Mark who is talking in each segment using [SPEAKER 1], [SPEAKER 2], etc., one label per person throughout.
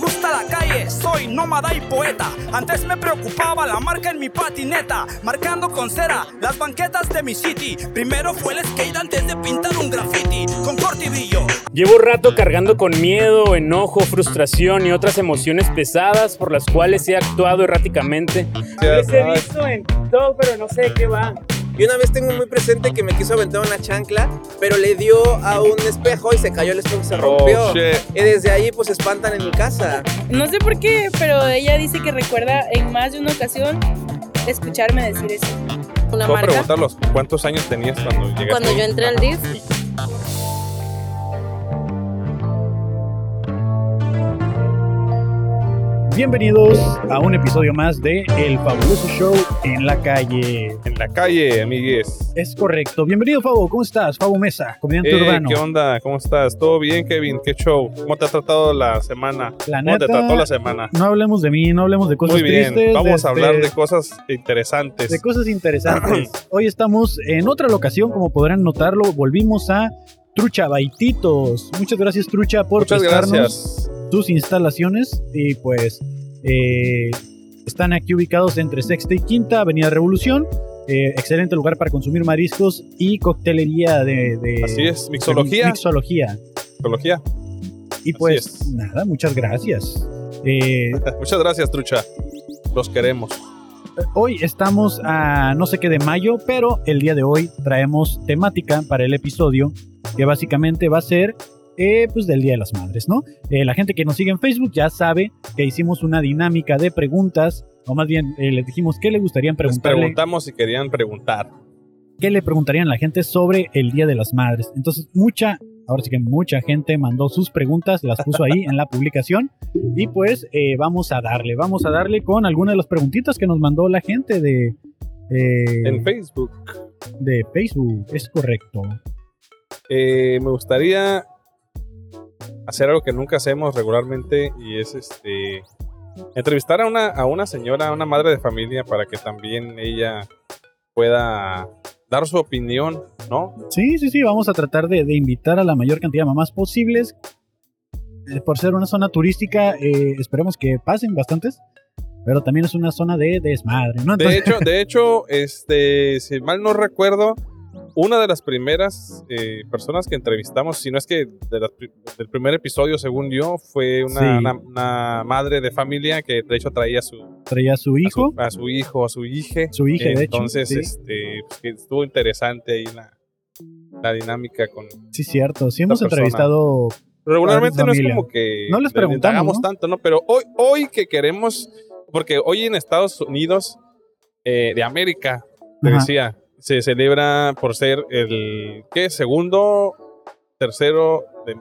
[SPEAKER 1] gusta la calle, soy nómada y poeta. Antes me preocupaba la marca en mi patineta, marcando con cera las banquetas de mi city. Primero fue el skate antes de pintar un graffiti con cortidillo.
[SPEAKER 2] Llevo rato cargando con miedo, enojo, frustración y otras emociones pesadas por las cuales he actuado erráticamente. Les he visto en TikTok, pero no sé de qué va.
[SPEAKER 3] Y una vez tengo muy presente que me quiso aventar una chancla, pero le dio a un espejo y se cayó el espejo y se
[SPEAKER 4] Oh,
[SPEAKER 3] rompió. y desde ahí pues se espantan en mi casa.
[SPEAKER 5] No sé por qué, pero ella dice que recuerda en más de una ocasión escucharme decir eso.
[SPEAKER 6] Una
[SPEAKER 4] Puedo
[SPEAKER 6] marca.
[SPEAKER 4] preguntarlos, ¿cuántos años tenías cuando llegaste?
[SPEAKER 6] Cuando
[SPEAKER 4] ahí?
[SPEAKER 6] yo entré al DIF,
[SPEAKER 7] Bienvenidos a un episodio más de El Fabuloso Show en la calle.
[SPEAKER 4] En la calle, amigues.
[SPEAKER 7] Es correcto. Bienvenido, Fabo. ¿Cómo estás? Fabo Mesa, comediante
[SPEAKER 4] Eh,
[SPEAKER 7] urbano.
[SPEAKER 4] ¿Qué onda? ¿Cómo estás? ¿Todo bien, Kevin? ¿Qué show? ¿Cómo te ha tratado la semana?
[SPEAKER 7] La
[SPEAKER 4] ¿Cómo te
[SPEAKER 7] neta,
[SPEAKER 4] trató la semana?
[SPEAKER 7] No hablemos de mí, no hablemos de cosas
[SPEAKER 4] Muy bien,
[SPEAKER 7] tristes,
[SPEAKER 4] vamos
[SPEAKER 7] este,
[SPEAKER 4] a hablar de cosas interesantes.
[SPEAKER 7] de cosas interesantes. Hoy estamos en otra locación, como podrán notarlo. Volvimos a Trucha Baititos. Muchas gracias, Trucha, por
[SPEAKER 4] Muchas
[SPEAKER 7] prestarnos
[SPEAKER 4] gracias.
[SPEAKER 7] tus instalaciones. Y pues eh, están aquí ubicados entre Sexta y Quinta Avenida Revolución. Eh, excelente lugar para consumir mariscos y coctelería de, de-
[SPEAKER 4] Así es, mixología.
[SPEAKER 7] Mixología.
[SPEAKER 4] Mixología.
[SPEAKER 7] Y pues
[SPEAKER 4] es.
[SPEAKER 7] nada, muchas gracias. Eh,
[SPEAKER 4] Muchas gracias, Trucha. Los queremos.
[SPEAKER 7] hoy estamos a no sé qué de mayo, pero el día de hoy traemos temática para el episodio que básicamente va a ser eh, pues del Día de las Madres, ¿no? Eh, la gente que nos sigue en Facebook ya sabe que hicimos una dinámica de preguntas, o más bien eh, les dijimos qué le gustaría
[SPEAKER 4] Les
[SPEAKER 7] preguntarle
[SPEAKER 4] preguntamos si querían preguntar.
[SPEAKER 7] qué le preguntarían a la gente sobre el Día de las Madres. Entonces, mucha, ahora sí que mucha gente mandó sus preguntas, las puso ahí en la publicación. Y pues eh, vamos a darle, vamos a darle con algunas de las preguntitas que nos mandó la gente de, eh,
[SPEAKER 4] En Facebook.
[SPEAKER 7] de Facebook. Es correcto.
[SPEAKER 4] Eh, me gustaría hacer algo que nunca hacemos regularmente y es este entrevistar a una, a una señora, a una madre de familia para que también ella pueda dar su opinión, ¿no?
[SPEAKER 7] Sí, sí, sí, vamos a tratar de, de invitar a la mayor cantidad de mamás posibles. Eh, Por ser una zona turística, eh, esperemos que pasen bastantes. Pero también es una zona de desmadre, ¿no?
[SPEAKER 4] De
[SPEAKER 7] Entonces,
[SPEAKER 4] hecho, de hecho, este, si mal no recuerdo, una de las primeras eh, personas que entrevistamos, si no es que de las pri- del primer episodio, según yo, fue una,
[SPEAKER 7] Sí.
[SPEAKER 4] una- una madre de familia que de hecho traía su,
[SPEAKER 7] traía a su
[SPEAKER 4] a su-
[SPEAKER 7] hijo,
[SPEAKER 4] a su hijo, a su hije.
[SPEAKER 7] su hija, de hecho.
[SPEAKER 4] Entonces,
[SPEAKER 7] sí.
[SPEAKER 4] este, pues, que estuvo interesante ahí la, la dinámica con.
[SPEAKER 7] Sí, cierto. Sí hemos
[SPEAKER 4] Esta persona.
[SPEAKER 7] entrevistado...
[SPEAKER 4] Regularmente no es
[SPEAKER 7] familia.
[SPEAKER 4] como que
[SPEAKER 7] No les
[SPEAKER 4] le- le
[SPEAKER 7] preguntamos,
[SPEAKER 4] hagamos
[SPEAKER 7] ¿no?
[SPEAKER 4] tanto, ¿no? Pero hoy, hoy que queremos, porque hoy en Estados Unidos eh, de América, te
[SPEAKER 7] Ajá.
[SPEAKER 4] decía, se celebra por ser el ¿qué? segundo, tercero de-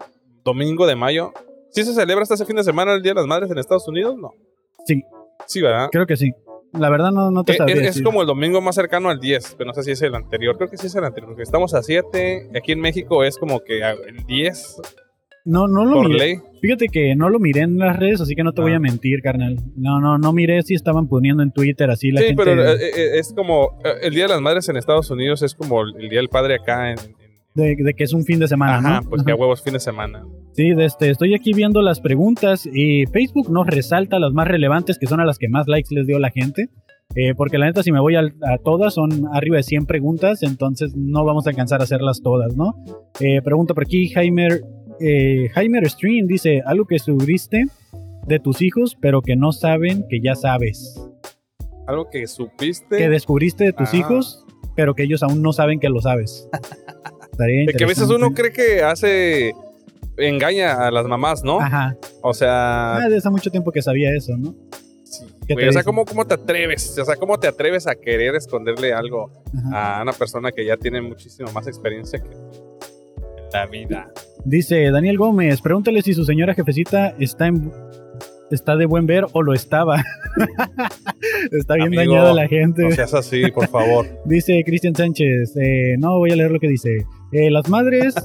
[SPEAKER 4] domingo de mayo. ¿Sí se celebra hasta ese fin de semana el Día de las Madres en Estados Unidos? No.
[SPEAKER 7] Sí,
[SPEAKER 4] Sí, ¿verdad?
[SPEAKER 7] creo que sí. La verdad no, no te
[SPEAKER 4] Eh,
[SPEAKER 7] sabría
[SPEAKER 4] es, es
[SPEAKER 7] decir.
[SPEAKER 4] como el domingo más cercano al 10, pero no sé si es el anterior. Creo que sí es el anterior, porque estamos a 7. Aquí en México es como que a- el 10
[SPEAKER 7] No, no lo
[SPEAKER 4] por
[SPEAKER 7] miré.
[SPEAKER 4] ley.
[SPEAKER 7] Fíjate que no lo miré en las redes, así que no te voy
[SPEAKER 4] Ah.
[SPEAKER 7] a mentir, carnal. No, no, no miré si estaban poniendo en Twitter así la
[SPEAKER 4] sí,
[SPEAKER 7] gente.
[SPEAKER 4] pero eh, eh, es como eh, el Día de las Madres en Estados Unidos es como el el Día del Padre acá en. en-
[SPEAKER 7] De, de que es un fin de semana,
[SPEAKER 4] Ajá,
[SPEAKER 7] ¿no?
[SPEAKER 4] pues que a
[SPEAKER 7] Ajá.
[SPEAKER 4] huevos fin de semana.
[SPEAKER 7] Sí, de este, estoy aquí viendo las preguntas y Facebook nos resalta las más relevantes, que son a las que más likes les dio la gente. Eh, porque la neta, si me voy al- a, todas, son arriba de 100 preguntas, entonces no vamos a alcanzar a hacerlas todas, ¿no? Eh, pregunta por aquí, Jaime, eh, Jaime Stream dice, algo que sugiriste de tus hijos, pero que no saben que ya sabes.
[SPEAKER 4] Algo que supiste.
[SPEAKER 7] Que descubriste de tus
[SPEAKER 4] Ah.
[SPEAKER 7] hijos, pero que ellos aún no saben que lo sabes. Estaría
[SPEAKER 4] de que a veces
[SPEAKER 7] interesante.
[SPEAKER 4] uno cree que hace. engaña a las mamás, ¿no?
[SPEAKER 7] Ajá.
[SPEAKER 4] O sea.
[SPEAKER 7] Ah, desde hace mucho tiempo que sabía eso, ¿no?
[SPEAKER 4] sí,
[SPEAKER 7] ¿qué
[SPEAKER 4] güey,
[SPEAKER 7] te
[SPEAKER 4] o sea,
[SPEAKER 7] dicen?
[SPEAKER 4] ¿cómo, ¿cómo te atreves? O sea, ¿cómo te atreves a querer esconderle algo
[SPEAKER 7] Ajá.
[SPEAKER 4] a una persona que ya tiene muchísimo más experiencia que tú en la vida.
[SPEAKER 7] Dice Daniel Gómez, pregúntale si su señora jefecita está en está de buen ver o lo estaba. está bien
[SPEAKER 4] Amigo,
[SPEAKER 7] dañada la gente.
[SPEAKER 4] No seas así, por favor.
[SPEAKER 7] Dice Cristian Sánchez, eh, no voy a leer lo que dice. Eh, las madres,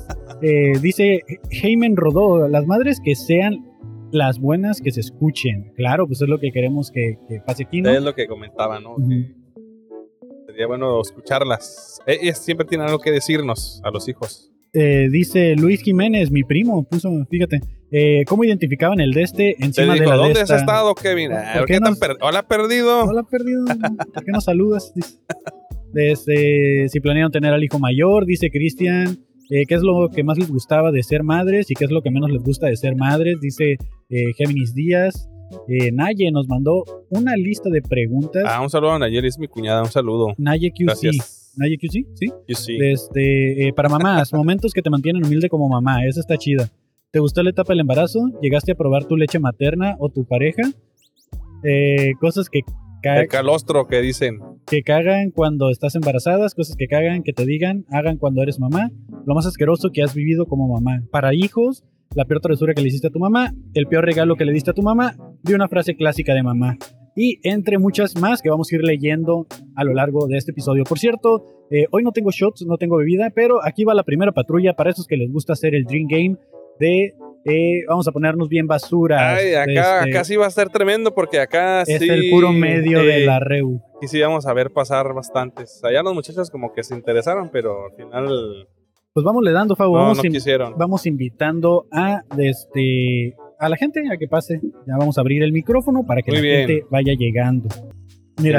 [SPEAKER 7] eh, dice Jaime Rodó, las madres que sean las buenas que se escuchen. Claro, pues es lo que queremos que, que pase aquí, ¿no?
[SPEAKER 4] Es lo que comentaba, ¿no?
[SPEAKER 7] Ujú.
[SPEAKER 4] Que Sería bueno escucharlas. Ellas siempre tienen algo que decirnos a los hijos.
[SPEAKER 7] eh, dice Luis Jiménez, mi primo, puso, fíjate, eh, ¿cómo identificaban el de este
[SPEAKER 4] Te
[SPEAKER 7] encima
[SPEAKER 4] digo,
[SPEAKER 7] de la de
[SPEAKER 4] ¿dónde has
[SPEAKER 7] esta?
[SPEAKER 4] estado, Kevin?
[SPEAKER 7] ¿Por
[SPEAKER 4] Ah,
[SPEAKER 7] qué
[SPEAKER 4] ¿por qué tan
[SPEAKER 7] nos-
[SPEAKER 4] per- Hola, perdido.
[SPEAKER 7] Hola, perdido. ¿Por qué no saludas? Dice. Desde, si planearon tener al hijo mayor, dice Cristian. eh, ¿Qué es lo que más les gustaba de ser madres y qué es lo que menos les gusta de ser madres? Dice eh, Géminis Díaz. Eh, Naye nos mandó una lista de preguntas.
[SPEAKER 4] Ah, un saludo a Nayeli, es mi cuñada, un saludo.
[SPEAKER 7] Naye QC.
[SPEAKER 4] Gracias.
[SPEAKER 7] Naye QC, ¿sí?
[SPEAKER 4] Yo sí.
[SPEAKER 7] Desde, eh, para mamás, momentos que te mantienen humilde como mamá, esa está chida. ¿Te gustó la etapa del embarazo? ¿Llegaste a probar tu leche materna o tu pareja? Eh, cosas que, ca-
[SPEAKER 4] El calostro que dicen.
[SPEAKER 7] que cagan cuando estás embarazadas, cosas que cagan, que te digan, hagan cuando eres mamá, lo más asqueroso que has vivido como mamá. Para hijos, la peor travesura que le hiciste a tu mamá, el peor regalo que le diste a tu mamá, de una frase clásica de mamá. Y entre muchas más que vamos a ir leyendo a lo largo de este episodio. Por cierto, eh, hoy no tengo shots, no tengo bebida, pero aquí va la primera patrulla para esos que les gusta hacer el Dream Game de... eh, vamos a ponernos bien basura. Este,
[SPEAKER 4] Ay, acá, acá sí va a estar tremendo porque acá
[SPEAKER 7] Ah, Es
[SPEAKER 4] sí.
[SPEAKER 7] el puro medio de
[SPEAKER 4] eh,
[SPEAKER 7] la REU.
[SPEAKER 4] Y sí, vamos a ver pasar bastantes. Allá los muchachos como que se interesaron, pero al final
[SPEAKER 7] Pues vamos le dando, favor.
[SPEAKER 4] no,
[SPEAKER 7] vamos
[SPEAKER 4] no
[SPEAKER 7] a in-
[SPEAKER 4] quisieron.
[SPEAKER 7] vamos invitando a este a la gente a que pase. Ya vamos a abrir el micrófono para que
[SPEAKER 4] Muy
[SPEAKER 7] la
[SPEAKER 4] bien.
[SPEAKER 7] gente vaya llegando. Mira,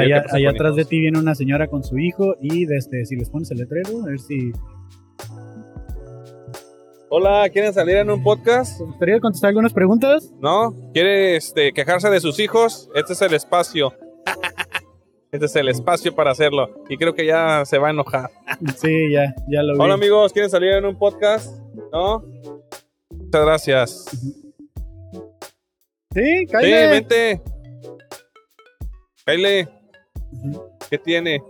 [SPEAKER 4] Mira, ¿qué
[SPEAKER 7] allá,
[SPEAKER 4] pasa
[SPEAKER 7] allá
[SPEAKER 4] con
[SPEAKER 7] atrás de
[SPEAKER 4] hijos?
[SPEAKER 7] ti viene una señora con su hijo y desde si les pones el letrero, a ver si
[SPEAKER 4] Hola, ¿quieren salir en un podcast?
[SPEAKER 7] ¿Te gustaría contestar algunas preguntas.
[SPEAKER 4] ¿No? ¿Quiere este, quejarse de sus hijos? Este es el espacio. Este es el espacio para hacerlo. Y creo que ya se va a enojar.
[SPEAKER 7] Sí, ya, ya lo vi.
[SPEAKER 4] Hola amigos, ¿quieren salir en un podcast? ¿No? Muchas gracias.
[SPEAKER 7] Sí,
[SPEAKER 4] Sí,
[SPEAKER 7] cállate.
[SPEAKER 4] vente. Kyle,
[SPEAKER 7] Ujú.
[SPEAKER 4] ¿qué tiene?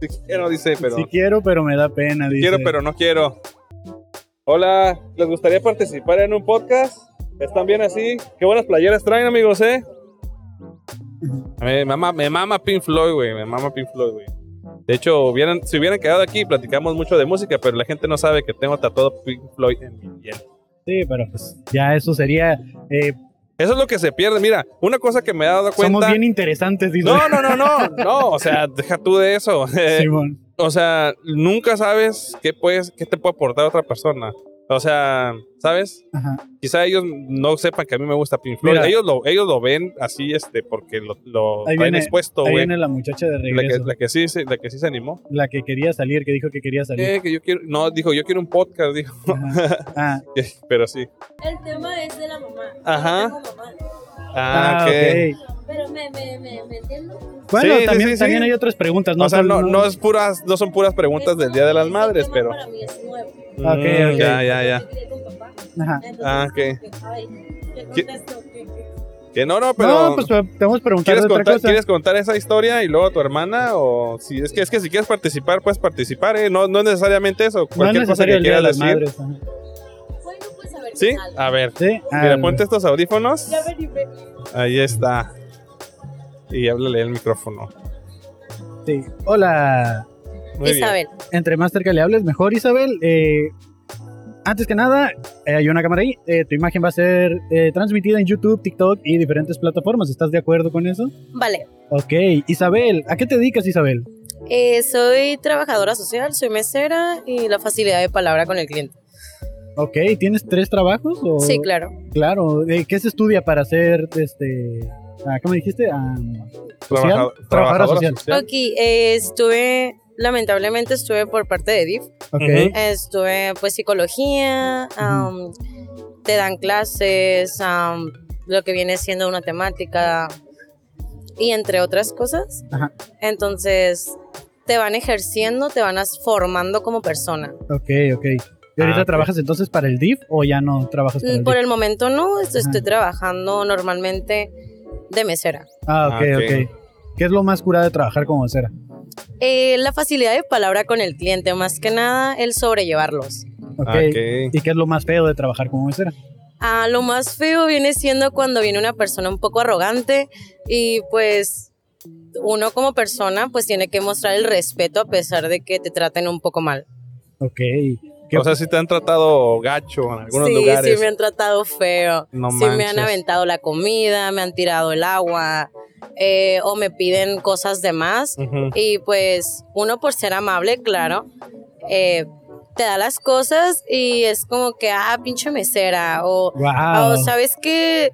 [SPEAKER 4] Sí quiero, dice, pero
[SPEAKER 7] Si quiero, pero me da pena. Dice.
[SPEAKER 4] quiero, pero no quiero. Hola, ¿les gustaría participar en un podcast? ¿Están bien así? Qué buenas playeras traen, amigos, ¿eh? Me mama, me mama Pink Floyd, güey. Me mama Pink Floyd, güey. De hecho, hubieran, si hubieran quedado aquí, platicamos mucho de música, pero la gente no sabe que tengo tatuado Pink Floyd en mi piel.
[SPEAKER 7] Sí, pero pues ya eso sería. eh,
[SPEAKER 4] Eso es lo que se pierde. Mira, una cosa que me he dado cuenta.
[SPEAKER 7] somos bien interesantes, dice
[SPEAKER 4] No, eh, no, no, no, no. O sea, deja tú de eso.
[SPEAKER 7] Simón.
[SPEAKER 4] o sea, nunca sabes qué puedes, qué te puede aportar otra persona. O sea, ¿sabes?
[SPEAKER 7] Ajá.
[SPEAKER 4] Quizá ellos no sepan que a mí me gusta Pink Floyd.
[SPEAKER 7] Mira.
[SPEAKER 4] ellos lo, ellos lo ven así, este, porque lo, lo
[SPEAKER 7] Ahí
[SPEAKER 4] traen
[SPEAKER 7] viene-
[SPEAKER 4] expuesto,
[SPEAKER 7] Ahí
[SPEAKER 4] güey.
[SPEAKER 7] viene la muchacha
[SPEAKER 4] La
[SPEAKER 7] de
[SPEAKER 4] que,
[SPEAKER 7] regreso,
[SPEAKER 4] la que sí, se- la que sí se animó.
[SPEAKER 7] la que quería salir, que dijo que quería salir.
[SPEAKER 4] Eh, que yo quiero, no, dijo, yo quiero un podcast, dijo.
[SPEAKER 7] Ajá. Ah,
[SPEAKER 4] Pero sí.
[SPEAKER 6] El tema es de la mamá.
[SPEAKER 4] Ajá.
[SPEAKER 6] Yo tengo mamá,
[SPEAKER 4] Ah, ok.
[SPEAKER 7] ok.
[SPEAKER 6] Pero me, me, me, me entiendo.
[SPEAKER 7] Bueno,
[SPEAKER 4] Sí, sí,
[SPEAKER 7] también,
[SPEAKER 4] sí, sí.
[SPEAKER 7] también hay otras preguntas. No
[SPEAKER 4] o sea,
[SPEAKER 7] solo-
[SPEAKER 4] no, no es puras, no son puras preguntas
[SPEAKER 6] Esto
[SPEAKER 4] del Día de las
[SPEAKER 6] ese
[SPEAKER 4] Madres,
[SPEAKER 6] tema
[SPEAKER 4] pero. Mm,
[SPEAKER 6] Para mí es nuevo.
[SPEAKER 7] Ah, ok.
[SPEAKER 4] Ya, ya, ya.
[SPEAKER 6] Yo crié con papá.
[SPEAKER 7] Ajá.
[SPEAKER 6] Entonces,
[SPEAKER 4] Ah, ok.
[SPEAKER 6] como que, Ay, le contesto que- que-
[SPEAKER 4] Que no, no, pero.
[SPEAKER 7] no, pues te vamos a preguntar de
[SPEAKER 4] ¿Quieres
[SPEAKER 7] otra
[SPEAKER 4] contar,
[SPEAKER 7] cosa.
[SPEAKER 4] ¿Quieres contar esa historia y luego a tu hermana? O si es que es que si quieres participar, puedes participar, ¿eh? No, no es necesariamente eso.
[SPEAKER 7] No es
[SPEAKER 4] Cualquier cosa
[SPEAKER 7] necesario
[SPEAKER 4] que
[SPEAKER 7] el día de
[SPEAKER 4] quieras
[SPEAKER 7] las
[SPEAKER 4] decir.
[SPEAKER 7] madres. ajá.
[SPEAKER 6] Bueno, pues a ver.
[SPEAKER 4] Sí,
[SPEAKER 6] qué tal.
[SPEAKER 4] a ver.
[SPEAKER 7] Sí,
[SPEAKER 4] Mira,
[SPEAKER 7] al-
[SPEAKER 4] ponte estos audífonos.
[SPEAKER 6] Ya vení, ven.
[SPEAKER 4] Ahí está. Y háblale el micrófono.
[SPEAKER 7] sí. Hola.
[SPEAKER 4] Muy bien.
[SPEAKER 6] Isabel.
[SPEAKER 7] Entre más cerca le hables, mejor, Isabel. Eh, antes que nada, eh, hay una cámara ahí. Eh, tu imagen va a ser eh, transmitida en YouTube, TikTok y diferentes plataformas. ¿Estás de acuerdo con eso?
[SPEAKER 6] Vale.
[SPEAKER 7] Ok. Isabel, ¿a qué te dedicas, Isabel?
[SPEAKER 6] Eh, soy trabajadora social, soy mesera y la facilidad de palabra con el cliente.
[SPEAKER 7] Ok, ¿tienes tres trabajos? o-
[SPEAKER 6] Sí, claro.
[SPEAKER 7] Claro, ¿de ¿qué se estudia para ser, este, ah, ¿cómo dijiste? Ah, social,
[SPEAKER 4] Trabaja-
[SPEAKER 7] trabajadora
[SPEAKER 4] trabajadora
[SPEAKER 7] social.
[SPEAKER 4] social.
[SPEAKER 6] Ok, eh, estuve, lamentablemente estuve por parte de DIF.
[SPEAKER 7] ok.
[SPEAKER 4] Ujú.
[SPEAKER 6] Estuve pues psicología, am, te dan clases, am, lo que viene siendo una temática y entre otras cosas.
[SPEAKER 7] Ajá.
[SPEAKER 6] Entonces te van ejerciendo, te van as- formando como persona.
[SPEAKER 7] Ok, ok. ¿Y ahorita
[SPEAKER 4] Ah, ok.
[SPEAKER 7] trabajas entonces para el DIF o ya no trabajas para el
[SPEAKER 6] Mm, Por
[SPEAKER 7] DIF?
[SPEAKER 6] el momento no, esto-
[SPEAKER 7] Ajá.
[SPEAKER 6] estoy trabajando normalmente de mesera.
[SPEAKER 7] Ah, ok,
[SPEAKER 4] Ah, ok.
[SPEAKER 7] ok. ¿Qué es lo más curado de trabajar como mesera?
[SPEAKER 6] Eh, la facilidad de palabra con el cliente, más que nada el sobrellevarlos.
[SPEAKER 7] Ok.
[SPEAKER 4] Ah, Ok.
[SPEAKER 7] ¿Y qué es lo más feo de trabajar como mesera?
[SPEAKER 6] Ah, lo más feo viene siendo cuando viene una persona un poco arrogante y pues uno como persona pues tiene que mostrar el respeto a pesar de que te traten un poco mal.
[SPEAKER 7] Ok. ¿Qué-
[SPEAKER 4] O sea, si te han tratado gacho en algunos
[SPEAKER 6] sí,
[SPEAKER 4] lugares.
[SPEAKER 6] sí me han tratado feo.
[SPEAKER 4] No
[SPEAKER 6] sí me han
[SPEAKER 4] manches.
[SPEAKER 6] aventado la comida, me han tirado el agua eh, o me piden cosas de más.
[SPEAKER 4] Ujú.
[SPEAKER 6] Y pues uno por ser amable, claro, eh, te da las cosas y es como que, ah, pinche mesera, o,
[SPEAKER 7] Wow.
[SPEAKER 6] ah, o sabes que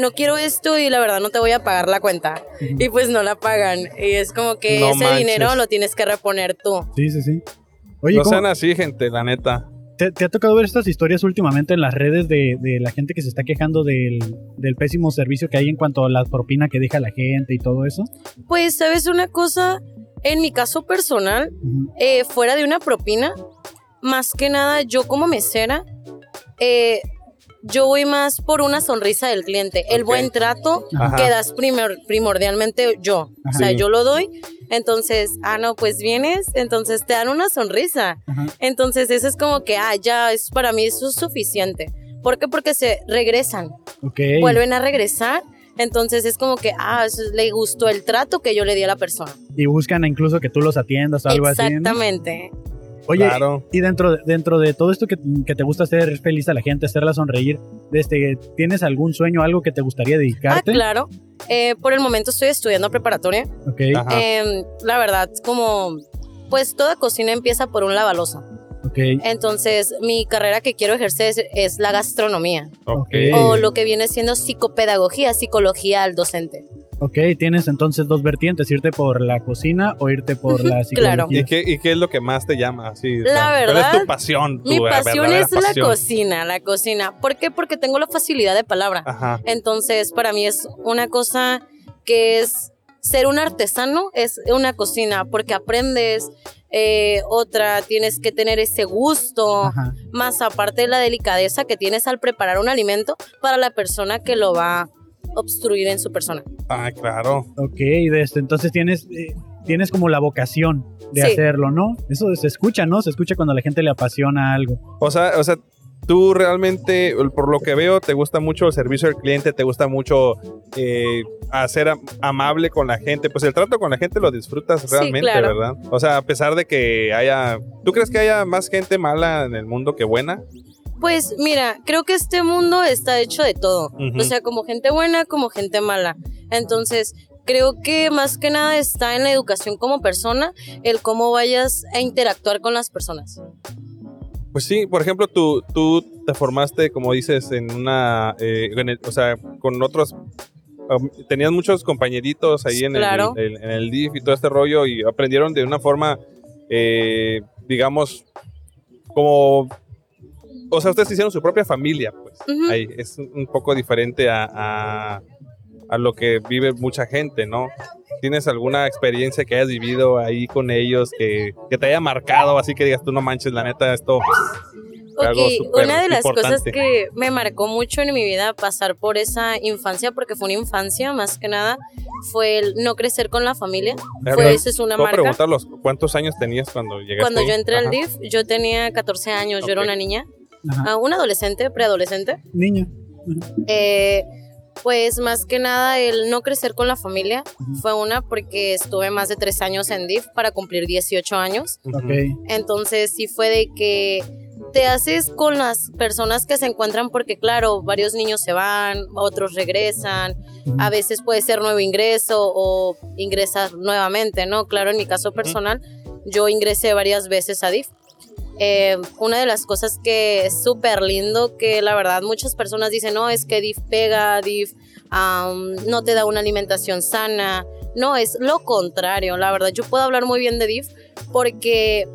[SPEAKER 6] no quiero esto y la verdad no te voy a pagar la cuenta. Y pues no la pagan. Y es como que
[SPEAKER 4] No
[SPEAKER 6] ese
[SPEAKER 4] manches.
[SPEAKER 6] dinero lo tienes que reponer tú.
[SPEAKER 7] Sí, sí, sí. Oye,
[SPEAKER 4] no
[SPEAKER 7] ¿cómo-
[SPEAKER 4] sean así, gente, la neta.
[SPEAKER 7] ¿te, te ha tocado ver estas historias últimamente en las redes de, de la gente que se está quejando del, del pésimo servicio que hay en cuanto a la propina que deja la gente y todo eso?
[SPEAKER 6] Pues, ¿sabes una cosa? En mi caso personal,
[SPEAKER 7] Ujú.
[SPEAKER 6] eh, fuera de una propina, más que nada yo como mesera, eh, yo voy más por una sonrisa del cliente, el
[SPEAKER 4] Ok.
[SPEAKER 6] buen trato
[SPEAKER 4] Ajá.
[SPEAKER 6] que das primor- primordialmente yo. O sea,
[SPEAKER 4] Sí.
[SPEAKER 6] yo lo doy, entonces, ah, no, pues vienes, entonces te dan una sonrisa.
[SPEAKER 7] Ajá.
[SPEAKER 6] Entonces, eso es como que, ah, ya, es, para mí eso es suficiente. ¿Por qué? Porque se regresan
[SPEAKER 7] Ok.
[SPEAKER 6] vuelven a regresar. Entonces es como que, ah, eso es- le gustó el trato que yo le di a la persona.
[SPEAKER 7] Y buscan incluso que tú los atiendas o algo así. ¿no?
[SPEAKER 6] Exactamente.
[SPEAKER 7] Oye,
[SPEAKER 4] claro.
[SPEAKER 7] y dentro, de- dentro de todo esto que, que te gusta hacer feliz a la gente, hacerla sonreír, este, ¿tienes algún sueño, algo que te gustaría
[SPEAKER 6] Ah,
[SPEAKER 7] dedicarte?
[SPEAKER 6] claro. Eh, por el momento estoy estudiando preparatoria.
[SPEAKER 7] Ok,
[SPEAKER 4] Ajá.
[SPEAKER 6] Eh, la verdad, como, pues toda cocina empieza por un lavalosa.
[SPEAKER 7] ok.
[SPEAKER 6] Entonces, mi carrera que quiero ejercer es, es la gastronomía
[SPEAKER 4] ok.
[SPEAKER 7] ok.
[SPEAKER 6] o lo que viene siendo psicopedagogía, psicología al docente.
[SPEAKER 7] Ok, tienes entonces dos vertientes, irte por la cocina o irte por la psicología.
[SPEAKER 6] claro.
[SPEAKER 4] ¿Y qué, ¿Y qué es lo que más te llama? Así, o
[SPEAKER 6] La
[SPEAKER 4] sea, ¿Cuál es
[SPEAKER 6] verdad,
[SPEAKER 4] tu pasión? Tu
[SPEAKER 6] Mi pasión
[SPEAKER 4] verdadera
[SPEAKER 6] es la
[SPEAKER 4] pasión?
[SPEAKER 6] cocina, la cocina. ¿Por qué? Porque tengo la facilidad de palabra.
[SPEAKER 4] Ajá.
[SPEAKER 6] Entonces, para mí es una cosa que es ser un artesano, es una cocina, porque aprendes, eh, otra, tienes que tener ese gusto,
[SPEAKER 7] Ajá.
[SPEAKER 6] más aparte de la delicadeza que tienes al preparar un alimento para la persona que lo va a obstruir en su persona.
[SPEAKER 4] Ah, claro.
[SPEAKER 7] Ok, de este, entonces tienes, eh, tienes como la vocación de
[SPEAKER 6] Sí.
[SPEAKER 7] hacerlo, ¿no? Eso se escucha, ¿no? Se escucha cuando a la gente le apasiona algo.
[SPEAKER 4] O sea, o sea, tú realmente, por lo que veo, te gusta mucho el servicio al cliente, te gusta mucho eh, hacer am- amable con la gente. Pues el trato con la gente lo disfrutas
[SPEAKER 6] Sí,
[SPEAKER 4] realmente,
[SPEAKER 6] claro.
[SPEAKER 4] ¿verdad? O sea, a pesar de que haya... ¿Tú crees que haya más gente mala en el mundo que buena?
[SPEAKER 6] Pues mira, creo que este mundo está hecho de todo.
[SPEAKER 4] Ujú.
[SPEAKER 6] O sea, como gente buena, como gente mala. Entonces, creo que más que nada está en la educación como persona, el cómo vayas a interactuar con las personas.
[SPEAKER 4] Pues sí, por ejemplo, tú, tú te formaste, como dices, en una... eh, en el- o sea, con otros... um, Tenías muchos compañeritos ahí en, el-
[SPEAKER 6] Claro.
[SPEAKER 4] el, en el DIF y todo este rollo y aprendieron de una forma, eh, digamos, como... O sea, ustedes hicieron su propia familia, pues.
[SPEAKER 6] Ujú.
[SPEAKER 4] Ahí es un poco diferente a, a, a lo que vive mucha gente, ¿no? ¿Tienes alguna experiencia que hayas vivido ahí con ellos que, que te haya marcado? Así que digas, tú no manches, la neta, esto...
[SPEAKER 6] Ok,
[SPEAKER 4] algo súper
[SPEAKER 6] una de las cosas
[SPEAKER 4] importante.
[SPEAKER 6] que me marcó mucho en mi vida pasar por esa infancia, porque fue una infancia más que nada, fue el no crecer con la familia.
[SPEAKER 4] Claro.
[SPEAKER 6] Fue, eso es una
[SPEAKER 4] Puedo
[SPEAKER 6] marca.
[SPEAKER 4] preguntarlos cuántos años tenías cuando llegaste.
[SPEAKER 6] Cuando
[SPEAKER 4] ahí?
[SPEAKER 6] yo entré
[SPEAKER 4] Ajá.
[SPEAKER 6] al DIF, yo tenía 14 años, yo era
[SPEAKER 4] Ok.
[SPEAKER 6] una niña,
[SPEAKER 7] Ajá.
[SPEAKER 6] ah, una adolescente, preadolescente.
[SPEAKER 7] Niño.
[SPEAKER 6] Eh, pues más que nada el no crecer con la familia
[SPEAKER 7] Ujú.
[SPEAKER 6] fue una porque estuve más de tres años en DIF para cumplir 18 años.
[SPEAKER 4] Ujú.
[SPEAKER 7] Ok.
[SPEAKER 6] Entonces sí fue de que te haces con las personas que se encuentran porque claro, varios niños se van, otros regresan, a veces puede ser nuevo ingreso o ingresar nuevamente, ¿no? Claro, en mi caso personal, yo ingresé varias veces a DIF. Eh, una de las cosas que es súper lindo, que la verdad muchas personas dicen, no, es que DIF pega, DIF am, no te da una alimentación sana. No, es lo contrario, la verdad. Yo puedo hablar muy bien de DIF porque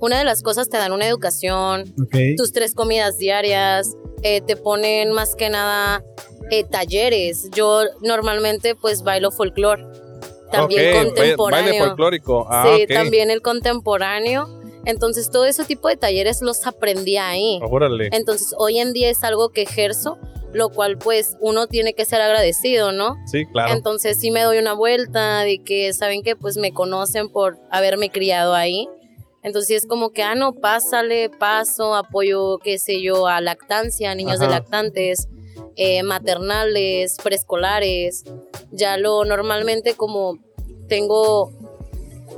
[SPEAKER 6] una de las cosas te dan una educación,
[SPEAKER 7] Ok.
[SPEAKER 6] tus tres comidas diarias, eh, te ponen más que nada eh, talleres. Yo normalmente pues bailo folclore, también
[SPEAKER 4] Ok, baile-
[SPEAKER 6] contemporáneo.
[SPEAKER 4] Baile folclórico. Ah,
[SPEAKER 6] sí,
[SPEAKER 4] ok.
[SPEAKER 6] también el contemporáneo. Entonces todo ese tipo de talleres los aprendí ahí.
[SPEAKER 4] Órale.
[SPEAKER 6] Entonces hoy en día es algo que ejerzo, lo cual pues uno tiene que ser agradecido, ¿no?
[SPEAKER 4] Sí, claro.
[SPEAKER 6] Entonces sí me doy una vuelta de que saben que pues me conocen por haberme criado ahí. Entonces sí es como que, ah, no, pásale, paso, apoyo, qué sé yo, a lactancia, niños de
[SPEAKER 4] Ajá.
[SPEAKER 6] lactantes, eh, maternales, preescolares. Ya lo normalmente como tengo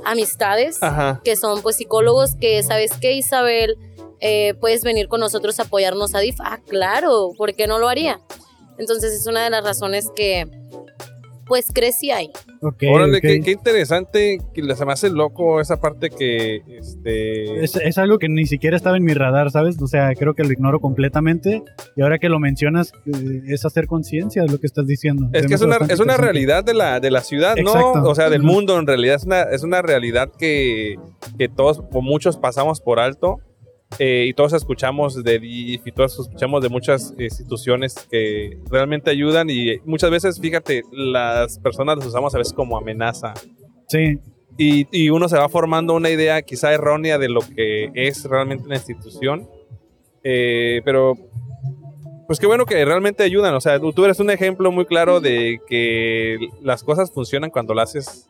[SPEAKER 6] amistades
[SPEAKER 4] Ajá.
[SPEAKER 6] que son pues psicólogos que, ¿sabes qué, Isabel? Eh, puedes venir con nosotros a apoyarnos a DIF. Ah, claro, ¿por qué no lo haría? Entonces es una de las razones que pues crecí ahí.
[SPEAKER 7] Ok,
[SPEAKER 4] Órale,
[SPEAKER 7] ok.
[SPEAKER 4] Qué, qué interesante, que le- se me hace loco esa parte que, este,
[SPEAKER 7] Es, es algo que ni siquiera estaba en mi radar, ¿sabes? O sea, creo que lo ignoro completamente. Y ahora que lo mencionas, eh, es hacer conciencia de lo que estás diciendo.
[SPEAKER 4] es
[SPEAKER 7] Se
[SPEAKER 4] que
[SPEAKER 7] me
[SPEAKER 4] es
[SPEAKER 7] hace
[SPEAKER 4] una,
[SPEAKER 7] bastante
[SPEAKER 4] es una
[SPEAKER 7] interesante.
[SPEAKER 4] realidad de la, de la ciudad,
[SPEAKER 7] Exacto.
[SPEAKER 4] ¿no? O sea, del
[SPEAKER 7] Ujú.
[SPEAKER 4] mundo en realidad, es una, es una realidad que, que todos, o muchos pasamos por alto. eh, y todos escuchamos de DIF y todos escuchamos de muchas instituciones que realmente ayudan y muchas veces, fíjate, las personas las usamos a veces como amenaza.
[SPEAKER 7] Sí,
[SPEAKER 4] y, y uno se va formando una idea quizá errónea de lo que es realmente la institución. Eh, pero, pues qué bueno que realmente ayudan. O sea, tú tú eres un ejemplo muy claro de que las cosas funcionan cuando las haces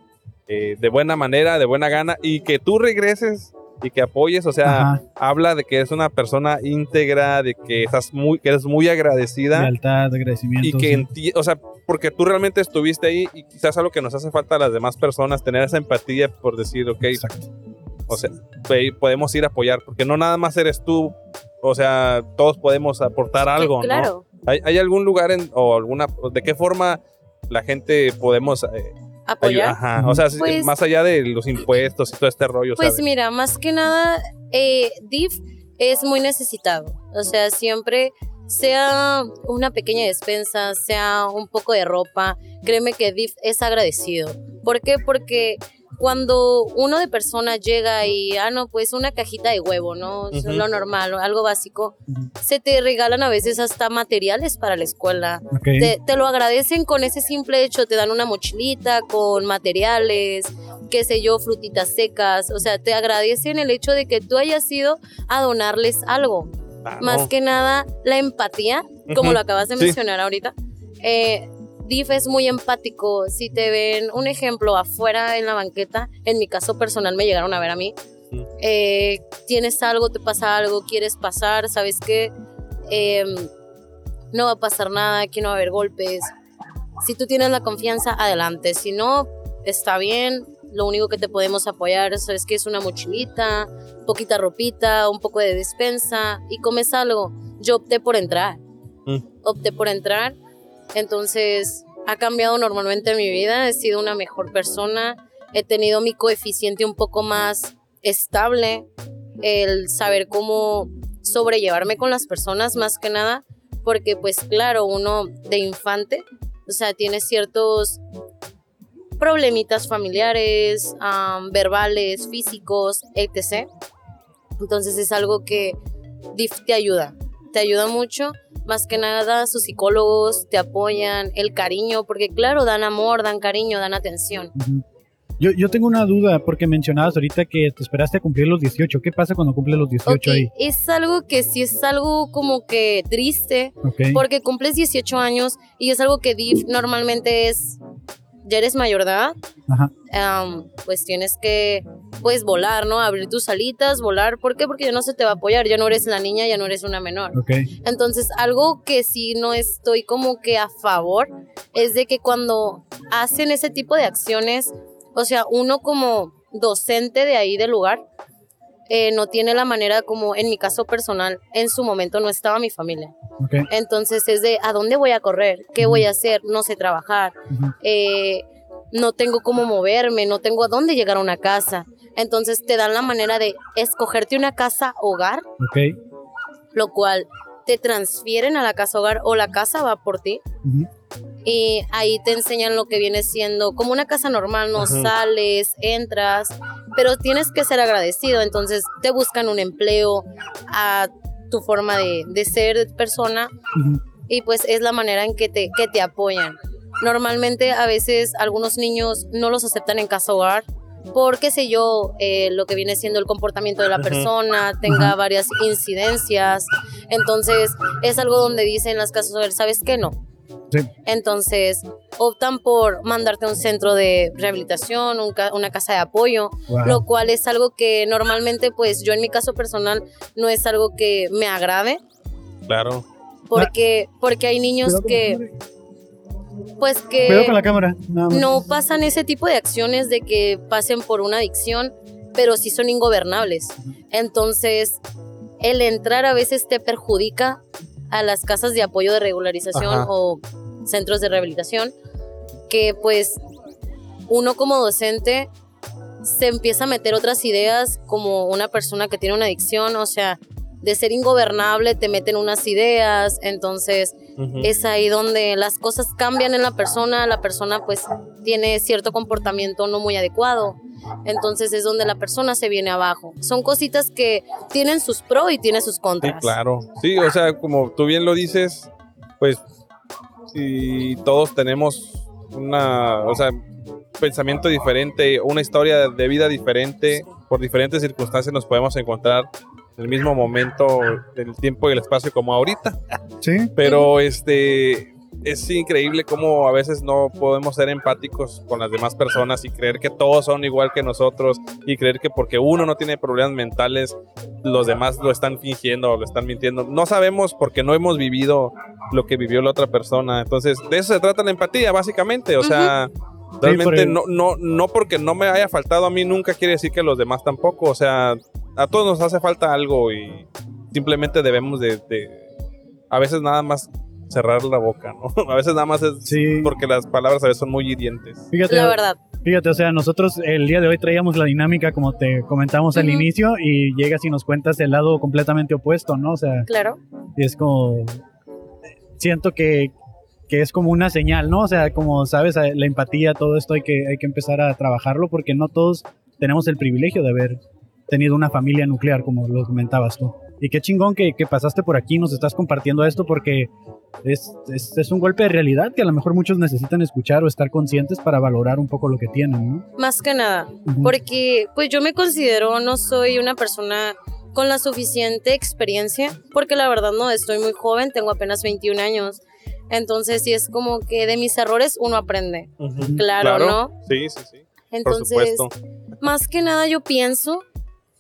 [SPEAKER 4] eh, de buena manera, de buena gana, y que tú regreses y que apoyes. O sea,
[SPEAKER 7] ajá,
[SPEAKER 4] habla de que eres una persona íntegra, de que, estás muy, que eres muy agradecida
[SPEAKER 7] lealtad, agradecimiento.
[SPEAKER 4] y que
[SPEAKER 7] sí.
[SPEAKER 4] enti- o sea, porque tú realmente estuviste ahí y quizás algo que nos hace falta a las demás personas, tener esa empatía por decir, ok,
[SPEAKER 7] Exacto.
[SPEAKER 4] o sea, pe- podemos ir a apoyar, porque no nada más eres tú, o sea, todos podemos aportar algo,
[SPEAKER 6] Sí, claro.
[SPEAKER 4] ¿no? ¿Hay, hay algún lugar en, o alguna, de qué forma la gente podemos eh, ayudar?
[SPEAKER 6] Apoyar.
[SPEAKER 4] Ajá, o sea, si-
[SPEAKER 6] Pues-
[SPEAKER 4] más allá de los impuestos y todo este rollo, o sea,
[SPEAKER 6] Pues
[SPEAKER 4] de-
[SPEAKER 6] mira, más que nada, eh, DIF es muy necesitado. O sea, siempre sea una pequeña despensa, sea un poco de ropa, créeme que DIF es agradecido. ¿Por qué? Porque cuando uno de persona llega y, ah, no, pues una cajita de huevo, ¿no? Es
[SPEAKER 4] Ujú.
[SPEAKER 6] lo normal, algo básico.
[SPEAKER 7] Ujú.
[SPEAKER 6] Se te regalan a veces hasta materiales para la escuela.
[SPEAKER 7] Ok.
[SPEAKER 6] Te, te lo agradecen con ese simple hecho, te dan una mochilita con materiales, qué sé yo, frutitas secas, o sea, te agradecen el hecho de que tú hayas ido a donarles algo.
[SPEAKER 4] ah,
[SPEAKER 6] Más
[SPEAKER 4] no.
[SPEAKER 6] que nada, la empatía, como
[SPEAKER 4] Ujú,
[SPEAKER 6] lo acabas de
[SPEAKER 4] sí.
[SPEAKER 6] mencionar ahorita. Eh, Diff es muy empático. Si te ven, un ejemplo, afuera en la banqueta, en mi caso personal me llegaron a ver a mí,
[SPEAKER 4] Ujú.
[SPEAKER 6] eh, tienes algo, te pasa algo, quieres pasar, sabes que no va a pasar nada, aquí no va a haber golpes. Si tú tienes la confianza, adelante. Si no, está bien. Lo único que te podemos apoyar es es que es una mochilita, poquita ropita, un poco de despensa y comes algo. Yo opté por entrar.
[SPEAKER 4] Mm.
[SPEAKER 6] Opté por entrar. Entonces, ha cambiado normalmente mi vida. He sido una mejor persona. He tenido mi coeficiente un poco más estable. El saber cómo sobrellevarme con las personas, más que nada. Porque, pues, claro, uno de infante, o sea, tiene ciertos problemitas familiares, am, verbales, físicos, etc. Entonces es algo que DIF te ayuda, te ayuda mucho. Más que nada, sus psicólogos te apoyan, el cariño, porque claro, dan amor, dan cariño, dan atención.
[SPEAKER 7] Ujú. Yo, yo tengo una duda, porque mencionabas ahorita que te esperaste a cumplir los 18. ¿Qué pasa cuando cumples los 18
[SPEAKER 6] Ok,
[SPEAKER 7] ahí?
[SPEAKER 6] es algo que sí es algo como que triste,
[SPEAKER 7] Ok.
[SPEAKER 6] porque cumples 18 años y es algo que DIF normalmente es, ya eres mayor de edad,
[SPEAKER 7] Ajá.
[SPEAKER 6] am, pues tienes que pues volar, ¿no? Abrir tus alitas, volar. ¿Por qué? Porque ya no se te va a apoyar, ya no eres la niña, ya no eres una menor.
[SPEAKER 7] Ok.
[SPEAKER 6] Entonces, algo que sí no estoy como que a favor es de que cuando hacen ese tipo de acciones, o sea, uno como docente de ahí del lugar, eh, no tiene la manera como en mi caso personal, en su momento no estaba mi familia.
[SPEAKER 7] Ok.
[SPEAKER 6] Entonces es de, ¿a dónde voy a correr? ¿Qué voy a hacer? No sé trabajar
[SPEAKER 7] Ujú.
[SPEAKER 6] eh, no tengo cómo moverme, no tengo a dónde llegar a una casa. Entonces te dan la manera de escogerte una casa hogar,
[SPEAKER 7] Ok.
[SPEAKER 6] lo cual te transfieren a la casa hogar o la casa va por ti.
[SPEAKER 7] Ujú.
[SPEAKER 6] Y ahí te enseñan lo que viene siendo como una casa normal, no
[SPEAKER 4] Ajá.
[SPEAKER 6] sales, entras, pero tienes que ser agradecido. Entonces te buscan un empleo a tu forma de, de ser persona
[SPEAKER 7] Ujú.
[SPEAKER 6] y pues es la manera en que te, que te apoyan. Normalmente a veces algunos niños no los aceptan en casa hogar por, qué sé yo, eh, lo que viene siendo el comportamiento de la
[SPEAKER 4] Ujú.
[SPEAKER 6] persona, tenga
[SPEAKER 7] Ujú.
[SPEAKER 6] varias incidencias. Entonces es algo donde dicen las casas hogar, ¿sabes qué no?
[SPEAKER 7] Sí.
[SPEAKER 6] Entonces optan por mandarte a un centro de rehabilitación, un ca- una casa de apoyo,
[SPEAKER 7] Wow.
[SPEAKER 6] lo cual es algo que normalmente pues yo en mi caso personal no es algo que me agrade
[SPEAKER 4] claro.
[SPEAKER 6] porque, porque hay niños
[SPEAKER 7] Ah. Cuidado con la
[SPEAKER 6] que
[SPEAKER 7] cámara.
[SPEAKER 6] pues
[SPEAKER 7] Cuidado con
[SPEAKER 6] que
[SPEAKER 7] la cámara. nada más.
[SPEAKER 6] no pasan ese tipo de acciones de que pasen por una adicción, pero sí son ingobernables. Entonces, el entrar a veces te perjudica a las casas de apoyo de regularización
[SPEAKER 4] Ajá.
[SPEAKER 6] o centros de rehabilitación que pues uno como docente se empieza a meter otras ideas como una persona que tiene una adicción, o sea, de ser ingobernable te meten unas ideas, entonces
[SPEAKER 4] Ujú.
[SPEAKER 6] es ahí donde las cosas cambian en la persona, la persona pues tiene cierto comportamiento no muy adecuado, entonces es donde la persona se viene abajo. Son cositas que tienen sus pros y tienen sus
[SPEAKER 4] Sí,
[SPEAKER 6] contras.
[SPEAKER 4] claro. Sí, o sea, como tú bien lo dices, pues si todos tenemos una, o sea, pensamiento diferente, una historia de vida diferente, por diferentes circunstancias nos podemos encontrar en el mismo momento, en el tiempo y el espacio como ahorita.
[SPEAKER 7] Sí,
[SPEAKER 4] Pero este es increíble cómo a veces no podemos ser empáticos con las demás personas y creer que todos son igual que nosotros y creer que porque uno no tiene problemas mentales, los demás lo están fingiendo o lo están mintiendo. No sabemos porque no hemos vivido lo que vivió la otra persona. Entonces, de eso se trata la empatía, básicamente. O sea, realmente
[SPEAKER 7] pero-
[SPEAKER 4] no, no, no porque no me haya faltado a mí nunca quiere decir que los demás tampoco. O sea, a todos nos hace falta algo y simplemente debemos de, de- a veces nada más cerrar la boca, ¿no? A veces nada más es
[SPEAKER 7] sí.
[SPEAKER 4] porque las palabras a veces son muy hirientes.
[SPEAKER 7] Fíjate,
[SPEAKER 6] La verdad.
[SPEAKER 7] Fíjate, o sea, nosotros el día de hoy traíamos la dinámica como te comentamos al
[SPEAKER 6] Ujú.
[SPEAKER 7] inicio y llegas y nos cuentas el lado completamente opuesto, ¿no? O sea,
[SPEAKER 6] Claro.
[SPEAKER 7] y es como... Siento que, que es como una señal, ¿no? O sea, como sabes, eh, la empatía, todo esto hay que, hay que empezar a trabajarlo porque no todos tenemos el privilegio de haber tenido una familia nuclear, como lo comentabas tú. Y qué chingón que, que pasaste por aquí, nos estás compartiendo esto porque es, es, es un golpe de realidad que a lo mejor muchos necesitan escuchar o estar conscientes para valorar un poco lo que tienen, ¿no?
[SPEAKER 6] Más que nada.
[SPEAKER 7] Ujú.
[SPEAKER 6] Porque pues yo me considero no soy una persona con la suficiente experiencia, porque la verdad no, estoy muy joven, tengo apenas 21 años. Entonces sí es como que de mis errores uno aprende. Claro, ¿no?
[SPEAKER 4] Sí, sí, sí.
[SPEAKER 6] Entonces,
[SPEAKER 4] Por supuesto.
[SPEAKER 6] más que nada yo pienso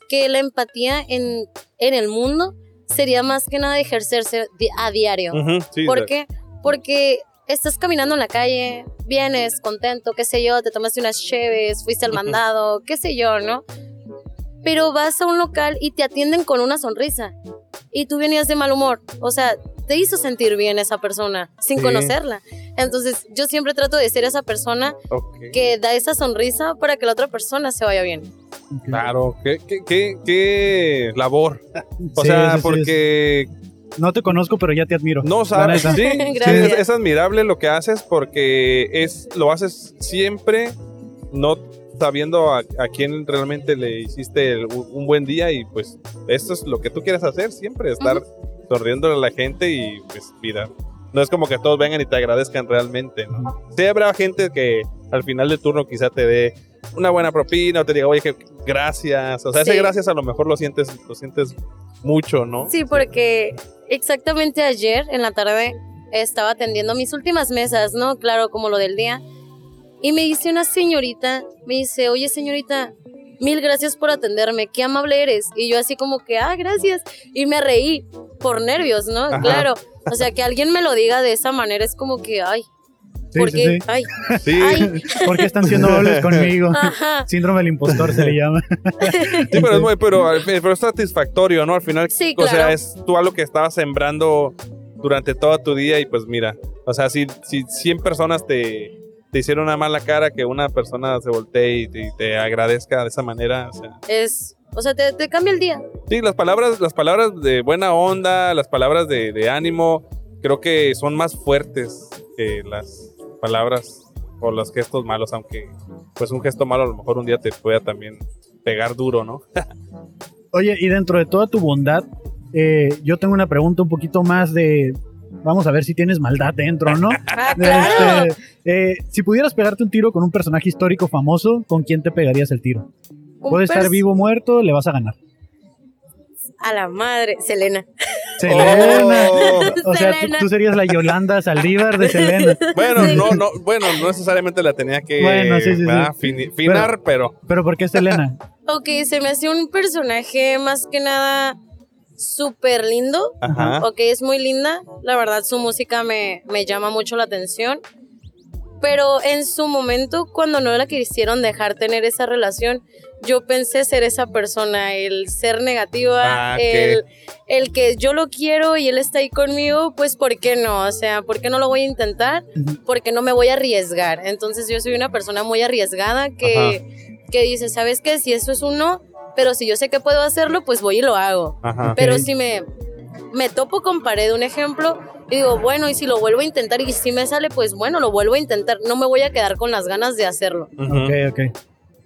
[SPEAKER 6] que la empatía en, en el mundo sería más que nada ejercerse di- a diario.
[SPEAKER 4] Ujú, Mm, sí,
[SPEAKER 6] ¿Por
[SPEAKER 4] de-
[SPEAKER 6] qué? Porque estás caminando en la calle, vienes contento, qué sé yo, te tomaste unas cheves, fuiste al mandado, qué sé yo, ¿no? Pero vas a un local y te atienden con una sonrisa y tú venías de mal humor. O sea, te hizo sentir bien esa persona sin
[SPEAKER 7] Sí.
[SPEAKER 6] conocerla. Entonces, yo siempre trato de ser esa persona
[SPEAKER 4] ok.
[SPEAKER 6] que da esa sonrisa para que la otra persona se vaya bien.
[SPEAKER 4] Claro, qué, qué, qué, qué labor. O
[SPEAKER 7] Sí,
[SPEAKER 4] sea,
[SPEAKER 7] sí, sí,
[SPEAKER 4] porque
[SPEAKER 7] es- no te conozco, pero ya te admiro.
[SPEAKER 4] no sabes.
[SPEAKER 7] La neta.
[SPEAKER 4] Sí,
[SPEAKER 6] Gracias.
[SPEAKER 4] es, es admirable lo que haces porque es lo haces siempre no sabiendo a, a quién realmente le hiciste el- un- un buen día y pues esto es lo que tú quieres hacer siempre, estar sonriendo a la gente y pues vida. No es como que todos vengan y te agradezcan realmente, ¿no? Sí habrá gente que al final del turno quizá te dé una buena propina o te diga, oye, que gracias. O sea, ese
[SPEAKER 6] Sí.
[SPEAKER 4] gracias a lo mejor lo sientes, lo sientes mucho, ¿no?
[SPEAKER 6] Sí, porque exactamente ayer en la tarde estaba atendiendo mis últimas mesas, ¿no? Claro, como lo del día. Y me dice una señorita, me dice, oye señorita, mil gracias por atenderme, qué amable eres. Y yo así como que, ah, gracias. Y me reí por nervios, ¿no?
[SPEAKER 4] Ajá.
[SPEAKER 6] Claro. O sea, que alguien me lo diga de esa manera es como que, ay,
[SPEAKER 7] Sí,
[SPEAKER 6] porque,
[SPEAKER 7] sí,
[SPEAKER 6] ay,
[SPEAKER 4] Sí.
[SPEAKER 6] ay, Ah.
[SPEAKER 7] sí. ¿Por qué están siendo dobles conmigo?
[SPEAKER 6] ajá.
[SPEAKER 7] Síndrome del impostor se le llama.
[SPEAKER 4] Sí, pero es, muy- pero, al- pero es satisfactorio, ¿no? Al final,
[SPEAKER 6] Sí,
[SPEAKER 4] o sea,
[SPEAKER 6] claro.
[SPEAKER 4] es tú algo que estabas sembrando durante todo tu día y pues mira, o sea, si, si 100 personas te, te hicieron una mala cara, que una persona se voltee y te, te agradezca de esa manera, o sea,
[SPEAKER 6] Es, o sea, te, te cambia el día.
[SPEAKER 4] sí, las palabras, las palabras de buena onda, las palabras de, de ánimo, creo que son más fuertes que las palabras o los gestos malos, aunque pues un gesto malo a lo mejor un día te pueda también pegar duro, ¿no?
[SPEAKER 7] Oye, y dentro de toda tu bondad, eh, yo tengo una pregunta un poquito más de. Vamos a ver si tienes maldad dentro, ¿no?
[SPEAKER 6] Ah, claro.
[SPEAKER 7] Este, eh, si pudieras pegarte un tiro con un personaje histórico famoso, ¿con quién te pegarías el tiro?
[SPEAKER 6] Un
[SPEAKER 7] Puede estar
[SPEAKER 6] pers-
[SPEAKER 7] vivo o muerto, le vas a ganar.
[SPEAKER 6] A la madre, Selena.
[SPEAKER 7] Selena.
[SPEAKER 4] Oh.
[SPEAKER 7] O sea, tú,
[SPEAKER 6] Selena.
[SPEAKER 7] tú serías la Yolanda Saldívar de Selena.
[SPEAKER 4] Bueno,
[SPEAKER 6] Sí.
[SPEAKER 4] no, no, bueno, no necesariamente la tenía que
[SPEAKER 7] Bueno, sí, sí, sí.
[SPEAKER 4] ¿verdad? Fini- finar, pero
[SPEAKER 7] Pero ¿por qué Selena?
[SPEAKER 6] Ok, se me hace un personaje más que nada súper lindo.
[SPEAKER 4] ajá.
[SPEAKER 6] Ok, es muy linda. La verdad, su música me, me llama mucho la atención. Pero en su momento, cuando no la quisieron dejar tener esa relación, yo pensé ser esa persona, el ser negativa,
[SPEAKER 4] Ah,
[SPEAKER 6] el, el que yo lo quiero y él está ahí conmigo, pues ¿por qué no? O sea, ¿por qué no lo voy a intentar?
[SPEAKER 7] Ujú.
[SPEAKER 6] Porque no me voy a arriesgar. Entonces yo soy una persona muy arriesgada que, que dice, ¿sabes qué? Si eso es un no, pero si yo sé que puedo hacerlo, pues voy y lo hago.
[SPEAKER 4] Ajá.
[SPEAKER 6] Pero
[SPEAKER 7] Ok.
[SPEAKER 6] si me, me topo con pared, un ejemplo, y digo, bueno, y si lo vuelvo a intentar y si me sale, pues bueno, lo vuelvo a intentar. No me voy a quedar con las ganas de hacerlo.
[SPEAKER 4] Ujú.
[SPEAKER 7] Ok, ok.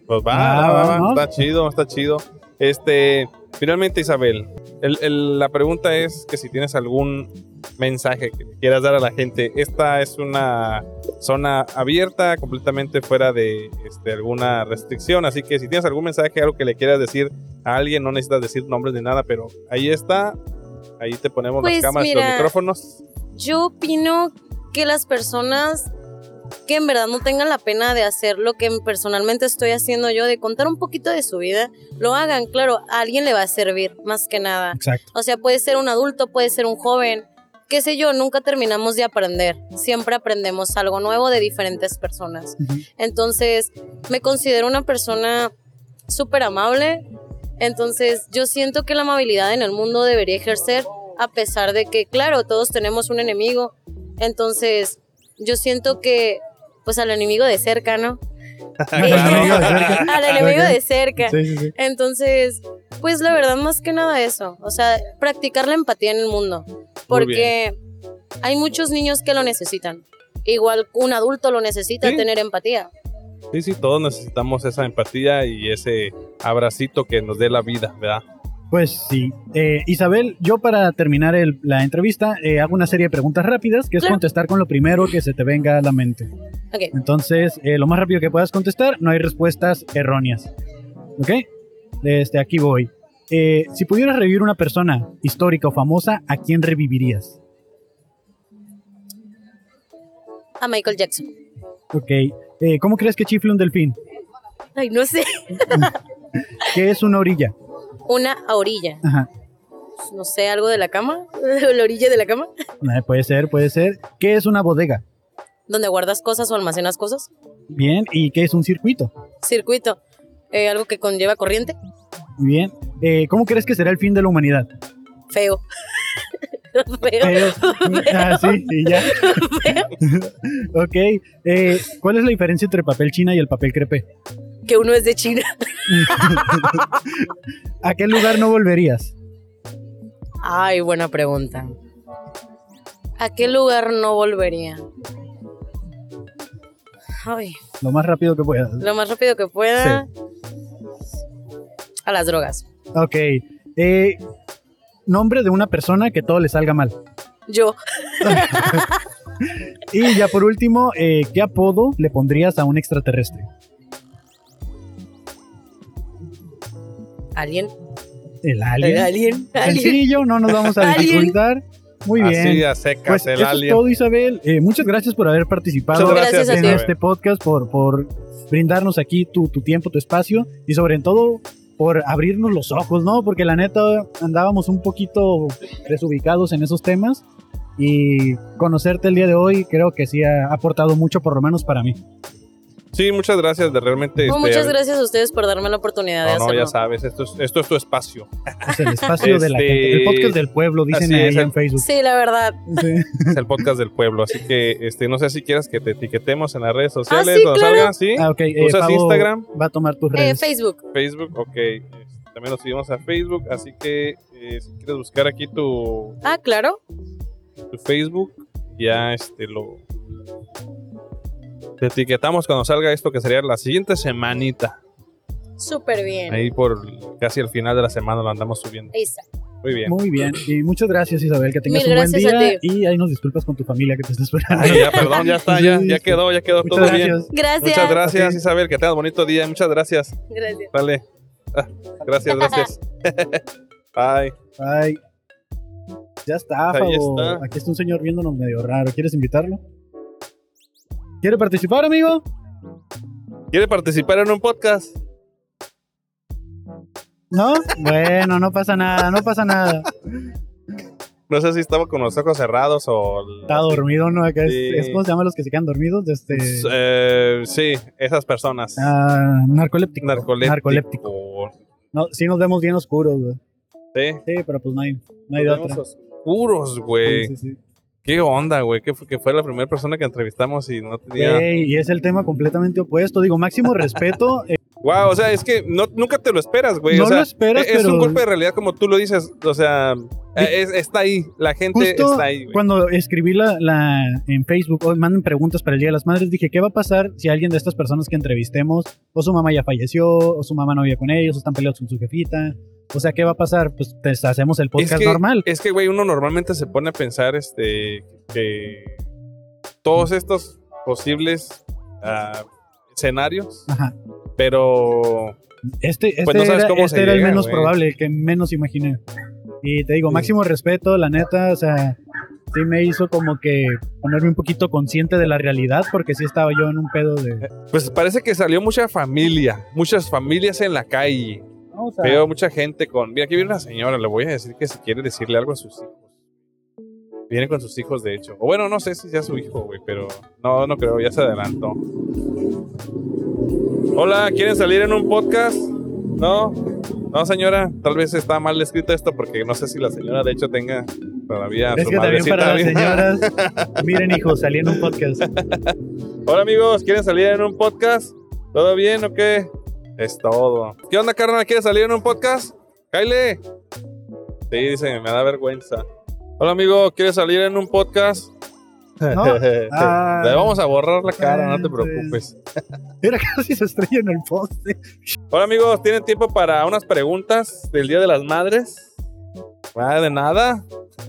[SPEAKER 4] Pues va,
[SPEAKER 7] Ah,
[SPEAKER 4] va, va,
[SPEAKER 7] ¿no?
[SPEAKER 4] está chido, está chido. Este, finalmente Isabel, el- el- la pregunta es que si tienes algún mensaje que quieras dar a la gente, esta es una zona abierta, completamente fuera de este, alguna restricción, así que si tienes algún mensaje, algo que le quieras decir a alguien, no necesitas decir nombres ni nada, pero ahí está, ahí te ponemos
[SPEAKER 6] Pues
[SPEAKER 4] las cámaras y
[SPEAKER 6] mira.
[SPEAKER 4] los micrófonos.
[SPEAKER 6] Yo opino que las personas que en verdad no tengan la pena de hacer lo que personalmente estoy haciendo yo, de contar un poquito de su vida, lo hagan, claro, a alguien le va a servir, más que nada.
[SPEAKER 7] Exacto.
[SPEAKER 6] O sea, puede ser un adulto, puede ser un joven, qué sé yo, nunca terminamos de aprender. Siempre aprendemos algo nuevo de diferentes personas.
[SPEAKER 7] Ujú.
[SPEAKER 6] Entonces, me considero una persona súper amable. Entonces, yo siento que la amabilidad en el mundo debería ejercer, a pesar de que, claro, todos tenemos un enemigo. Entonces, yo siento que, pues al enemigo de cerca, ¿no?
[SPEAKER 7] enemigo de cerca.
[SPEAKER 6] al enemigo de cerca.
[SPEAKER 7] Sí, sí, sí.
[SPEAKER 6] Entonces, pues la verdad más que nada eso, o sea, practicar la empatía en el mundo, porque hay muchos niños que lo necesitan. Igual un adulto lo necesita
[SPEAKER 4] Sí.
[SPEAKER 6] tener empatía.
[SPEAKER 4] Sí, sí, todos necesitamos esa empatía y ese abracito que nos dé la vida, ¿verdad?
[SPEAKER 7] Pues sí. Eh, Isabel, yo para terminar el- la entrevista eh, hago una serie de preguntas rápidas que es
[SPEAKER 6] Claro.
[SPEAKER 7] contestar con lo primero que se te venga a la mente.
[SPEAKER 6] Ok.
[SPEAKER 7] Entonces, eh, lo más rápido que puedas contestar, no hay respuestas erróneas. ¿Ok? Este, aquí voy. Eh, si pudieras revivir una persona histórica o famosa, ¿a quién revivirías?
[SPEAKER 6] A Michael Jackson.
[SPEAKER 7] Ok. Eh, ¿Cómo crees que chifle un delfín?
[SPEAKER 6] Ay, no sé.
[SPEAKER 7] ¿Qué es una orilla?
[SPEAKER 6] Una a orilla,
[SPEAKER 7] Ajá.
[SPEAKER 6] no sé, algo de la cama, la orilla de la cama,
[SPEAKER 7] Eh, puede ser, puede ser. ¿Qué es una bodega?
[SPEAKER 6] donde guardas cosas o almacenas cosas.
[SPEAKER 7] Bien. ¿Y qué es un circuito?
[SPEAKER 6] Circuito, eh, algo que conlleva corriente.
[SPEAKER 7] Muy bien. Eh, ¿Cómo crees que será el fin de la humanidad?
[SPEAKER 6] Feo. Feo.
[SPEAKER 7] Pero- ah, sí, sí, ya. ok. eh, ¿Cuál es la diferencia entre el papel china y el papel crepe?
[SPEAKER 6] Que uno es de China.
[SPEAKER 7] ¿A qué lugar no volverías?
[SPEAKER 6] Ay, buena pregunta. ¿A qué lugar no volvería? Ay,
[SPEAKER 7] Lo más rápido que puedas.
[SPEAKER 6] lo más rápido que pueda. A las drogas.
[SPEAKER 7] Ok. eh, nombre de una persona que todo le salga mal.
[SPEAKER 6] Yo,
[SPEAKER 7] Y ya por último, eh, ¿qué apodo le pondrías a un extraterrestre?
[SPEAKER 6] alguien.
[SPEAKER 7] El alien.
[SPEAKER 6] Alguien. Alguien.
[SPEAKER 7] Sencillo, no nos vamos a
[SPEAKER 6] Alien.
[SPEAKER 7] dificultar. Muy bien.
[SPEAKER 4] Así a secas,
[SPEAKER 7] Pues
[SPEAKER 4] el
[SPEAKER 7] eso es
[SPEAKER 4] alien.
[SPEAKER 7] todo, Isabel. Eh, muchas gracias por haber participado
[SPEAKER 4] Muchas
[SPEAKER 6] gracias a
[SPEAKER 7] en
[SPEAKER 6] ti.
[SPEAKER 7] este podcast, por, por brindarnos aquí tu, tu tiempo, tu espacio y sobre todo por abrirnos los ojos, ¿no? Porque la neta andábamos un poquito desubicados en esos temas y conocerte el día de hoy creo que sí ha aportado mucho, por lo menos para mí.
[SPEAKER 4] Sí, muchas gracias de realmente.
[SPEAKER 6] No,
[SPEAKER 4] este,
[SPEAKER 6] Pues, muchas gracias a ustedes por darme la oportunidad de
[SPEAKER 4] No, no,
[SPEAKER 6] hacerlo.
[SPEAKER 4] ya sabes, esto es, esto es tu espacio.
[SPEAKER 7] Es el espacio de la
[SPEAKER 4] Este-
[SPEAKER 7] gente, el podcast del pueblo, dicen
[SPEAKER 4] Así
[SPEAKER 7] ahí
[SPEAKER 4] es, eh.
[SPEAKER 7] en
[SPEAKER 4] el-
[SPEAKER 7] Facebook.
[SPEAKER 6] Sí, la verdad. eh,
[SPEAKER 7] Sí.
[SPEAKER 4] Es el podcast del pueblo. Así que este, no sé si quieras que te etiquetemos en las redes sociales.
[SPEAKER 6] Ah, sí,
[SPEAKER 4] cuando
[SPEAKER 6] claro.
[SPEAKER 4] salgan, sí.
[SPEAKER 7] Ah, ok. eh,
[SPEAKER 4] ¿Usas
[SPEAKER 7] Pavo
[SPEAKER 4] Instagram?
[SPEAKER 7] Va a tomar tus
[SPEAKER 6] Eh,
[SPEAKER 7] redes.
[SPEAKER 6] Facebook.
[SPEAKER 4] Facebook, ok. eh, También nos seguimos a Facebook. Así que eh, si quieres buscar aquí tu,
[SPEAKER 6] Ah, claro.
[SPEAKER 4] tu Facebook, ya este lo. Te etiquetamos cuando salga esto, que sería la siguiente semanita.
[SPEAKER 6] Súper bien. Ahí
[SPEAKER 4] Ahí por casi el final de la semana lo andamos subiendo.
[SPEAKER 6] está.
[SPEAKER 4] Muy bien.
[SPEAKER 7] Muy bien. Y muchas gracias, Isabel. Que tengas
[SPEAKER 6] Mil
[SPEAKER 7] un buen
[SPEAKER 6] gracias a
[SPEAKER 7] día. Y ahí nos disculpas con tu familia que te está esperando.
[SPEAKER 4] Ay, ya, perdón, ya está, ya,
[SPEAKER 7] Sí,
[SPEAKER 4] ya
[SPEAKER 7] sí.
[SPEAKER 4] quedó, ya quedó
[SPEAKER 7] muchas
[SPEAKER 4] todo bien.
[SPEAKER 7] gracias.
[SPEAKER 6] Gracias.
[SPEAKER 4] Muchas gracias,
[SPEAKER 7] Ok.
[SPEAKER 4] Isabel. Que tengas bonito día. Muchas gracias.
[SPEAKER 6] Gracias.
[SPEAKER 4] Dale. Ah, gracias, gracias. Bye.
[SPEAKER 7] Ay. Ya está,
[SPEAKER 4] Ahí
[SPEAKER 7] Fabo.
[SPEAKER 4] está.
[SPEAKER 7] Aquí está un señor viéndonos medio raro. ¿Quieres invitarlo? ¿Quiere participar, amigo?
[SPEAKER 4] ¿Quiere participar en un podcast?
[SPEAKER 7] ¿No? Bueno, no pasa nada, no pasa nada.
[SPEAKER 4] No sé si estaba con los ojos cerrados o.
[SPEAKER 7] Está dormido, ¿no? Acá es,
[SPEAKER 4] Sí.
[SPEAKER 7] es- ¿Cómo se llaman los que se quedan dormidos? Este,
[SPEAKER 4] Eh, sí, esas personas.
[SPEAKER 7] ah, narcoléptico.
[SPEAKER 4] narcoléptico.
[SPEAKER 7] Narcoléptico. No, sí nos vemos bien oscuros, güey.
[SPEAKER 4] Sí.
[SPEAKER 7] Sí, pero pues no hay, no hay de
[SPEAKER 4] Nos vemos
[SPEAKER 7] otra.
[SPEAKER 4] oscuros, güey.
[SPEAKER 7] Sí, sí, sí.
[SPEAKER 4] ¿Qué onda, güey? Que, fue- que fue la primera persona que entrevistamos y no tenía.
[SPEAKER 7] Güey, y es el tema completamente opuesto. Digo, máximo respeto. eh,
[SPEAKER 4] Wow, o sea, es que no, nunca te lo esperas, güey.
[SPEAKER 7] no
[SPEAKER 4] o sea,
[SPEAKER 7] lo esperas,
[SPEAKER 4] es
[SPEAKER 7] pero
[SPEAKER 4] un golpe de realidad, como tú lo dices. O sea, eh, es- está ahí. La gente
[SPEAKER 7] Justo
[SPEAKER 4] está ahí, güey.
[SPEAKER 7] cuando escribí la, la- en Facebook, hoy manden preguntas para el Día de las Madres, dije, ¿qué va a pasar si alguien de estas personas que entrevistemos, o su mamá ya falleció, o su mamá no vive con ellos, o están peleados con su jefita? O sea, ¿qué va a pasar? Pues te- hacemos el podcast
[SPEAKER 4] que-
[SPEAKER 7] normal.
[SPEAKER 4] Es que, güey, uno normalmente se pone a pensar este, que todos estos posibles ah, escenarios,
[SPEAKER 7] Ajá.
[SPEAKER 4] pero
[SPEAKER 7] Este, este,
[SPEAKER 4] Pues no sabes
[SPEAKER 7] era,
[SPEAKER 4] cómo
[SPEAKER 7] este
[SPEAKER 4] se
[SPEAKER 7] era el
[SPEAKER 4] llega,
[SPEAKER 7] menos
[SPEAKER 4] güey.
[SPEAKER 7] probable, el que menos imaginé. Y te digo, máximo respeto, la neta, o sea, sí me hizo como que ponerme un poquito consciente de la realidad, porque sí estaba yo en un pedo de...
[SPEAKER 4] pues parece que salió mucha familia, muchas familias en la calle.
[SPEAKER 7] no, o sea,
[SPEAKER 4] Veo mucha gente con. Mira, aquí viene una señora, le voy a decir que si quiere decirle algo a sus hijos. Viene con sus hijos, de hecho. O bueno, no sé si sea su hijo, güey, pero no, no creo, ya se adelantó. Hola, ¿quieren salir en un podcast? No, no, señora. Tal vez está mal escrito esto porque no sé si la señora, de hecho, tenga todavía.
[SPEAKER 7] Es
[SPEAKER 4] su
[SPEAKER 7] que también
[SPEAKER 4] madrecita
[SPEAKER 7] para las
[SPEAKER 4] viva.
[SPEAKER 7] señoras, miren hijos, salí en un podcast.
[SPEAKER 4] Hola, amigos, ¿quieren salir en un podcast? ¿Todo bien o qué? Es todo. ¿Qué onda, carnal? ¿Quieres salir en un podcast? ¡Caile! Sí, dice, me da vergüenza. Hola, amigo, ¿quieres salir en un podcast?
[SPEAKER 7] No.
[SPEAKER 4] Te
[SPEAKER 7] Ah.
[SPEAKER 4] vamos a borrar la cara, no te preocupes.
[SPEAKER 7] Mira, casi se estrella en el poste.
[SPEAKER 4] Hola, amigos, ¿tienen tiempo para unas preguntas del Día de las Madres? Nada de nada.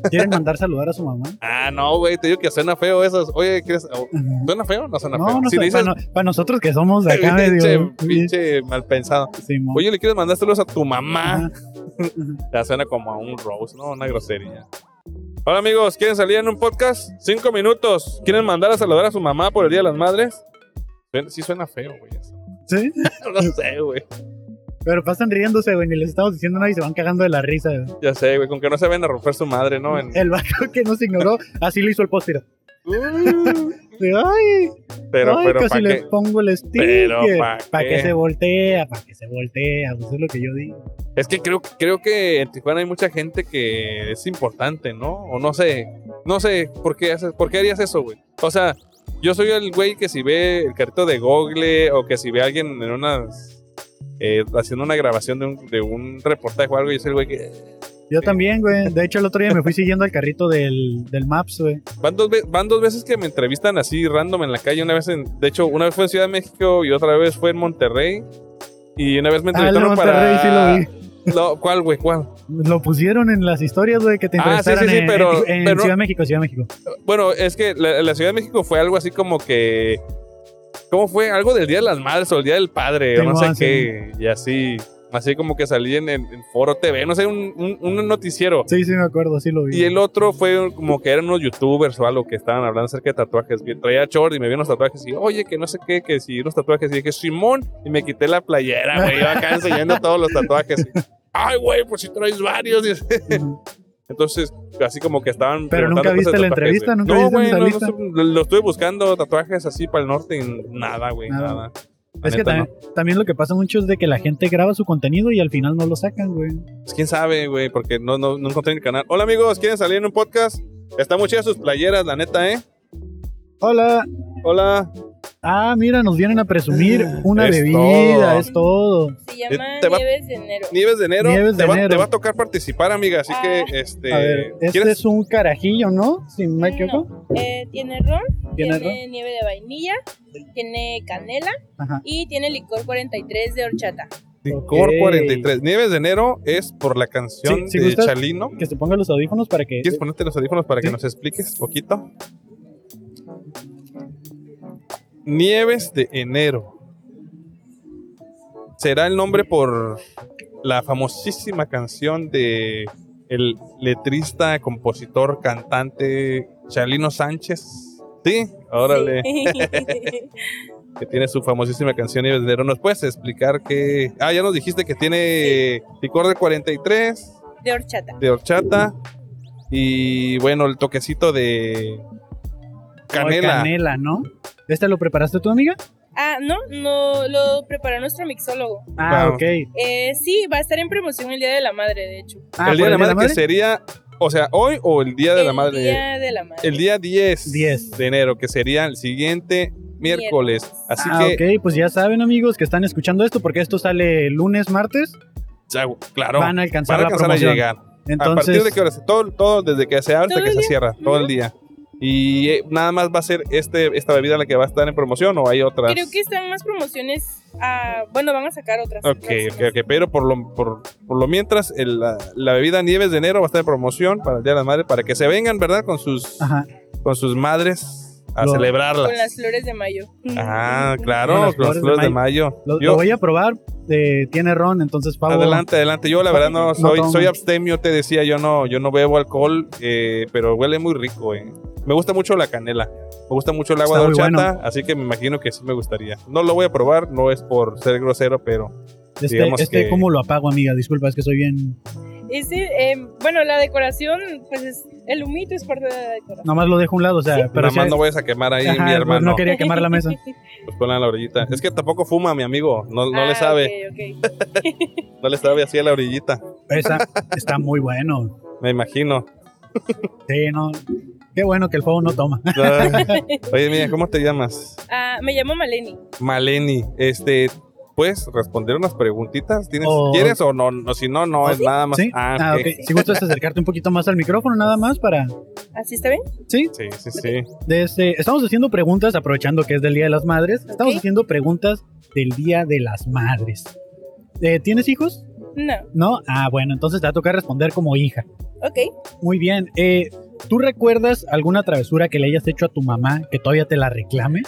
[SPEAKER 7] ¿Quieren mandar saludar a su mamá?
[SPEAKER 4] Ah, no, güey, te digo que suena feo eso. Oye, ¿quieres...? Oh, ¿Suena feo? No suena feo.
[SPEAKER 7] No, no
[SPEAKER 4] si
[SPEAKER 7] sé,
[SPEAKER 4] le dices...
[SPEAKER 7] para, no- para nosotros que somos de acá
[SPEAKER 4] pinche,
[SPEAKER 7] medio...
[SPEAKER 4] pinche mal pensado.
[SPEAKER 7] Simón.
[SPEAKER 4] Oye, ah. ¿le quieres mandar saludos a tu mamá?
[SPEAKER 7] Ajá.
[SPEAKER 4] Ya suena como a un roast, ¿no? Una grosería. Hola amigos, ¿quieren salir en un podcast? Cinco minutos. ¿Quieren mandar a saludar a su mamá por el Día de las Madres? Suena- Sí suena feo, güey. eso.
[SPEAKER 7] Sí,
[SPEAKER 4] No sé, güey.
[SPEAKER 7] pero pasan riéndose, güey, ni les estamos diciendo nada y se van cagando de la risa. güey.
[SPEAKER 4] Ya sé, güey. Con que no se ven a romper su madre, ¿no? En-
[SPEAKER 7] El vato que nos ignoró, así le hizo el poste. mira. De, Ay,
[SPEAKER 4] Uh. Pero,
[SPEAKER 7] ay,
[SPEAKER 4] pero,
[SPEAKER 7] casi
[SPEAKER 4] ¿para
[SPEAKER 7] le
[SPEAKER 4] qué?
[SPEAKER 7] pongo el sticker.
[SPEAKER 4] Pero, ¿pa'
[SPEAKER 7] para
[SPEAKER 4] qué?
[SPEAKER 7] que se voltea, para que se voltea, pues es lo que yo digo.
[SPEAKER 4] Es que creo, creo que en Tijuana hay mucha gente que es importante, ¿no? O no sé. No sé por qué, haces, por qué harías eso, güey. O sea, yo soy el güey que si ve el carrito de Google o que si ve a alguien en unas. eh, haciendo una grabación de un, de un reportaje o algo, yo soy el güey que.
[SPEAKER 7] Yo
[SPEAKER 4] Sí.
[SPEAKER 7] también, güey. De hecho, el otro día me fui siguiendo al carrito del, del Maps, güey.
[SPEAKER 4] Van dos, ve- van dos veces que me entrevistan así random en la calle. Una vez, en- de hecho, una vez fue en Ciudad de México y otra vez fue en Monterrey. Y una vez me
[SPEAKER 7] Ah, el de
[SPEAKER 4] entrevistaron para.
[SPEAKER 7] Monterrey sí
[SPEAKER 4] No, ¿Cuál, güey? ¿Cuál?
[SPEAKER 7] lo vi. Lo pusieron en las historias, güey, que te
[SPEAKER 4] Ah, sí, sí,
[SPEAKER 7] entrevistaron
[SPEAKER 4] sí,
[SPEAKER 7] en,
[SPEAKER 4] pero-
[SPEAKER 7] en- en
[SPEAKER 4] pero-
[SPEAKER 7] Ciudad de México, Ciudad de México.
[SPEAKER 4] Bueno, es que la, la Ciudad de México fue algo así como que. ¿Cómo fue? Algo del Día de las Madres o el Día del Padre, o no sé
[SPEAKER 7] Simón,
[SPEAKER 4] qué. Y así. Así como que salí en, en- en Foro TV, no sé, un, un- un noticiero.
[SPEAKER 7] Sí, sí, me acuerdo, sí lo vi.
[SPEAKER 4] Y el otro fue como que eran unos youtubers o algo que estaban hablando acerca de tatuajes. Vi- Traía short y me vieron los tatuajes y, oye, que no sé qué, que si los tatuajes. Y dije, Simón, y me quité la playera, güey. Yo acá enseñando todos los tatuajes. Ay, güey, pues si traes varios. dice.
[SPEAKER 7] Ujú.
[SPEAKER 4] Entonces, así como que estaban.
[SPEAKER 7] Pero
[SPEAKER 4] preguntando
[SPEAKER 7] nunca viste
[SPEAKER 4] cosas de
[SPEAKER 7] la
[SPEAKER 4] tatuajes,
[SPEAKER 7] entrevista,
[SPEAKER 4] güey.
[SPEAKER 7] nunca
[SPEAKER 4] no,
[SPEAKER 7] viste
[SPEAKER 4] güey,
[SPEAKER 7] la
[SPEAKER 4] no, no
[SPEAKER 7] entrevista.
[SPEAKER 4] sé, lo estuve buscando tatuajes así para el norte y nada, güey,
[SPEAKER 7] Nada.
[SPEAKER 4] nada. La
[SPEAKER 7] Es que
[SPEAKER 4] neta,
[SPEAKER 7] también, también lo que pasa mucho es de que la gente graba su contenido y al final no lo sacan, güey.
[SPEAKER 4] no. Pues, quién sabe, güey, porque no, no, no encontré en el canal. Hola, amigos, ¿quieren salir en un podcast? Está muy chidas sus playeras, la neta, ¿eh?
[SPEAKER 7] Hola.
[SPEAKER 4] Hola.
[SPEAKER 7] Ah, mira, nos vienen a presumir una
[SPEAKER 4] Es
[SPEAKER 7] bebida,
[SPEAKER 4] todo.
[SPEAKER 7] es todo.
[SPEAKER 5] Se llama
[SPEAKER 4] Eh, Te va-
[SPEAKER 5] Nieves de Enero.
[SPEAKER 4] Nieves de enero.
[SPEAKER 7] Nieves
[SPEAKER 4] te
[SPEAKER 7] de
[SPEAKER 4] va,
[SPEAKER 7] enero.
[SPEAKER 4] Te va a tocar participar, amiga, así que, este.
[SPEAKER 7] A ver, este
[SPEAKER 4] ¿quieres?
[SPEAKER 7] es un carajillo, ¿no? Si no me equivoco.
[SPEAKER 5] No, eh, tiene ron,
[SPEAKER 7] ¿Tiene
[SPEAKER 5] tiene,
[SPEAKER 7] ron?
[SPEAKER 5] nieve de vainilla, tiene canela
[SPEAKER 7] Ajá.
[SPEAKER 5] y tiene licor 43 de horchata.
[SPEAKER 4] Licor
[SPEAKER 7] Ok.
[SPEAKER 4] 43. Nieves de enero es por la canción
[SPEAKER 7] Sí, si
[SPEAKER 4] de
[SPEAKER 7] gustas.
[SPEAKER 4] Chalino.
[SPEAKER 7] Que se ponga los audífonos para que...
[SPEAKER 4] ¿Quieres ponerte los audífonos para que
[SPEAKER 7] Sí.
[SPEAKER 4] nos expliques poquito? Nieves de enero. Será el nombre por la famosísima canción de el letrista, compositor, cantante Chalino Sánchez. Sí, órale,
[SPEAKER 5] Sí.
[SPEAKER 4] que tiene su famosísima canción Nieves de enero. ¿Nos puedes explicar qué? Ah, ya nos dijiste que tiene licor de 43,
[SPEAKER 5] de horchata.
[SPEAKER 4] de horchata Y bueno, el toquecito de canela.
[SPEAKER 7] canela, ¿no? ¿Este lo preparaste tú, amiga?
[SPEAKER 6] Ah, no, no lo preparó nuestro mixólogo.
[SPEAKER 7] Ah,
[SPEAKER 4] Wow.
[SPEAKER 7] ok.
[SPEAKER 6] Eh, sí, va a estar en promoción el Día de la Madre, de hecho.
[SPEAKER 7] Ah,
[SPEAKER 4] el día de la
[SPEAKER 7] ¿por
[SPEAKER 4] madre, que sería, o sea, hoy o el día de la madre.
[SPEAKER 6] El Día de la Madre.
[SPEAKER 4] El día 10,
[SPEAKER 7] 10.
[SPEAKER 4] de enero, que sería el siguiente miércoles. Así
[SPEAKER 7] Ah,
[SPEAKER 4] que,
[SPEAKER 7] ok, pues ya saben amigos que están escuchando esto porque esto sale lunes, martes,
[SPEAKER 4] ya, claro,
[SPEAKER 7] van
[SPEAKER 4] van
[SPEAKER 7] a
[SPEAKER 4] a,
[SPEAKER 7] alcanzar la
[SPEAKER 4] alcanzar a
[SPEAKER 7] promoción.
[SPEAKER 4] llegar.
[SPEAKER 7] Entonces,
[SPEAKER 4] ¿A partir de qué horas? Todo, todo desde que se abre hasta
[SPEAKER 6] ¿Todo
[SPEAKER 4] que
[SPEAKER 6] el
[SPEAKER 4] se
[SPEAKER 6] día?
[SPEAKER 4] cierra, todo el día. Y eh, nada más va a ser este, esta bebida la que va a estar en promoción o hay otras.
[SPEAKER 6] Creo que están más promociones. ah, bueno, van a sacar otras.
[SPEAKER 4] Ok, ok, ok. Pero por lo, por, por lo mientras, el- la, la bebida Nieves de enero va a estar en promoción para el Día de las Madres, para que se vengan, ¿verdad? Con sus,
[SPEAKER 7] ajá,
[SPEAKER 4] con sus madres a
[SPEAKER 7] Lo-
[SPEAKER 4] celebrarlas.
[SPEAKER 6] Con las flores de mayo.
[SPEAKER 4] Ah,
[SPEAKER 7] Con
[SPEAKER 4] claro,
[SPEAKER 7] las
[SPEAKER 4] los flores, de mayo.
[SPEAKER 7] lo, lo
[SPEAKER 4] Yo,
[SPEAKER 7] voy a probar. eh, tiene ron, entonces Pavo.
[SPEAKER 4] adelante, adelante. Yo la verdad no
[SPEAKER 7] No
[SPEAKER 4] soy,
[SPEAKER 7] tomo.
[SPEAKER 4] soy abstemio, te decía, yo no, yo no bebo alcohol, eh, pero huele muy rico, eh. Me gusta mucho la canela. Me gusta mucho el agua
[SPEAKER 7] Está
[SPEAKER 4] de
[SPEAKER 7] muy
[SPEAKER 4] horchata, así que me imagino que sí me gustaría. No lo voy a probar, no es por ser grosero, pero
[SPEAKER 7] Este,
[SPEAKER 4] digamos
[SPEAKER 7] este
[SPEAKER 4] que-
[SPEAKER 7] ¿cómo lo apago, amiga? Disculpa, es que soy bien.
[SPEAKER 6] Este, eh, bueno, la decoración, pues es, el humito es parte de la decoración.
[SPEAKER 7] Nomás lo dejo a un lado, o sea, pero
[SPEAKER 4] nada
[SPEAKER 7] si
[SPEAKER 4] más
[SPEAKER 7] hay-
[SPEAKER 4] no vayas a quemar ahí,
[SPEAKER 7] Ajá,
[SPEAKER 4] mi
[SPEAKER 7] pues
[SPEAKER 4] hermano.
[SPEAKER 7] no quería quemar la mesa.
[SPEAKER 4] Pues ponla en la orillita. Es que tampoco fuma, mi amigo. No, no le
[SPEAKER 6] Ah,
[SPEAKER 4] sabe.
[SPEAKER 6] ok, ok.
[SPEAKER 4] No le sabe así a la orillita.
[SPEAKER 7] Esa está muy bueno.
[SPEAKER 4] Me imagino.
[SPEAKER 7] Sí, no. Qué bueno que el fuego no toma.
[SPEAKER 4] Oye, mira, ¿cómo te llamas?
[SPEAKER 6] Ah, me llamo Maleni.
[SPEAKER 4] Maleni, este, ¿puedes responder unas preguntitas? ¿Tienes,
[SPEAKER 7] O-
[SPEAKER 4] ¿Quieres o no? No, Si no, no, es nada más.
[SPEAKER 7] Oh. ¿Sí?
[SPEAKER 4] Ah,
[SPEAKER 7] Ah,
[SPEAKER 4] ok.
[SPEAKER 7] ok. Si gustas acercarte un poquito más al micrófono, nada más para.
[SPEAKER 6] ¿Así está bien?
[SPEAKER 7] Sí,
[SPEAKER 4] Sí, sí, sí.
[SPEAKER 7] de este- estamos haciendo preguntas, aprovechando que es del Día de las Madres. Estamos
[SPEAKER 6] Ok.
[SPEAKER 7] haciendo preguntas del Día de las Madres. Eh, ¿Tienes hijos?
[SPEAKER 6] No.
[SPEAKER 7] No. Ah, bueno, entonces te va a tocar responder como hija.
[SPEAKER 6] Ok.
[SPEAKER 7] Muy bien. Eh, ¿Tú recuerdas alguna travesura que le hayas hecho a tu mamá que todavía te la reclame?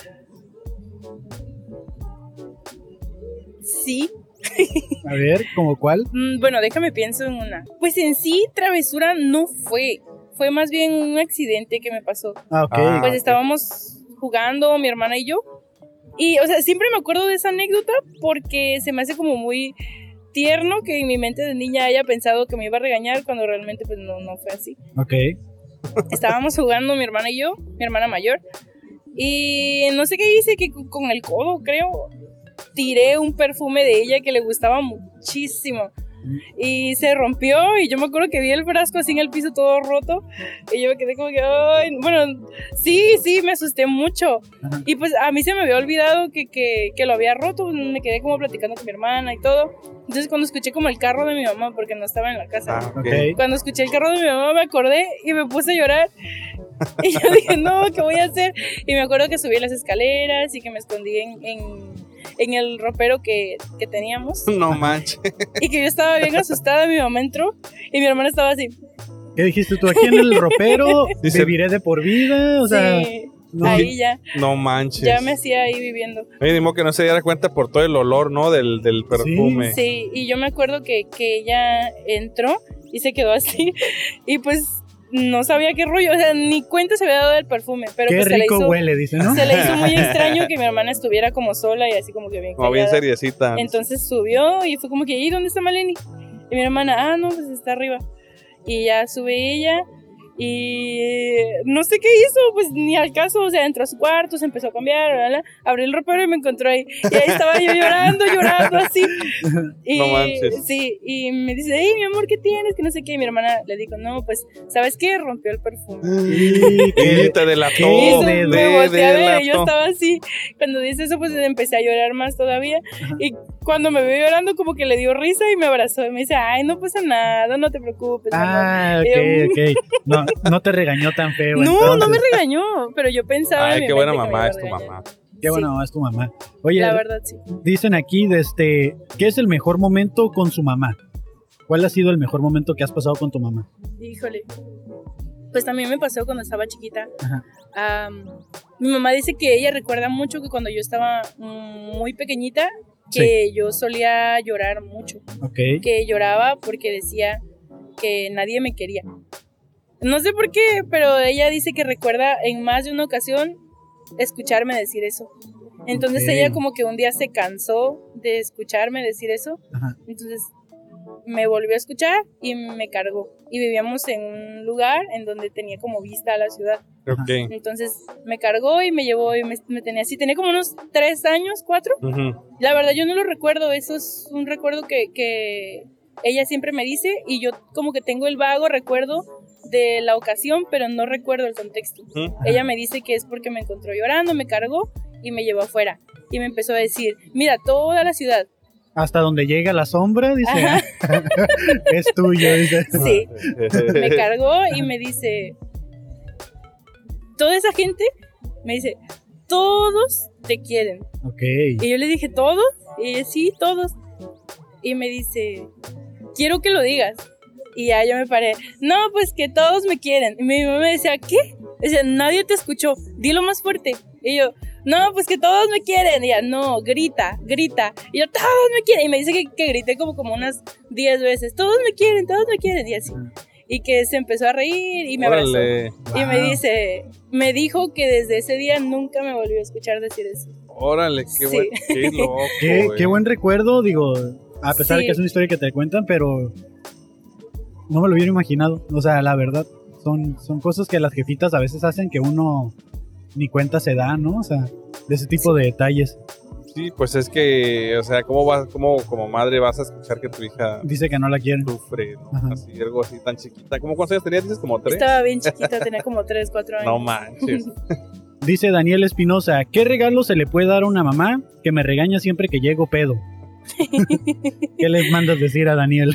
[SPEAKER 6] Sí.
[SPEAKER 7] A ver, ¿como cuál?
[SPEAKER 6] Mm, bueno, déjame pienso en una. Pues en sí, travesura no fue. Fue más bien un accidente que me pasó.
[SPEAKER 7] Ah, ok.
[SPEAKER 4] Ah.
[SPEAKER 6] Pues
[SPEAKER 4] ok.
[SPEAKER 6] estábamos jugando, mi hermana y yo. Y, o sea, siempre me acuerdo de esa anécdota porque se me hace como muy tierno que en mi mente de niña haya pensado que me iba a regañar cuando realmente pues no, no fue así.
[SPEAKER 7] Ok.
[SPEAKER 6] Estábamos jugando mi hermana y yo, mi hermana mayor. Y no sé qué hice, que con- con el codo creo tiré un perfume de ella que le gustaba muchísimo. Y se rompió y yo me acuerdo que vi el frasco así en el piso todo roto. Y yo me quedé como que, ay, bueno, sí, sí, me asusté mucho.
[SPEAKER 7] Ajá.
[SPEAKER 6] Y pues a mí se me había olvidado que, que, que lo había roto. Me quedé como platicando con mi hermana y todo. Entonces cuando escuché como el carro de mi mamá, porque no estaba en la casa.
[SPEAKER 4] Ah, ok.
[SPEAKER 7] Ok.
[SPEAKER 6] Cuando escuché el carro de mi mamá me acordé y me puse a llorar. Y yo dije, no, ¿qué voy a hacer? Y me acuerdo que subí las escaleras y que me escondí en, en- en el ropero que, que teníamos.
[SPEAKER 4] No manches.
[SPEAKER 6] Y que yo estaba bien asustada, mi mamá entró y mi hermana estaba así.
[SPEAKER 7] ¿Qué dijiste tú aquí en el ropero?
[SPEAKER 4] Dice-
[SPEAKER 7] ¿Viviré de por vida? O sea,
[SPEAKER 6] sí,
[SPEAKER 7] no.
[SPEAKER 6] ahí ya,
[SPEAKER 4] No manches.
[SPEAKER 6] ya me hacía ahí viviendo.
[SPEAKER 4] Oye, ni modo que no se diera cuenta por todo el olor, ¿no? Del, del perfume.
[SPEAKER 6] Sí, y yo me acuerdo que, que ella entró y se quedó así. Y pues no sabía qué rollo, o sea, ni cuenta se había dado del perfume, pero
[SPEAKER 7] qué
[SPEAKER 6] pues se le
[SPEAKER 7] rico
[SPEAKER 6] hizo...
[SPEAKER 7] huele, dice, ¿no?
[SPEAKER 6] Se le hizo muy extraño que mi hermana estuviera como sola y así como que bien
[SPEAKER 4] Como bien
[SPEAKER 6] callada.
[SPEAKER 4] seriecita.
[SPEAKER 6] Entonces subió y fue como que, ¿y dónde está Maleni? Y mi hermana, ah, no, pues está arriba. Y ya sube ella y no sé qué hizo, pues ni al caso, o sea, entró a su cuarto, se empezó a cambiar, bla, bla, abrió el ropero y me encontró ahí. Y ahí estaba yo llorando, llorando así. Y,
[SPEAKER 4] No manches.
[SPEAKER 6] Sí, y me dice, hey, mi amor, ¿qué tienes? Que no sé qué. Y mi hermana le dijo, no, pues, ¿sabes qué? Rompió el perfume.
[SPEAKER 7] Y
[SPEAKER 4] Y
[SPEAKER 7] que-
[SPEAKER 4] te delató.
[SPEAKER 7] ¿Qué?
[SPEAKER 6] Y eso
[SPEAKER 7] de-
[SPEAKER 4] te
[SPEAKER 6] me volteé a ver, y yo
[SPEAKER 4] delató.
[SPEAKER 6] estaba así. Cuando dice eso, pues empecé a llorar más todavía.
[SPEAKER 7] Ajá.
[SPEAKER 6] Y cuando me vio llorando, como que le dio risa y me abrazó. Y me dice, ay, no pasa nada, no te preocupes. amor".
[SPEAKER 7] Ah, ok, ok. No, no te regañó tan feo.
[SPEAKER 6] No, no me
[SPEAKER 7] entonces.
[SPEAKER 6] regañó, pero yo pensaba. en
[SPEAKER 4] Ay,
[SPEAKER 6] mi
[SPEAKER 4] qué buena
[SPEAKER 6] mente que me
[SPEAKER 4] mamá
[SPEAKER 6] iba
[SPEAKER 4] es tu
[SPEAKER 6] a regañar.
[SPEAKER 4] mamá.
[SPEAKER 7] Qué buena
[SPEAKER 6] Sí.
[SPEAKER 7] mamá es tu mamá. Oye,
[SPEAKER 6] La verdad, sí.
[SPEAKER 7] dicen aquí, de este, ¿qué es el mejor momento con su mamá? ¿Cuál ha sido el mejor momento que has pasado con tu mamá?
[SPEAKER 6] Híjole. Pues también me pasó cuando estaba chiquita.
[SPEAKER 7] Ajá.
[SPEAKER 6] Am, mi mamá dice que ella recuerda mucho que cuando yo estaba mm, muy pequeñita, que yo solía llorar mucho.
[SPEAKER 7] Ok.
[SPEAKER 6] que lloraba porque decía que nadie me quería. No sé por qué, pero ella dice que recuerda en más de una ocasión escucharme decir eso. Entonces
[SPEAKER 7] Ok.
[SPEAKER 6] ella como que un día se cansó de escucharme decir eso.
[SPEAKER 7] Ajá.
[SPEAKER 6] Entonces me volvió a escuchar y me cargó. Y vivíamos en un lugar en donde tenía como vista a la ciudad.
[SPEAKER 4] Ok.
[SPEAKER 6] Entonces me cargó y me llevó y me, me tenía así. Tenía como unos tres años, cuatro. La verdad yo no lo recuerdo. Eso es un recuerdo que, que ella siempre me dice y yo como que tengo el vago recuerdo de la ocasión, pero no recuerdo el contexto.
[SPEAKER 4] Ujú.
[SPEAKER 6] Ella me dice que es porque me encontró llorando, me cargó y me llevó afuera. Y me empezó a decir, mira, toda la ciudad.
[SPEAKER 7] Hasta donde llega la sombra, dice, ¿eh?
[SPEAKER 6] Ajá.
[SPEAKER 7] es tuyo. Dice.
[SPEAKER 6] Sí, me cargó y me dice, toda esa gente, me dice, todos te quieren.
[SPEAKER 7] Ok.
[SPEAKER 6] Y yo le dije, ¿todos? Y ella, sí, todos. Y me dice, quiero que lo digas. Y ya yo me paré, no, pues que todos me quieren. Y mi mamá me decía, ¿qué? Decía, nadie te escuchó, dilo más fuerte. Y yo, no, pues que todos me quieren. Y ella, no, grita, grita. Y yo, todos me quieren. Y me dice que, que grité como, como unas 10 veces, todos me quieren, todos me quieren. Y así. Y que se empezó a reír y me abrazó.
[SPEAKER 4] Órale.
[SPEAKER 6] Y me
[SPEAKER 7] Wow.
[SPEAKER 6] dice, me dijo que desde ese día nunca me volvió a escuchar decir eso.
[SPEAKER 4] Órale, qué
[SPEAKER 6] Sí.
[SPEAKER 4] buen- qué loco.
[SPEAKER 7] Qué,
[SPEAKER 4] güey.
[SPEAKER 7] qué buen recuerdo, digo, a pesar de
[SPEAKER 6] Sí.
[SPEAKER 7] que es una historia que te cuentan, pero no me lo hubiera imaginado. O sea, la verdad, son, son cosas que las jefitas a veces hacen que uno ni cuenta se da, ¿no? O sea, de ese tipo de detalles.
[SPEAKER 4] Sí, pues es que, o sea, ¿cómo vas, cómo como madre vas a escuchar que tu hija
[SPEAKER 7] Dice que no la quieren.
[SPEAKER 4] sufre, ¿no?
[SPEAKER 7] Ajá.
[SPEAKER 4] Así, algo así tan chiquita. ¿Cómo cuántos años tenías? Dices como tres.
[SPEAKER 6] Estaba bien chiquita, tenía como 3, 4 años.
[SPEAKER 4] No manches.
[SPEAKER 7] Dice Daniel Espinosa, ¿qué regalo se le puede dar a una mamá que me regaña siempre que llego pedo? ¿Qué les mandas decir a Daniel?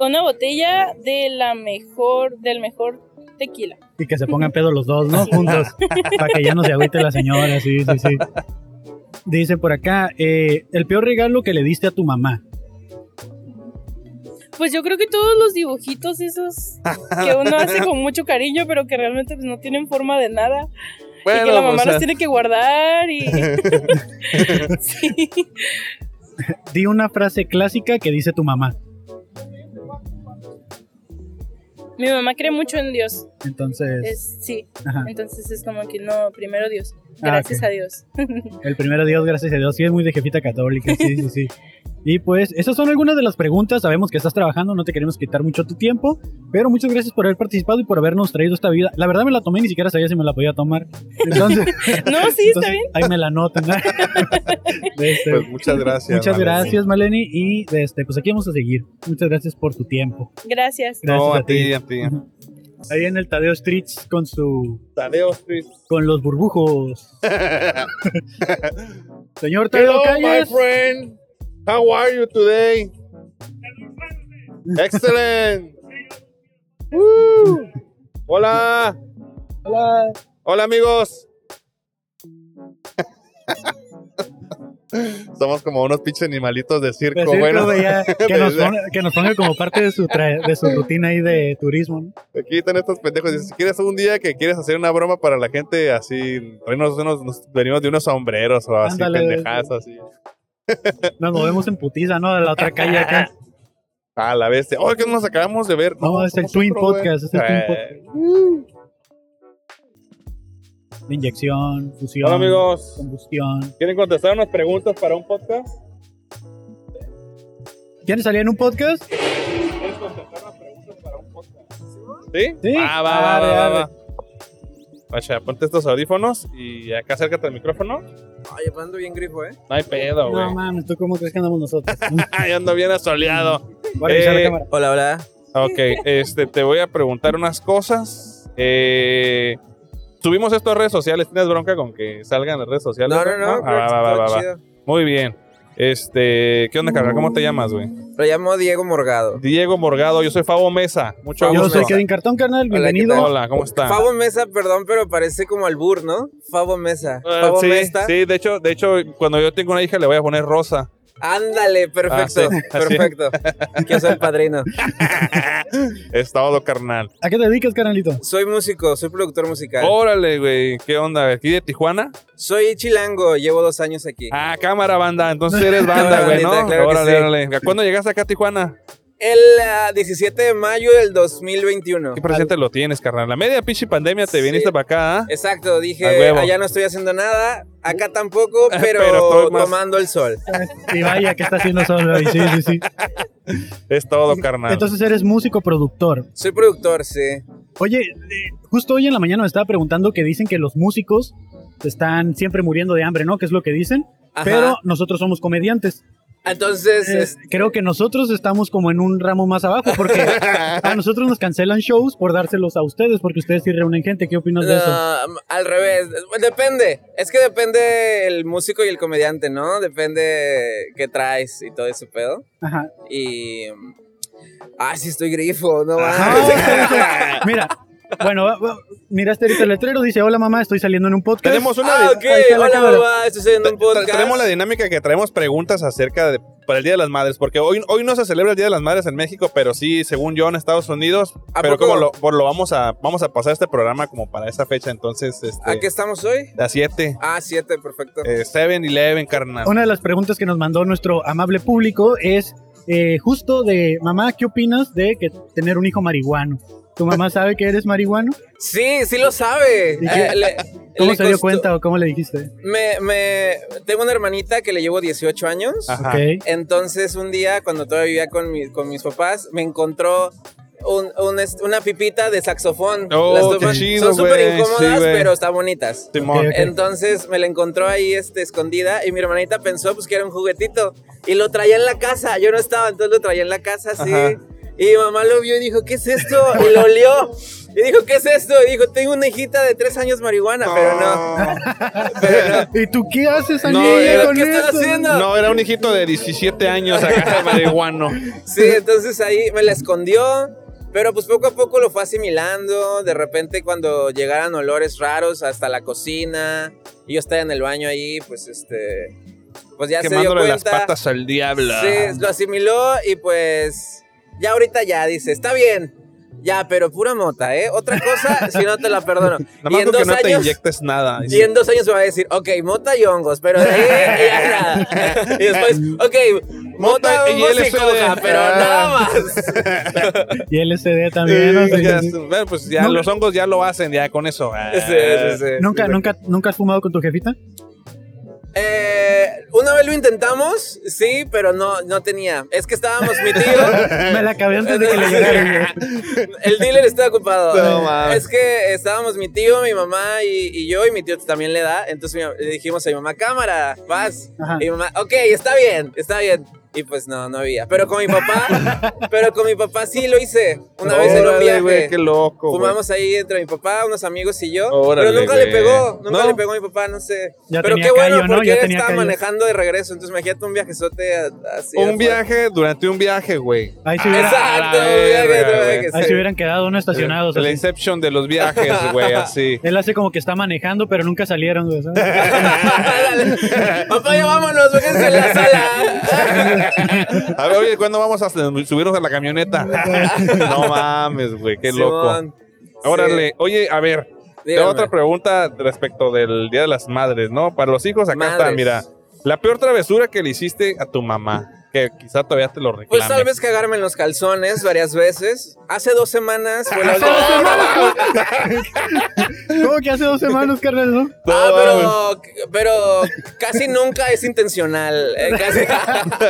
[SPEAKER 6] Una botella de la mejor, del mejor tequila.
[SPEAKER 7] Y que se pongan pedo los dos, ¿no? Juntos. Para que ya no se agüite la señora, sí, sí, sí. Dice por acá, eh, el peor regalo que le diste a tu mamá.
[SPEAKER 6] Pues yo creo que todos los dibujitos esos que uno hace con mucho cariño, pero que realmente pues, no tienen forma de nada. y que la mamá
[SPEAKER 4] pues, o sea,
[SPEAKER 6] los tiene que guardar y... sí.
[SPEAKER 7] Di una frase clásica que dice tu mamá.
[SPEAKER 6] Mi mamá cree mucho en Dios.
[SPEAKER 7] Entonces,
[SPEAKER 6] Es, sí,
[SPEAKER 7] ajá,
[SPEAKER 6] entonces es como que no, primero Dios.
[SPEAKER 7] Ah,
[SPEAKER 6] Gracias
[SPEAKER 7] ok.
[SPEAKER 6] a Dios.
[SPEAKER 7] el primero Dios, gracias a Dios. Sí, es muy de jefita católica, sí, sí, sí. Y pues, esas son algunas de las preguntas. Sabemos que estás trabajando, no te queremos quitar mucho tu tiempo, pero muchas gracias por haber participado y por habernos traído esta vida. La verdad me la tomé, ni siquiera sabía si me la podía tomar. Entonces,
[SPEAKER 6] No, sí, está
[SPEAKER 7] entonces,
[SPEAKER 6] bien.
[SPEAKER 7] ahí me la notan. Este,
[SPEAKER 4] Pues muchas gracias.
[SPEAKER 7] Muchas
[SPEAKER 4] Vale.
[SPEAKER 7] gracias, Maleni. Y este, pues aquí vamos a seguir. Muchas gracias por tu tiempo.
[SPEAKER 6] Gracias.
[SPEAKER 7] Gracias
[SPEAKER 4] No, a ti, a ti.
[SPEAKER 7] Ahí en el Tadeo Streets con su.
[SPEAKER 4] Tadeo Street.
[SPEAKER 7] con los burbujos. Señor Tadeo
[SPEAKER 8] Hello, my
[SPEAKER 7] Calles.
[SPEAKER 8] friend. How are you today? Excellent. Woo. Hola. Hola. Hola, amigos. Somos como unos pinches animalitos de circo.
[SPEAKER 7] Decir
[SPEAKER 8] bueno,
[SPEAKER 7] como ya, Pues, que, nos
[SPEAKER 8] ¿Verdad?
[SPEAKER 7] ponga, que nos ponga como parte de su, tra- de su rutina ahí de turismo. ¿no?
[SPEAKER 8] aquí están estos pendejos. Dice, si quieres un día que quieres hacer una broma para la gente así, hoy nos, nos- nos venimos de unos sombreros o así,
[SPEAKER 7] Ándale,
[SPEAKER 8] pendejadas así.
[SPEAKER 7] Nos movemos en putiza, ¿no? De la otra calle acá.
[SPEAKER 8] A la bestia. Oh, que nos acabamos de ver.
[SPEAKER 7] No, es el
[SPEAKER 8] somos
[SPEAKER 7] Twin
[SPEAKER 8] otro, güey.
[SPEAKER 7] Podcast, es el Twin
[SPEAKER 8] Eh,
[SPEAKER 7] Podcast. De inyección, fusión,
[SPEAKER 4] Hola amigos.
[SPEAKER 7] combustión.
[SPEAKER 4] ¿Quieren contestar unas preguntas para un podcast?
[SPEAKER 7] ¿Quieren salir en un podcast?
[SPEAKER 4] ¿Quieren contestar unas preguntas para un podcast? ¿Sí?
[SPEAKER 7] Sí.
[SPEAKER 4] Ah, va, va,
[SPEAKER 7] Arre,
[SPEAKER 4] va, va,
[SPEAKER 7] arre.
[SPEAKER 4] va. Guacha, ponte estos audífonos y acá acércate al micrófono. No
[SPEAKER 3] Oye, pues ando bien grifo, ¿eh?
[SPEAKER 4] hay pedo, güey.
[SPEAKER 7] No mames, ¿tú cómo crees que andamos nosotros?
[SPEAKER 4] Ay, ando bien asoleado.
[SPEAKER 7] Voy a revisar la
[SPEAKER 4] Eh,
[SPEAKER 7] cámara.
[SPEAKER 3] Hola, hola.
[SPEAKER 4] Ok, este, te voy a preguntar unas cosas. Eh, subimos esto a redes sociales. ¿Tienes bronca con que salgan las redes sociales?
[SPEAKER 3] No, no, no.
[SPEAKER 4] Ah, va, va, va,
[SPEAKER 3] todo
[SPEAKER 4] va, va.
[SPEAKER 3] chido.
[SPEAKER 4] Muy bien. Este, ¿qué onda, carnal? ¿Cómo te llamas, güey?
[SPEAKER 3] Lo llamo Diego Morgado.
[SPEAKER 4] Diego Morgado, yo soy Fabo Mesa. Mucho
[SPEAKER 3] Fabo
[SPEAKER 7] Yo
[SPEAKER 4] gusto.
[SPEAKER 7] soy
[SPEAKER 3] Mesa.
[SPEAKER 7] Kevin Cartón, carnal.
[SPEAKER 3] Hola, ¿qué
[SPEAKER 7] Bienvenido.
[SPEAKER 4] Hola, ¿cómo está?
[SPEAKER 3] Fabo Mesa, perdón, pero parece como albur, ¿no? Fabo Mesa.
[SPEAKER 4] Ah,
[SPEAKER 3] Fabo
[SPEAKER 4] sí,
[SPEAKER 3] Mesa.
[SPEAKER 4] sí, de hecho, de hecho, cuando yo tengo una hija le voy a poner rosa.
[SPEAKER 3] Ándale, perfecto,
[SPEAKER 4] Ah, sí, así.
[SPEAKER 3] perfecto. Yo soy el padrino.
[SPEAKER 4] Es todo carnal.
[SPEAKER 7] ¿A qué te dedicas, carnalito?
[SPEAKER 3] Soy músico, soy productor musical.
[SPEAKER 4] Órale, güey. ¿Qué onda? ¿Aquí de Tijuana?
[SPEAKER 3] Soy chilango, llevo dos años aquí.
[SPEAKER 4] Ah, cámara, banda. Entonces eres banda,
[SPEAKER 3] Cámara,
[SPEAKER 4] güey, ¿no?
[SPEAKER 3] bandita, claro que
[SPEAKER 4] órale,
[SPEAKER 3] sí.
[SPEAKER 4] órale. ¿Cuándo llegaste acá a Tijuana?
[SPEAKER 3] El ah, 17 de mayo del 2021.
[SPEAKER 4] ¿Qué presente lo tienes, carnal? La media pinche pandemia te
[SPEAKER 3] Sí. Eh,
[SPEAKER 4] viniste para acá, ¿ah?
[SPEAKER 3] Exacto, dije,
[SPEAKER 4] A huevo.
[SPEAKER 3] allá no estoy haciendo nada, acá tampoco, pero,
[SPEAKER 4] Pero estoy más-
[SPEAKER 3] tomando el sol.
[SPEAKER 7] Y vaya, que está haciendo solo hoy. Sí, sí, sí.
[SPEAKER 4] Es todo, carnal.
[SPEAKER 7] Entonces eres músico productor.
[SPEAKER 3] Soy productor, sí.
[SPEAKER 7] Oye, eh, justo hoy en la mañana me estaba preguntando que dicen que los músicos están siempre muriendo de hambre, ¿no? Que es lo que dicen.
[SPEAKER 3] Ajá.
[SPEAKER 7] Pero nosotros somos comediantes.
[SPEAKER 3] Entonces, este,
[SPEAKER 7] Eh,
[SPEAKER 3] es-
[SPEAKER 7] creo que nosotros estamos como en un ramo más abajo porque a nosotros nos cancelan shows por dárselos a ustedes porque ustedes sí reúnen gente. ¿Qué opinas de eso?
[SPEAKER 3] no, um, al revés, depende. Es que depende el músico y el comediante, ¿no? Depende qué traes y todo ese pedo.
[SPEAKER 7] Ajá.
[SPEAKER 3] Y... Ah, sí estoy grifo, no
[SPEAKER 7] Ajá.
[SPEAKER 3] mames.
[SPEAKER 7] Ah, Mira, bueno, va- va- miraste ahorita el letrero, dice, hola mamá, estoy saliendo en un podcast.
[SPEAKER 4] Tenemos una
[SPEAKER 3] Ah,
[SPEAKER 4] di-
[SPEAKER 3] ok,
[SPEAKER 7] Ahí está la
[SPEAKER 3] hola
[SPEAKER 7] cámara.
[SPEAKER 3] mamá, estoy haciendo un
[SPEAKER 4] te- te-
[SPEAKER 3] podcast.
[SPEAKER 4] tenemos la dinámica que traemos preguntas acerca de para el Día de las Madres, porque hoy, hoy no se celebra el Día de las Madres en México, pero sí, según yo, en Estados Unidos.
[SPEAKER 3] ¿A
[SPEAKER 4] Pero
[SPEAKER 3] poco?
[SPEAKER 4] como lo, por lo vamos a vamos a pasar este programa como para esa fecha, entonces este
[SPEAKER 3] ¿A qué estamos hoy?
[SPEAKER 4] la 7,
[SPEAKER 3] Ah, siete, perfecto.
[SPEAKER 4] eh, 7 Eleven, carnal.
[SPEAKER 7] Una de las preguntas que nos mandó nuestro amable público es eh, justo de, mamá, ¿qué opinas de que tener un hijo marihuano? ¿Tu mamá sabe que eres marihuano?
[SPEAKER 3] Sí, sí lo sabe.
[SPEAKER 7] ¿Y qué?
[SPEAKER 3] Eh, le-
[SPEAKER 7] ¿Cómo
[SPEAKER 3] le
[SPEAKER 7] se dio
[SPEAKER 3] costó-
[SPEAKER 7] cuenta o cómo le dijiste?
[SPEAKER 3] Me, me, tengo una hermanita que le llevo 18 años.
[SPEAKER 4] Ajá.
[SPEAKER 7] Ok.
[SPEAKER 3] Entonces un día, cuando todavía vivía con, mi- con mis papás, me encontró un- un est- una pipita de saxofón.
[SPEAKER 4] Oh,
[SPEAKER 3] Las
[SPEAKER 4] qué chido,
[SPEAKER 3] son súper
[SPEAKER 4] güey,
[SPEAKER 3] incómodas,
[SPEAKER 4] sí, güey.
[SPEAKER 3] pero están bonitas.
[SPEAKER 4] Simón.
[SPEAKER 7] Ok, ok.
[SPEAKER 3] Entonces me la encontró ahí este, escondida y mi hermanita pensó pues, que era un juguetito y lo traía en la casa. Yo no estaba, entonces lo traía en la casa así.
[SPEAKER 4] Ajá.
[SPEAKER 3] Y mi mamá lo vio y dijo, ¿qué es esto? Y lo olió. Y dijo, ¿qué es esto? Y dijo, tengo una hijita de tres años marihuana, pero no. Pero no.
[SPEAKER 7] ¿Y tú qué haces,
[SPEAKER 4] No,
[SPEAKER 7] Anilla,
[SPEAKER 4] era-
[SPEAKER 7] con
[SPEAKER 3] eh, ¿qué estás
[SPEAKER 7] eso?
[SPEAKER 3] haciendo?
[SPEAKER 4] No, era un hijito de 17 años acá, marihuano.
[SPEAKER 3] Sí, entonces ahí me la escondió, pero pues poco a poco lo fue asimilando. De repente cuando llegaran olores raros hasta la cocina y yo estaba en el baño ahí, pues este, pues ya se dio
[SPEAKER 4] Quemándole
[SPEAKER 3] cuenta.
[SPEAKER 4] las patas al diablo.
[SPEAKER 3] Sí, lo asimiló y pues ya ahorita ya dice, está bien. Ya, pero pura mota, ¿eh? Otra cosa, si no te la perdono.
[SPEAKER 4] Nada
[SPEAKER 3] y
[SPEAKER 4] más
[SPEAKER 3] en
[SPEAKER 4] con que
[SPEAKER 3] dos
[SPEAKER 4] no te
[SPEAKER 3] años,
[SPEAKER 4] inyectes nada.
[SPEAKER 3] y en dos años me va a decir, ok, mota y hongos, pero de ahí ya nada. Y después, ok, mota,
[SPEAKER 4] Mota y
[SPEAKER 3] hongos y
[SPEAKER 4] LSD.
[SPEAKER 3] coca, pero
[SPEAKER 4] Ah.
[SPEAKER 3] nada más.
[SPEAKER 7] Y LSD también. ¿no? Sí,
[SPEAKER 4] Sí, ya,
[SPEAKER 7] sí, sí.
[SPEAKER 4] bueno, pues ya
[SPEAKER 7] No,
[SPEAKER 4] los hongos ya lo hacen ya con eso. Ah,
[SPEAKER 3] Sí, sí, sí.
[SPEAKER 7] Ah. ¿Nunca, nunca, ¿Nunca has fumado con tu jefita?
[SPEAKER 3] Eh, una vez lo intentamos, sí, pero no, no tenía. Es que estábamos mi tío.
[SPEAKER 7] Me la acabé antes de que le llegara.
[SPEAKER 3] El dealer está ocupado.
[SPEAKER 4] No mames.
[SPEAKER 3] es que estábamos mi tío, mi mamá y, y yo, y mi tío también le da. Entonces mi- le dijimos a mi mamá, cámara, vas.
[SPEAKER 7] Ajá.
[SPEAKER 3] Y mi mamá, ok, está bien, está bien. Y pues no, no había. Pero con mi papá, pero con mi papá sí lo hice. Una vez en un
[SPEAKER 4] Órale,
[SPEAKER 3] viaje.
[SPEAKER 4] güey, qué loco. güey.
[SPEAKER 3] Fumamos ahí entre mi papá, unos amigos y yo.
[SPEAKER 4] Órale,
[SPEAKER 3] pero nunca le
[SPEAKER 4] güey.
[SPEAKER 3] pegó, nunca
[SPEAKER 4] No.
[SPEAKER 3] le pegó a mi papá, no sé.
[SPEAKER 7] Ya
[SPEAKER 3] pero
[SPEAKER 7] tenía
[SPEAKER 3] qué bueno,
[SPEAKER 7] callo, ¿no?
[SPEAKER 3] porque
[SPEAKER 7] Ya
[SPEAKER 3] él
[SPEAKER 7] tenía
[SPEAKER 3] estaba
[SPEAKER 7] callo.
[SPEAKER 3] manejando de regreso. Entonces imagínate un viajezote a- así.
[SPEAKER 4] Un
[SPEAKER 3] afuera.
[SPEAKER 4] viaje durante un viaje, güey.
[SPEAKER 7] Ahí se, hubiera-
[SPEAKER 3] Exacto,
[SPEAKER 4] A la
[SPEAKER 3] un viaje,
[SPEAKER 4] verga,
[SPEAKER 3] otro
[SPEAKER 4] güey.
[SPEAKER 3] viaje,
[SPEAKER 7] ahí
[SPEAKER 3] sí.
[SPEAKER 7] se hubieran quedado no estacionados.
[SPEAKER 4] El
[SPEAKER 7] así.
[SPEAKER 4] Inception de los viajes, güey, así.
[SPEAKER 7] Él hace como que está manejando, pero nunca salieron. güey, ¿sabes?
[SPEAKER 3] Dale. Papá, ya vámonos, véjense en la sala.
[SPEAKER 4] A ver, oye, ¿cuándo vamos a subirnos a la camioneta? no mames, güey, qué loco.
[SPEAKER 3] Simón,
[SPEAKER 4] Órale, oye, a ver, tengo
[SPEAKER 3] dígame.
[SPEAKER 4] otra pregunta respecto del Día de las Madres, ¿no? Para los hijos acá está,
[SPEAKER 3] Madres.
[SPEAKER 4] mira. La peor travesura que le hiciste a tu mamá, que quizá todavía te lo reclame.
[SPEAKER 3] Pues tal vez cagarme en los calzones varias veces. Hace dos semanas fue la
[SPEAKER 7] Hace dos semanas. ¿Cómo que hace dos semanas, carnal? no?
[SPEAKER 3] Ah, pero, pero casi nunca es intencional. eh, Casi.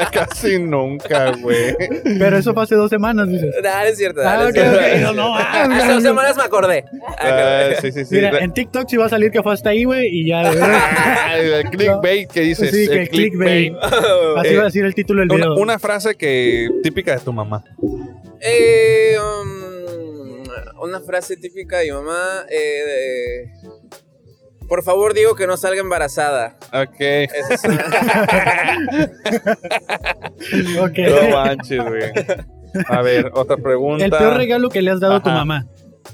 [SPEAKER 4] Casi nunca, güey.
[SPEAKER 7] Pero eso fue hace dos semanas, dices.
[SPEAKER 3] Nah, no es cierto.
[SPEAKER 7] Ah,
[SPEAKER 3] no es
[SPEAKER 7] ok,
[SPEAKER 3] cierto.
[SPEAKER 7] ok. No, no, ah,
[SPEAKER 3] Hace dos semanas me acordé.
[SPEAKER 4] Ah, sí, sí, sí.
[SPEAKER 7] Mira, en TikTok sí va a salir que fue hasta ahí, güey, y ya. güey.
[SPEAKER 4] Ah, el clickbait que dices.
[SPEAKER 7] Sí, que
[SPEAKER 3] eh,
[SPEAKER 4] el clickbait.
[SPEAKER 7] clickbait. Así va a decir el título del
[SPEAKER 4] Una,
[SPEAKER 7] video.
[SPEAKER 4] una frase que típica de tu mamá.
[SPEAKER 3] Eh, um, una frase típica de mi mamá. eh, de- por favor, digo que no salga embarazada.
[SPEAKER 4] Ok.
[SPEAKER 3] Esa es una-
[SPEAKER 7] Ok.
[SPEAKER 4] No manches, güey. A ver, otra pregunta.
[SPEAKER 7] El peor regalo que le has dado a tu
[SPEAKER 4] Ajá.
[SPEAKER 7] mamá.
[SPEAKER 3] Ah.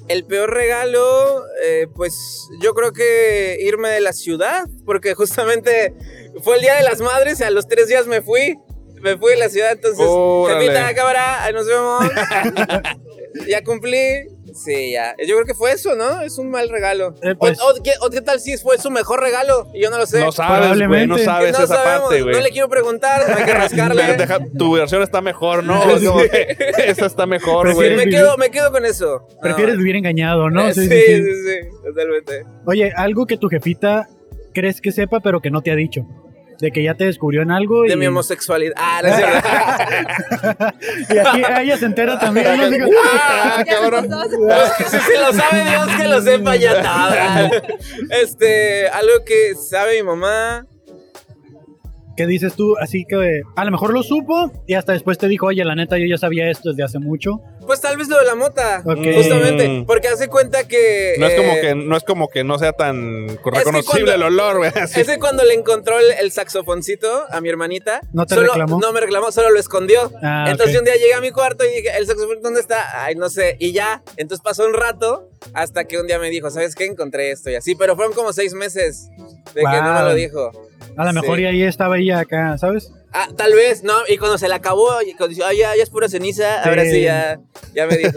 [SPEAKER 3] El peor regalo, eh, pues yo creo que irme de la ciudad, porque justamente fue el Día de las Madres y a los tres días me fui. Me fui de la ciudad, entonces,
[SPEAKER 4] Órale.
[SPEAKER 3] jefita, cámara, ahí nos vemos. ya cumplí. Sí, ya. Yo creo que fue eso, ¿no? Es un mal regalo.
[SPEAKER 7] Eh, pues.
[SPEAKER 3] o, o qué, o qué tal si fue su mejor regalo? Y yo no lo sé.
[SPEAKER 4] No sabes, güey. No
[SPEAKER 7] Probablemente.
[SPEAKER 4] sabes
[SPEAKER 3] no
[SPEAKER 4] esa
[SPEAKER 3] sabemos,
[SPEAKER 4] parte, güey.
[SPEAKER 3] No le quiero preguntar, no hay que rascarle.
[SPEAKER 4] Pero deja- tu versión está mejor, ¿no? Es como que esa está mejor,
[SPEAKER 3] Sí,
[SPEAKER 4] güey.
[SPEAKER 3] me,
[SPEAKER 7] Prefieres
[SPEAKER 3] quedo, me quedo con eso. No.
[SPEAKER 7] Prefieres vivir engañado, ¿no?
[SPEAKER 3] Eh, sí, sí, sí, totalmente.
[SPEAKER 7] Oye, algo que tu jefita crees que sepa, pero que no te ha dicho. De que ya te descubrió en algo.
[SPEAKER 3] De
[SPEAKER 7] y,
[SPEAKER 3] mi homosexualidad. Ah, no es cierto.
[SPEAKER 7] y aquí ah, ella se entera también. Yo digo,
[SPEAKER 4] Ah, cabrón.
[SPEAKER 3] si se lo sabe Dios que lo sepa ya nada. Este, algo que sabe mi mamá.
[SPEAKER 7] ¿Qué dices tú? Así que eh, a lo mejor lo supo y hasta después te dijo, oye, la neta, yo ya sabía esto desde hace mucho.
[SPEAKER 3] Pues tal vez lo de la mota.
[SPEAKER 7] Ok.
[SPEAKER 3] Justamente. Porque hace cuenta que.
[SPEAKER 4] No es como
[SPEAKER 3] eh,
[SPEAKER 4] que no es como que no sea tan reconocible
[SPEAKER 3] cuando-
[SPEAKER 4] el olor, güey. así.
[SPEAKER 3] Es que cuando le encontró el, el saxofoncito a mi hermanita,
[SPEAKER 7] ¿No te
[SPEAKER 3] solo-
[SPEAKER 7] reclamó?
[SPEAKER 3] No me reclamó, solo lo escondió.
[SPEAKER 7] Ah,
[SPEAKER 3] entonces
[SPEAKER 7] ok.
[SPEAKER 3] yo un día llegué a mi cuarto y dije, ¿el saxofón dónde está? Ay, no sé. Y ya, entonces pasó un rato hasta que un día me dijo, ¿sabes qué? Encontré esto y así. Pero fueron como seis meses de que no me
[SPEAKER 7] Wow.
[SPEAKER 3] lo dijo.
[SPEAKER 7] A lo mejor
[SPEAKER 3] Sí.
[SPEAKER 7] y ahí estaba ella acá, ¿sabes?
[SPEAKER 3] Ah, tal vez, no. Y cuando se la acabó, y cuando dijo, "Ay, ya, ya es pura ceniza, ahora sí ya, ya me dijo.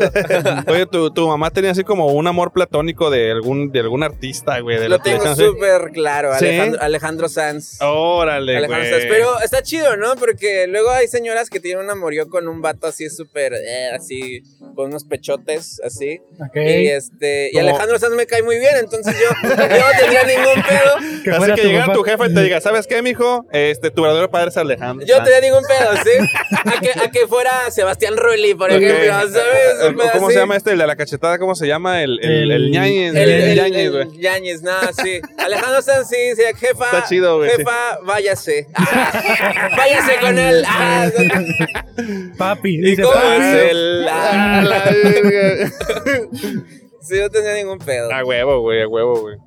[SPEAKER 4] Oye, tu, tu mamá tenía así como un amor platónico de algún de algún artista, güey, de
[SPEAKER 3] lo
[SPEAKER 4] la que le
[SPEAKER 3] tengo
[SPEAKER 4] hacen así.
[SPEAKER 3] súper claro,
[SPEAKER 4] ¿Sí?
[SPEAKER 3] Alejandro, Alejandro Sanz.
[SPEAKER 4] Órale,
[SPEAKER 3] Alejandro
[SPEAKER 4] güey.
[SPEAKER 3] Sanz. Pero está chido, ¿no? Porque luego hay señoras que tienen un amorío con un vato así súper, eh, así, con unos pechotes, así.
[SPEAKER 7] Ok.
[SPEAKER 3] Y este, y
[SPEAKER 4] Como-
[SPEAKER 3] Alejandro Sanz me cae muy bien, entonces yo, yo no tendría ningún pedo.
[SPEAKER 7] Que
[SPEAKER 4] Así
[SPEAKER 7] fuera
[SPEAKER 4] que
[SPEAKER 7] tu
[SPEAKER 4] llega
[SPEAKER 7] papá.
[SPEAKER 4] tu jefe y te diga, ¿sabes qué, mijo? Este, tu verdadero padre es Alejandro. Ah,
[SPEAKER 3] Yo no
[SPEAKER 4] Sanz".
[SPEAKER 3] tendría ningún pedo, ¿sí? A que, a que fuera Sebastián Rulli, por
[SPEAKER 4] Ok. Eh,
[SPEAKER 3] ejemplo, ¿sabes? Un pedo
[SPEAKER 4] ¿Cómo
[SPEAKER 3] así.
[SPEAKER 4] se llama este? El de la cachetada, ¿cómo se llama? El, el,
[SPEAKER 7] El-
[SPEAKER 4] el ñañez,
[SPEAKER 3] El,
[SPEAKER 4] el
[SPEAKER 3] el,
[SPEAKER 4] ñañez,
[SPEAKER 3] el
[SPEAKER 4] güey.
[SPEAKER 3] Yañez, no, sí. Alejandro Sanz, sí, sí, jefa.
[SPEAKER 4] Está chido, güey,
[SPEAKER 3] Jefa, váyase. Ah, váyase con él. Ah,
[SPEAKER 7] Papi,
[SPEAKER 3] Mm. ¿Y
[SPEAKER 7] dice
[SPEAKER 3] cómo
[SPEAKER 7] papi.
[SPEAKER 3] es él?
[SPEAKER 4] Ah,
[SPEAKER 3] Ah,
[SPEAKER 4] la verga.
[SPEAKER 3] sí, no tenía ningún pedo.
[SPEAKER 4] A huevo, güey, a huevo, güey.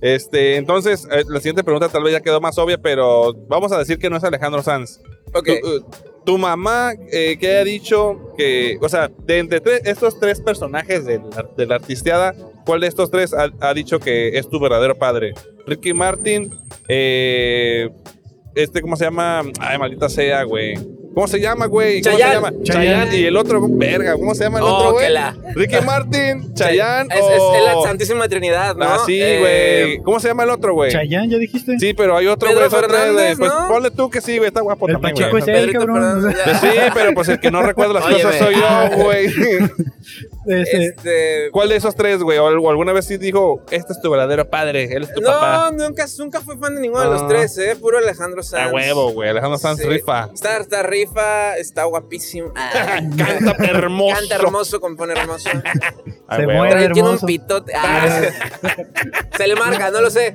[SPEAKER 4] Este, entonces, eh, la siguiente pregunta tal vez ya quedó más obvia, pero vamos a decir que no es Alejandro Sanz.
[SPEAKER 3] Ok.
[SPEAKER 4] Tu, eh, tu mamá, eh, ¿qué ha dicho que, o sea, de entre tres- estos tres personajes de la, de la artisteada, ¿cuál de estos tres ha, ha dicho que es tu verdadero padre? Ricky Martin, eh, este, ¿cómo se llama? Ay, maldita sea, güey. ¿Cómo se llama, güey? ¿Cómo
[SPEAKER 3] Chayanne.
[SPEAKER 4] se llama?
[SPEAKER 7] Chayanne.
[SPEAKER 4] Chayanne. Y el otro, verga, ¿cómo se llama el
[SPEAKER 3] Oh,
[SPEAKER 4] otro,
[SPEAKER 3] que
[SPEAKER 4] güey?
[SPEAKER 3] la-
[SPEAKER 4] Ricky Martin, Chayanne
[SPEAKER 3] Es,
[SPEAKER 4] o-
[SPEAKER 3] es la Santísima Trinidad, ¿no?
[SPEAKER 4] Ah, sí,
[SPEAKER 3] Eh,
[SPEAKER 4] güey. ¿Cómo se llama el otro, güey?
[SPEAKER 7] Chayán, ya dijiste.
[SPEAKER 4] Sí, pero hay otro, güey.
[SPEAKER 3] Pedro
[SPEAKER 4] es otro, güey.
[SPEAKER 3] Fernández,
[SPEAKER 4] Pues
[SPEAKER 3] ¿no?
[SPEAKER 4] ponle tú que sí, güey. Está guapo
[SPEAKER 7] El
[SPEAKER 4] también,
[SPEAKER 7] Pacheco
[SPEAKER 4] güey.
[SPEAKER 7] es él,
[SPEAKER 3] Pedrito
[SPEAKER 7] cabrón.
[SPEAKER 3] Fernández,
[SPEAKER 4] Pues sí, pero pues el que no recuerda las
[SPEAKER 3] Oye,
[SPEAKER 4] cosas
[SPEAKER 3] güey.
[SPEAKER 4] soy yo, güey.
[SPEAKER 7] Este,
[SPEAKER 3] Este.
[SPEAKER 4] ¿Cuál de esos tres, güey? ¿O algo- alguna vez sí dijo, este es tu verdadero padre, él es tu
[SPEAKER 3] No,
[SPEAKER 4] papá?
[SPEAKER 3] nunca, nunca fui fan de ninguno de
[SPEAKER 4] Ah.
[SPEAKER 3] los tres, ¿eh? Puro Alejandro Sanz.
[SPEAKER 4] A huevo, güey. Alejandro Sanz
[SPEAKER 3] Sí.
[SPEAKER 4] rifa.
[SPEAKER 3] Está, está rifa, está guapísimo. Ah.
[SPEAKER 4] Canta hermoso.
[SPEAKER 3] Canta hermoso, compone hermoso.
[SPEAKER 4] A
[SPEAKER 7] Se
[SPEAKER 4] huevo.
[SPEAKER 7] muere.
[SPEAKER 3] Pero tiene un
[SPEAKER 7] hermoso.
[SPEAKER 3] pitote. Ah. se le marca, no lo sé.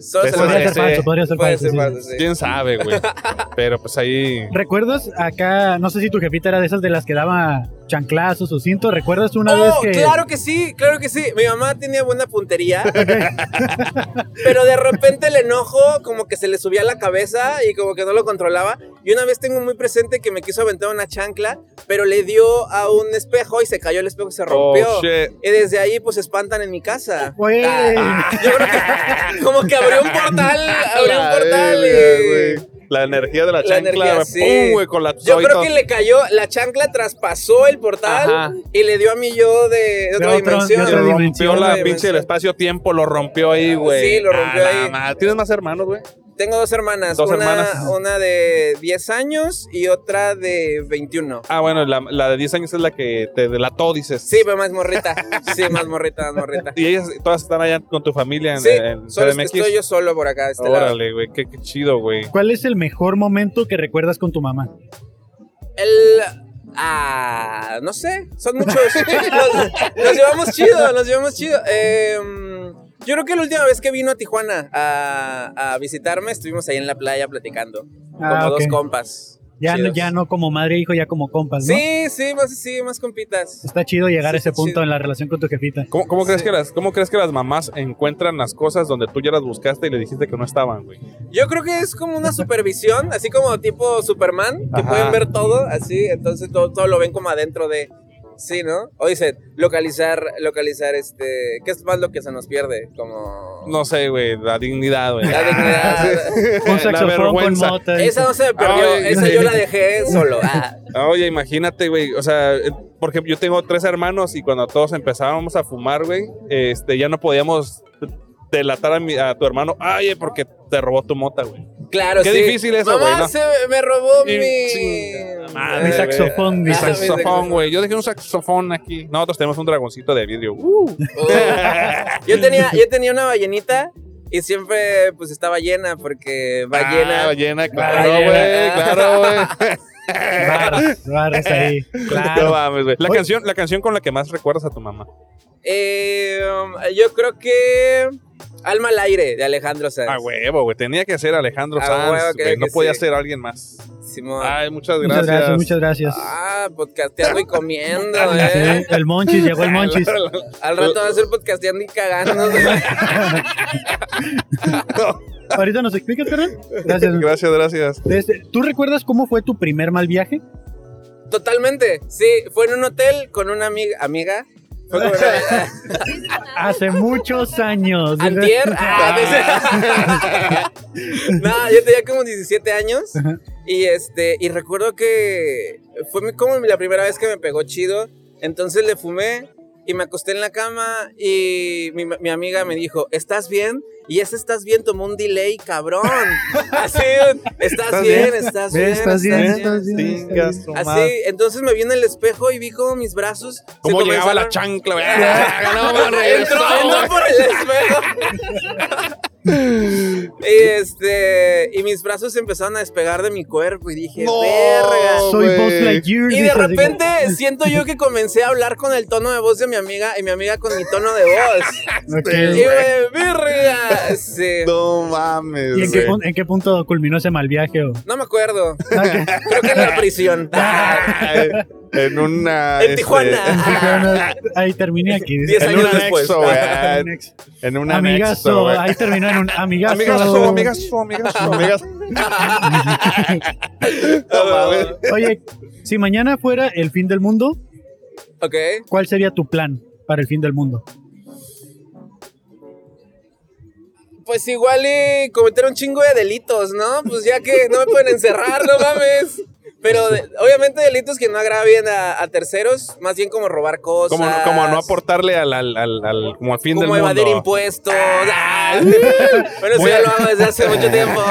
[SPEAKER 3] Solo
[SPEAKER 4] Eso
[SPEAKER 3] se le
[SPEAKER 7] podría
[SPEAKER 4] es-
[SPEAKER 3] marca.
[SPEAKER 7] ser falso, podría ser
[SPEAKER 3] Puede
[SPEAKER 7] falso.
[SPEAKER 3] ser
[SPEAKER 7] sí.
[SPEAKER 3] falso, sí.
[SPEAKER 4] ¿Quién sabe, güey? Pero pues ahí...
[SPEAKER 7] ¿Recuerdas acá, no sé si tu jefita era de esas de las que daba chanclazos o cinto? ¿Recuerdas una vez
[SPEAKER 3] Oh,
[SPEAKER 7] que...
[SPEAKER 3] claro que sí, claro que sí. Mi mamá tenía buena puntería. pero de repente el enojo como que se le subía a la cabeza y como que no lo controlaba. Y una vez tengo muy presente que me quiso aventar una chancla, pero le dio a un espejo y se cayó el espejo y se rompió.
[SPEAKER 4] Oh, shit.
[SPEAKER 3] y desde ahí pues se espantan en mi casa.
[SPEAKER 7] Güey.
[SPEAKER 3] Ah, yo creo que como que abrió un portal, Ah, abrió un
[SPEAKER 4] La
[SPEAKER 3] portal eh.
[SPEAKER 4] verga,
[SPEAKER 3] y-
[SPEAKER 4] güey. La energía de la,
[SPEAKER 3] La
[SPEAKER 4] chancla,
[SPEAKER 3] energía,
[SPEAKER 4] güey.
[SPEAKER 3] sí.
[SPEAKER 4] ¡Pum, güey! Colapsó
[SPEAKER 3] Yo
[SPEAKER 4] y
[SPEAKER 3] creo
[SPEAKER 4] todo.
[SPEAKER 3] que le cayó, la chancla traspasó el portal
[SPEAKER 4] Ajá.
[SPEAKER 3] y le dio a mi yo de, de otra
[SPEAKER 7] otro- de
[SPEAKER 3] dimensión.
[SPEAKER 7] otra
[SPEAKER 4] rompió
[SPEAKER 7] dimensión,
[SPEAKER 4] la
[SPEAKER 3] güey,
[SPEAKER 4] pinche del
[SPEAKER 3] dimensión.
[SPEAKER 4] espacio-tiempo, lo rompió ahí, güey.
[SPEAKER 3] Sí, lo rompió
[SPEAKER 4] A la
[SPEAKER 3] ahí.
[SPEAKER 4] ma- ¿Tienes Ah, más hermanos, güey?
[SPEAKER 3] Tengo dos hermanas,
[SPEAKER 4] Dos
[SPEAKER 3] una,
[SPEAKER 4] hermanas.
[SPEAKER 3] una de 10 años y otra de 21.
[SPEAKER 4] Ah, bueno, la, la de 10 años es la que te delató, dices.
[SPEAKER 3] Sí, pero más morrita. Sí, más morrita, más morrita.
[SPEAKER 4] Y ellas todas están allá con tu familia en,
[SPEAKER 3] Sí,
[SPEAKER 4] en
[SPEAKER 3] solo es que
[SPEAKER 4] CDMX.
[SPEAKER 3] estoy yo solo por acá. de Este lado.
[SPEAKER 4] Órale, güey, qué, qué chido, güey.
[SPEAKER 7] ¿Cuál es el mejor momento que recuerdas con tu mamá?
[SPEAKER 3] El. Ah, no sé, son muchos. nos, nos llevamos chido, nos llevamos chido. Em, yo creo que la última vez que vino a Tijuana a, a visitarme, estuvimos ahí en la playa platicando.
[SPEAKER 7] Ah,
[SPEAKER 3] como
[SPEAKER 7] ok.
[SPEAKER 3] dos compas.
[SPEAKER 7] Ya, no-
[SPEAKER 3] chidos.
[SPEAKER 7] ya no como madre e hijo, ya como compas, ¿no?
[SPEAKER 3] Sí, sí, más, sí, más compitas.
[SPEAKER 7] Está chido llegar
[SPEAKER 3] Sí,
[SPEAKER 7] a ese
[SPEAKER 3] está
[SPEAKER 7] punto
[SPEAKER 3] chido.
[SPEAKER 7] en la relación con tu jefita.
[SPEAKER 4] ¿Cómo, cómo crees que las, ¿Cómo crees que las mamás encuentran las cosas donde tú ya las buscaste y le dijiste que no estaban, güey?
[SPEAKER 3] Yo creo que es como una supervisión, así como tipo Superman, que
[SPEAKER 4] Ajá.
[SPEAKER 3] pueden ver todo, así, entonces todo, todo lo ven como adentro de. Sí, ¿no? O dicen, localizar, localizar este. ¿Qué es más lo que se nos pierde? Como.
[SPEAKER 4] No sé, güey, la dignidad, güey.
[SPEAKER 3] La dignidad.
[SPEAKER 7] Un saxofón con
[SPEAKER 4] vergüenza.
[SPEAKER 7] mota.
[SPEAKER 3] Esa no se me perdió,
[SPEAKER 4] Ay,
[SPEAKER 3] esa
[SPEAKER 4] sí.
[SPEAKER 3] yo la dejé solo. Ah,
[SPEAKER 4] Ah, Oye, imagínate, güey. O sea, eh, por ejemplo, yo tengo tres hermanos y cuando todos empezábamos a fumar, güey, este, ya no podíamos delatar a, mi- a tu hermano. Ay, eh, porque te robó tu mota, güey.
[SPEAKER 3] claro,
[SPEAKER 4] Qué
[SPEAKER 3] sí.
[SPEAKER 4] difícil eso,
[SPEAKER 3] Mamá,
[SPEAKER 4] güey, ¿no?
[SPEAKER 3] se me robó
[SPEAKER 4] Y-
[SPEAKER 3] mi.
[SPEAKER 4] chingada madre,
[SPEAKER 7] Ah, Mi saxofón, mi
[SPEAKER 3] Ah,
[SPEAKER 7] saxofón.
[SPEAKER 4] Saxofón, güey. Yo dejé un saxofón aquí. Nosotros tenemos un dragoncito de vidrio.
[SPEAKER 3] Uh, yo, tenía, yo tenía una ballenita y siempre pues estaba llena porque ballena.
[SPEAKER 4] Ah, ballena, claro,
[SPEAKER 7] Ballena.
[SPEAKER 4] güey. Claro, güey.
[SPEAKER 7] Raras, raras ahí.
[SPEAKER 4] No
[SPEAKER 7] Claro.
[SPEAKER 4] mames, güey. La
[SPEAKER 7] Oye.
[SPEAKER 4] canción, la canción con la que más recuerdas a tu mamá.
[SPEAKER 3] Eh, um, yo creo que. Alma al aire de Alejandro Sanz.
[SPEAKER 4] A huevo, Ah, güey. Tenía que ser Alejandro
[SPEAKER 3] A
[SPEAKER 4] Sanz.
[SPEAKER 3] huevo que
[SPEAKER 4] güey. No
[SPEAKER 3] que
[SPEAKER 4] podía
[SPEAKER 3] sí.
[SPEAKER 4] ser alguien más.
[SPEAKER 3] Simón.
[SPEAKER 4] Ay, muchas gracias.
[SPEAKER 7] Muchas gracias, muchas gracias.
[SPEAKER 3] Ah, podcasteando y comiendo,
[SPEAKER 7] Sí,
[SPEAKER 3] eh.
[SPEAKER 7] el Monchis, llegó el Monchis.
[SPEAKER 3] Al rato va a ser podcasteando y cagando.
[SPEAKER 7] Ahorita nos explicas, carnal. Gracias.
[SPEAKER 4] Gracias, gracias.
[SPEAKER 7] Este, ¿Tú recuerdas cómo fue tu primer mal viaje?
[SPEAKER 3] Totalmente. Sí, fue en un hotel con una amiga. ¿Amiga? Fue con una-
[SPEAKER 7] Hace muchos años.
[SPEAKER 3] Antier. Ah, no, yo tenía como 17 años.
[SPEAKER 7] Ajá.
[SPEAKER 3] Y este, y recuerdo que fue mi- como la primera vez que me pegó chido. Entonces le fumé y me acosté en la cama y mi, mi amiga me dijo, ¿estás bien? Y ese estás bien tomó un delay, cabrón. Así, estás, bien, estás bien,
[SPEAKER 7] Estás bien, estás bien.
[SPEAKER 4] Chingas, tu madre.
[SPEAKER 3] Así, entonces me vi en el espejo y vi como mis brazos. se
[SPEAKER 4] ¿Cómo llegaba
[SPEAKER 3] comenzaron-
[SPEAKER 4] la chancla, güey? Ah, no, me regresó,
[SPEAKER 3] Entró, entró
[SPEAKER 4] güey.
[SPEAKER 3] por el espejo. y este. Y mis brazos se empezaron a despegar de mi cuerpo y dije,
[SPEAKER 4] No.
[SPEAKER 3] verga.
[SPEAKER 7] Soy
[SPEAKER 4] güey.
[SPEAKER 7] Buzz Lightyear.
[SPEAKER 3] Y de
[SPEAKER 7] dices, así como-
[SPEAKER 3] repente siento yo que comencé a hablar con el tono de voz de mi amiga y mi amiga con mi tono de voz.
[SPEAKER 7] Ok.
[SPEAKER 3] y güey, verga. Sí.
[SPEAKER 4] No mames.
[SPEAKER 7] ¿Y en qué,
[SPEAKER 4] güey.
[SPEAKER 7] pun- en qué punto culminó ese mal viaje? o?
[SPEAKER 3] No me acuerdo.
[SPEAKER 7] Ok.
[SPEAKER 3] Creo que en la prisión.
[SPEAKER 4] Ah, en una.
[SPEAKER 3] en
[SPEAKER 4] este,
[SPEAKER 3] Tijuana.
[SPEAKER 7] Ahí terminé aquí. dice.
[SPEAKER 3] Diez
[SPEAKER 4] En un
[SPEAKER 3] años después.
[SPEAKER 4] anexo, güey. Ah,
[SPEAKER 7] Anexo.
[SPEAKER 4] En un anexo,
[SPEAKER 7] Amigazo,
[SPEAKER 4] güey.
[SPEAKER 7] ahí terminó en un amigazo.
[SPEAKER 4] Amigazo, amigazo, amigazo, amigazo. No mames.
[SPEAKER 7] Oye, si mañana fuera el fin del mundo,
[SPEAKER 3] ok.
[SPEAKER 7] ¿cuál sería tu plan para el fin del mundo?
[SPEAKER 3] Pues igual y cometer un chingo de delitos, ¿no? Pues ya que no me pueden encerrar, no mames. Pero de- obviamente delitos que no agravien a, a terceros, más bien como robar cosas.
[SPEAKER 4] Como, como no aportarle al, al, al, al- como al fin
[SPEAKER 3] Como
[SPEAKER 4] del
[SPEAKER 3] evadir
[SPEAKER 4] mundo.
[SPEAKER 3] impuestos. Ah. Bueno, eso
[SPEAKER 4] Voy
[SPEAKER 3] ya
[SPEAKER 4] a-
[SPEAKER 3] lo hago desde hace mucho tiempo.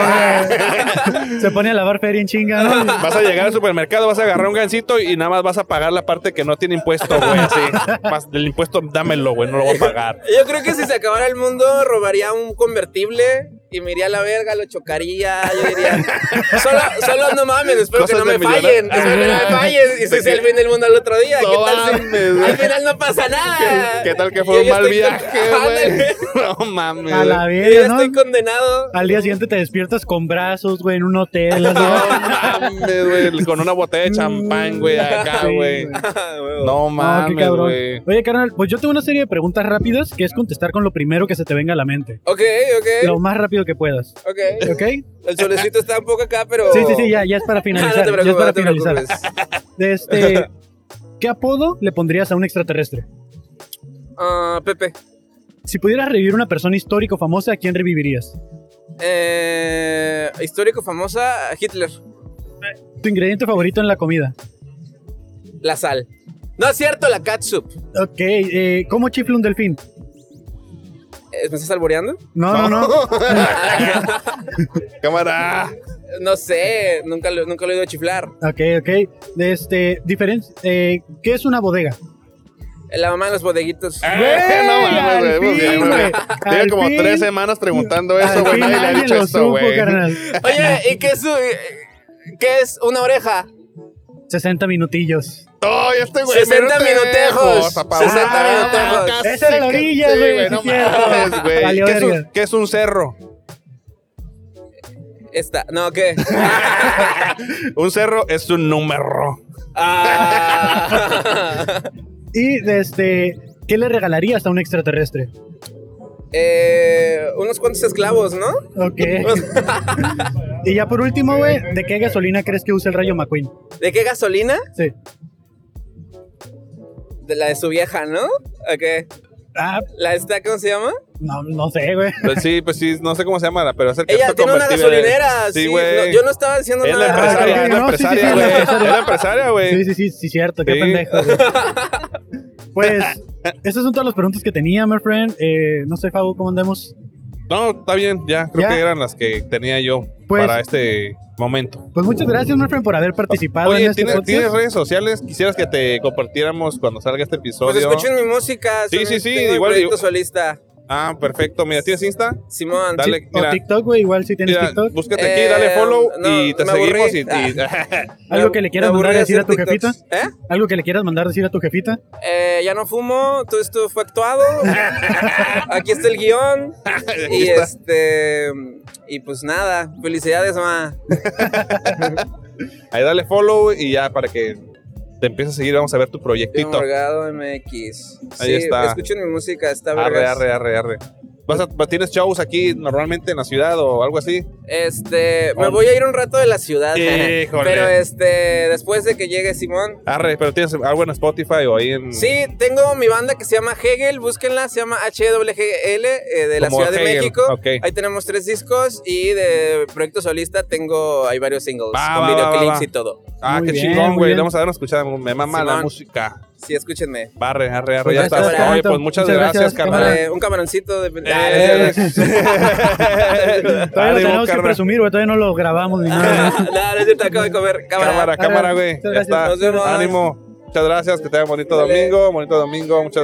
[SPEAKER 7] Se pone a lavar feria en chinga, ¿no?
[SPEAKER 4] Vas a llegar al supermercado, vas a agarrar un gancito y nada más vas a pagar la parte que no tiene impuesto, güey. Sí. Vas- El impuesto, dámelo, güey, no lo voy a pagar.
[SPEAKER 3] Yo creo que si se acabara el mundo, robaría un convertible y me iría a la verga, lo chocaría. Yo diría, solo, solo no mames, espero
[SPEAKER 4] Cosas
[SPEAKER 3] que no
[SPEAKER 4] de
[SPEAKER 3] me
[SPEAKER 4] millonario.
[SPEAKER 3] fallen. Espero que no me fallen. Y si es el fin del mundo al otro día,
[SPEAKER 4] No
[SPEAKER 3] ¿qué tal si-
[SPEAKER 4] mames, güey.
[SPEAKER 3] Al final no pasa nada.
[SPEAKER 4] ¿Qué tal que
[SPEAKER 3] Yo
[SPEAKER 4] fue un
[SPEAKER 3] ya
[SPEAKER 4] mal
[SPEAKER 3] Ah, estoy con-
[SPEAKER 4] viaje,
[SPEAKER 3] Ándale.
[SPEAKER 4] güey? No mames.
[SPEAKER 7] A la
[SPEAKER 4] güey.
[SPEAKER 3] Yo ya
[SPEAKER 7] verga, ¿no?
[SPEAKER 3] estoy condenado.
[SPEAKER 7] Al día siguiente te despiertas con brazos, güey, en un hotel. así.
[SPEAKER 4] Mames, güey, Con una botella de champán, güey, acá,
[SPEAKER 7] Sí,
[SPEAKER 4] Mm. güey. Ah,
[SPEAKER 7] güey.
[SPEAKER 4] No
[SPEAKER 7] No, qué
[SPEAKER 4] mames,
[SPEAKER 7] cabrón.
[SPEAKER 4] güey.
[SPEAKER 7] Oye, carnal, pues yo tengo una serie de preguntas rápidas que es contestar con lo primero que se te venga a la mente.
[SPEAKER 3] Ok,
[SPEAKER 7] Lo
[SPEAKER 3] ok.
[SPEAKER 7] más rápido que puedas.
[SPEAKER 3] Ok.
[SPEAKER 7] ¿Ok?
[SPEAKER 3] El solecito está un poco acá, pero.
[SPEAKER 7] Sí, sí, sí, ya, ya es para
[SPEAKER 3] Ah,
[SPEAKER 7] finalizar. ya es
[SPEAKER 3] no
[SPEAKER 7] para
[SPEAKER 3] te preocupes, no te
[SPEAKER 7] finalizar.
[SPEAKER 3] preocupes.
[SPEAKER 7] Este, ¿Qué apodo le pondrías a un extraterrestre?
[SPEAKER 3] Ah, Pepe.
[SPEAKER 7] Si pudieras revivir una persona histórica o famosa, ¿a quién revivirías?
[SPEAKER 3] Eh, histórico famosa, Hitler.
[SPEAKER 7] Tu ingrediente favorito en la comida.
[SPEAKER 3] La sal. No es cierto, la catsup.
[SPEAKER 7] Ok, eh, ¿cómo chifla un delfín?
[SPEAKER 3] Eh, ¿Me estás alboreando?
[SPEAKER 7] No, no, no.
[SPEAKER 4] Cámara.
[SPEAKER 3] No sé, nunca lo, nunca lo he oído chiflar.
[SPEAKER 7] Ok, ok. Este, diferen- eh, ¿Qué es una bodega?
[SPEAKER 3] La mamá de los bodeguitos.
[SPEAKER 4] Eh, no mames,
[SPEAKER 7] al
[SPEAKER 4] güey, muy
[SPEAKER 7] fin,
[SPEAKER 4] bien, güey.
[SPEAKER 7] güey, al
[SPEAKER 4] Tiene como
[SPEAKER 7] fin.
[SPEAKER 4] tres semanas preguntando eso,
[SPEAKER 7] Al
[SPEAKER 4] güey.
[SPEAKER 7] fin
[SPEAKER 4] Nadie le ha
[SPEAKER 7] alguien
[SPEAKER 4] dicho
[SPEAKER 7] lo
[SPEAKER 4] eso,
[SPEAKER 7] supo,
[SPEAKER 4] güey.
[SPEAKER 7] carnal.
[SPEAKER 3] Oye, ¿y qué es, eh, qué es una oreja?
[SPEAKER 7] 60 minutillos.
[SPEAKER 4] ¡Ay, este güey!
[SPEAKER 3] 60 minutejos.
[SPEAKER 4] papá.
[SPEAKER 3] 60
[SPEAKER 4] Ah,
[SPEAKER 3] minutejos.
[SPEAKER 4] casi
[SPEAKER 7] Esa era la
[SPEAKER 4] que
[SPEAKER 7] orilla,
[SPEAKER 4] sí,
[SPEAKER 7] güey, sí
[SPEAKER 4] No
[SPEAKER 7] es cierto.
[SPEAKER 4] mames, güey.
[SPEAKER 7] Valió
[SPEAKER 4] ¿Qué es un-
[SPEAKER 7] verga.
[SPEAKER 4] ¿Qué es un cerro?
[SPEAKER 3] Esta, no, ¿qué?
[SPEAKER 4] Un cerro es un número.
[SPEAKER 3] Ah.
[SPEAKER 7] Y este, ¿qué le regalarías a un extraterrestre?
[SPEAKER 3] Eh, unos cuantos esclavos, ¿no?
[SPEAKER 7] Ok. y ya por último, güey, ¿de qué gasolina crees que usa el rayo McQueen?
[SPEAKER 3] ¿De qué gasolina?
[SPEAKER 7] Sí.
[SPEAKER 3] de la de su vieja, ¿no? ¿O qué?
[SPEAKER 7] Ah,
[SPEAKER 3] ¿La está, cómo se llama?
[SPEAKER 7] no, no sé, güey.
[SPEAKER 4] Pues sí, pues sí, no sé cómo se llama, pero es el que
[SPEAKER 3] Ella tiene una gasolinera.
[SPEAKER 4] Sí,
[SPEAKER 3] Sí,
[SPEAKER 4] güey.
[SPEAKER 3] no, yo no estaba diciendo
[SPEAKER 4] Es la
[SPEAKER 3] nada.
[SPEAKER 4] empresaria,
[SPEAKER 7] Ah,
[SPEAKER 4] es la
[SPEAKER 7] ok, no, sí, sí, sí,
[SPEAKER 4] empresaria,
[SPEAKER 7] la
[SPEAKER 4] güey.
[SPEAKER 7] empresaria.
[SPEAKER 4] Es la empresaria,
[SPEAKER 7] Sí,
[SPEAKER 4] güey.
[SPEAKER 7] sí, sí, sí, cierto, qué
[SPEAKER 4] Sí.
[SPEAKER 7] pendejo. güey. Pues, esas son todas las preguntas que tenía, my friend. Eh, no sé, Fabo, ¿cómo andemos?
[SPEAKER 4] No, está bien, ya. Creo
[SPEAKER 7] Ya.
[SPEAKER 4] que eran las que tenía yo
[SPEAKER 7] Pues-
[SPEAKER 4] para este momento.
[SPEAKER 7] Pues muchas gracias, my friend, por haber participado en
[SPEAKER 4] Oye,
[SPEAKER 7] este
[SPEAKER 4] ¿tienes,
[SPEAKER 7] podcast.
[SPEAKER 4] tienes redes sociales? Quisieras que te compartiéramos cuando salga este episodio.
[SPEAKER 3] Pues escuchen mi música.
[SPEAKER 4] Sí,
[SPEAKER 3] soy-
[SPEAKER 4] sí, sí,
[SPEAKER 3] tengo mi
[SPEAKER 4] igual-
[SPEAKER 3] proyecto
[SPEAKER 4] igual-
[SPEAKER 3] solista.
[SPEAKER 4] Ah, perfecto. Mira, ¿tienes Insta?
[SPEAKER 3] Simón.
[SPEAKER 4] Dale,
[SPEAKER 3] Sí.
[SPEAKER 7] O
[SPEAKER 4] mira,
[SPEAKER 7] TikTok, güey, igual si tienes
[SPEAKER 4] mira,
[SPEAKER 7] TikTok.
[SPEAKER 4] búscate aquí,
[SPEAKER 3] Eh,
[SPEAKER 4] dale follow
[SPEAKER 3] no,
[SPEAKER 4] y te
[SPEAKER 3] me
[SPEAKER 4] seguimos.
[SPEAKER 3] aburrí. Ah,
[SPEAKER 4] Y, y-
[SPEAKER 7] ¿Algo
[SPEAKER 3] Me-
[SPEAKER 7] que le
[SPEAKER 3] me
[SPEAKER 7] quieras
[SPEAKER 3] aburrí
[SPEAKER 7] mandar a
[SPEAKER 3] de
[SPEAKER 7] decir a tu
[SPEAKER 3] hacer
[SPEAKER 7] jefita?
[SPEAKER 3] TikToks. ¿Eh?
[SPEAKER 7] ¿Algo que le quieras mandar a decir a tu jefita?
[SPEAKER 3] Eh, ya no fumo, todo esto fue actuado. Aquí está el guión. y
[SPEAKER 4] está.
[SPEAKER 3] este. Y pues nada, felicidades, mamá.
[SPEAKER 4] ahí dale follow y ya para que te empieces a seguir. Vamos a ver tu
[SPEAKER 3] Yo
[SPEAKER 4] proyectito.
[SPEAKER 3] Morgado MX.
[SPEAKER 4] Ahí
[SPEAKER 3] sí,
[SPEAKER 4] está.
[SPEAKER 3] Escuchen mi música, está
[SPEAKER 4] Arre,
[SPEAKER 3] vergas.
[SPEAKER 4] arre, arre, arre. ¿Vas a- ¿Tienes shows aquí normalmente en la ciudad o algo así?
[SPEAKER 3] Este, me
[SPEAKER 4] Hombre.
[SPEAKER 3] voy a ir un rato de la ciudad.
[SPEAKER 4] Híjole.
[SPEAKER 3] Pero este, después de que llegue Simón.
[SPEAKER 4] Arre, pero tienes algo en Spotify o ahí en.
[SPEAKER 3] Sí, tengo mi banda que se llama Hegel, búsquenla, se llama HWGL eh, de la
[SPEAKER 4] Como
[SPEAKER 3] Ciudad de
[SPEAKER 4] Hegel,
[SPEAKER 3] México.
[SPEAKER 4] ok.
[SPEAKER 3] Ahí tenemos tres discos y de proyecto solista tengo hay varios singles
[SPEAKER 4] Va,
[SPEAKER 3] con
[SPEAKER 4] va, va,
[SPEAKER 3] videoclips
[SPEAKER 4] va.
[SPEAKER 3] y todo.
[SPEAKER 4] Ah,
[SPEAKER 7] Muy
[SPEAKER 4] qué
[SPEAKER 7] bien,
[SPEAKER 4] chingón,
[SPEAKER 7] muy
[SPEAKER 4] güey.
[SPEAKER 7] bien.
[SPEAKER 4] Le vamos a dar una escuchada. Me mama la
[SPEAKER 3] Simón.
[SPEAKER 4] música.
[SPEAKER 3] Sí, escúchenme.
[SPEAKER 4] Barre, arre, arre.
[SPEAKER 7] Pues
[SPEAKER 4] Ya
[SPEAKER 7] ya
[SPEAKER 4] estás.
[SPEAKER 7] está,
[SPEAKER 4] Oye,
[SPEAKER 7] Carnalito.
[SPEAKER 4] pues muchas
[SPEAKER 7] Muchas
[SPEAKER 4] gracias,
[SPEAKER 7] gracias,
[SPEAKER 4] carnal.
[SPEAKER 3] Eh, un camaroncito de
[SPEAKER 4] Eh,
[SPEAKER 7] Todavía lo
[SPEAKER 4] Ánimo,
[SPEAKER 7] tenemos que
[SPEAKER 4] carnal.
[SPEAKER 7] presumir, güey, todavía no lo grabamos
[SPEAKER 4] Ah,
[SPEAKER 7] ni nada.
[SPEAKER 3] no, no es cierto, acabo de comer. Cámara.
[SPEAKER 4] Cámara, cámara, güey.
[SPEAKER 7] Muchas
[SPEAKER 4] Ya
[SPEAKER 7] gracias.
[SPEAKER 4] está.
[SPEAKER 3] Nos vemos.
[SPEAKER 4] Ánimo. Muchas gracias. Que tengan bonito
[SPEAKER 3] Dale.
[SPEAKER 4] domingo. Bonito domingo. Muchas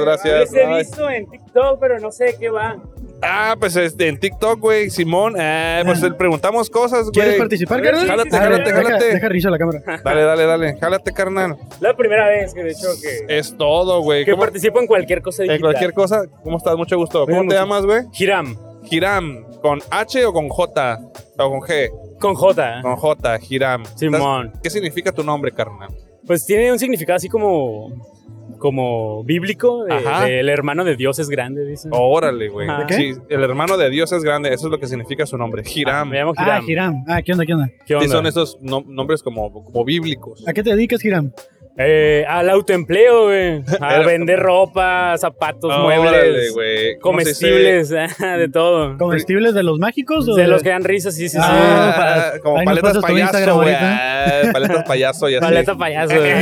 [SPEAKER 2] Les
[SPEAKER 4] gracias.
[SPEAKER 2] he
[SPEAKER 4] Bye.
[SPEAKER 2] visto en TikTok, pero no sé de qué va.
[SPEAKER 4] Ah, pues este, en TikTok, güey. Simón. Eh, pues le preguntamos cosas, güey.
[SPEAKER 7] ¿Quieres participar, carnal?
[SPEAKER 4] Jálate,
[SPEAKER 7] Ah,
[SPEAKER 4] jálate,
[SPEAKER 7] deja-
[SPEAKER 4] jálate.
[SPEAKER 7] Deja rizo la cámara.
[SPEAKER 4] Dale, dale, dale. Jálate, carnal.
[SPEAKER 2] La primera vez que de hecho que,
[SPEAKER 4] Es todo, güey.
[SPEAKER 2] que
[SPEAKER 4] Eh, ¿Cómo-
[SPEAKER 2] participo en cualquier cosa digital.
[SPEAKER 4] En cualquier cosa. ¿Cómo estás? Mucho gusto.
[SPEAKER 2] Bien,
[SPEAKER 4] ¿Cómo te
[SPEAKER 2] mucho-
[SPEAKER 4] llamas, güey?
[SPEAKER 2] Hiram,
[SPEAKER 4] Hiram. ¿Con H o con J? ¿O con G?
[SPEAKER 2] con J. ¿eh?
[SPEAKER 4] Con J, Hiram.
[SPEAKER 2] Ah. Simón.
[SPEAKER 4] ¿Estás- ¿Qué significa tu nombre, carnal?
[SPEAKER 2] Pues tiene un significado así como como bíblico de,
[SPEAKER 4] Ajá. Oh,
[SPEAKER 2] del hermano de Dios es grande, dicen.
[SPEAKER 4] Órale, güey.
[SPEAKER 2] Ajá.
[SPEAKER 7] ¿De qué?
[SPEAKER 4] Sí, el hermano de Dios es grande. Eso es lo que significa su nombre.
[SPEAKER 2] Ah,
[SPEAKER 4] Hiram.
[SPEAKER 2] me llamo
[SPEAKER 7] Ah,
[SPEAKER 2] Hiram.
[SPEAKER 7] Hiram. Ah, ¿qué onda, qué onda?
[SPEAKER 2] ¿Qué
[SPEAKER 4] Sí,
[SPEAKER 2] onda?
[SPEAKER 4] son esos nom- nombres como, como bíblicos.
[SPEAKER 7] ¿A qué te dedicas, Hiram?
[SPEAKER 2] Eh, al autoempleo, güey. A vender ropa, zapatos,
[SPEAKER 4] Ah, Órale,
[SPEAKER 2] muebles,
[SPEAKER 4] güey. ¿Cómo se dice?
[SPEAKER 2] comestibles, de todo.
[SPEAKER 7] ¿Comestibles de los mágicos? o
[SPEAKER 2] De los que dan risas, sí, sí, sí.
[SPEAKER 7] Ah,
[SPEAKER 4] Ah,
[SPEAKER 7] pa-
[SPEAKER 4] como
[SPEAKER 7] ahí nos
[SPEAKER 4] paletas
[SPEAKER 7] pasas tu
[SPEAKER 4] payaso,
[SPEAKER 7] Instagram
[SPEAKER 4] güey.
[SPEAKER 7] ahorita.
[SPEAKER 4] Ah, Paletas payaso y así.
[SPEAKER 2] Paleta payaso, güey.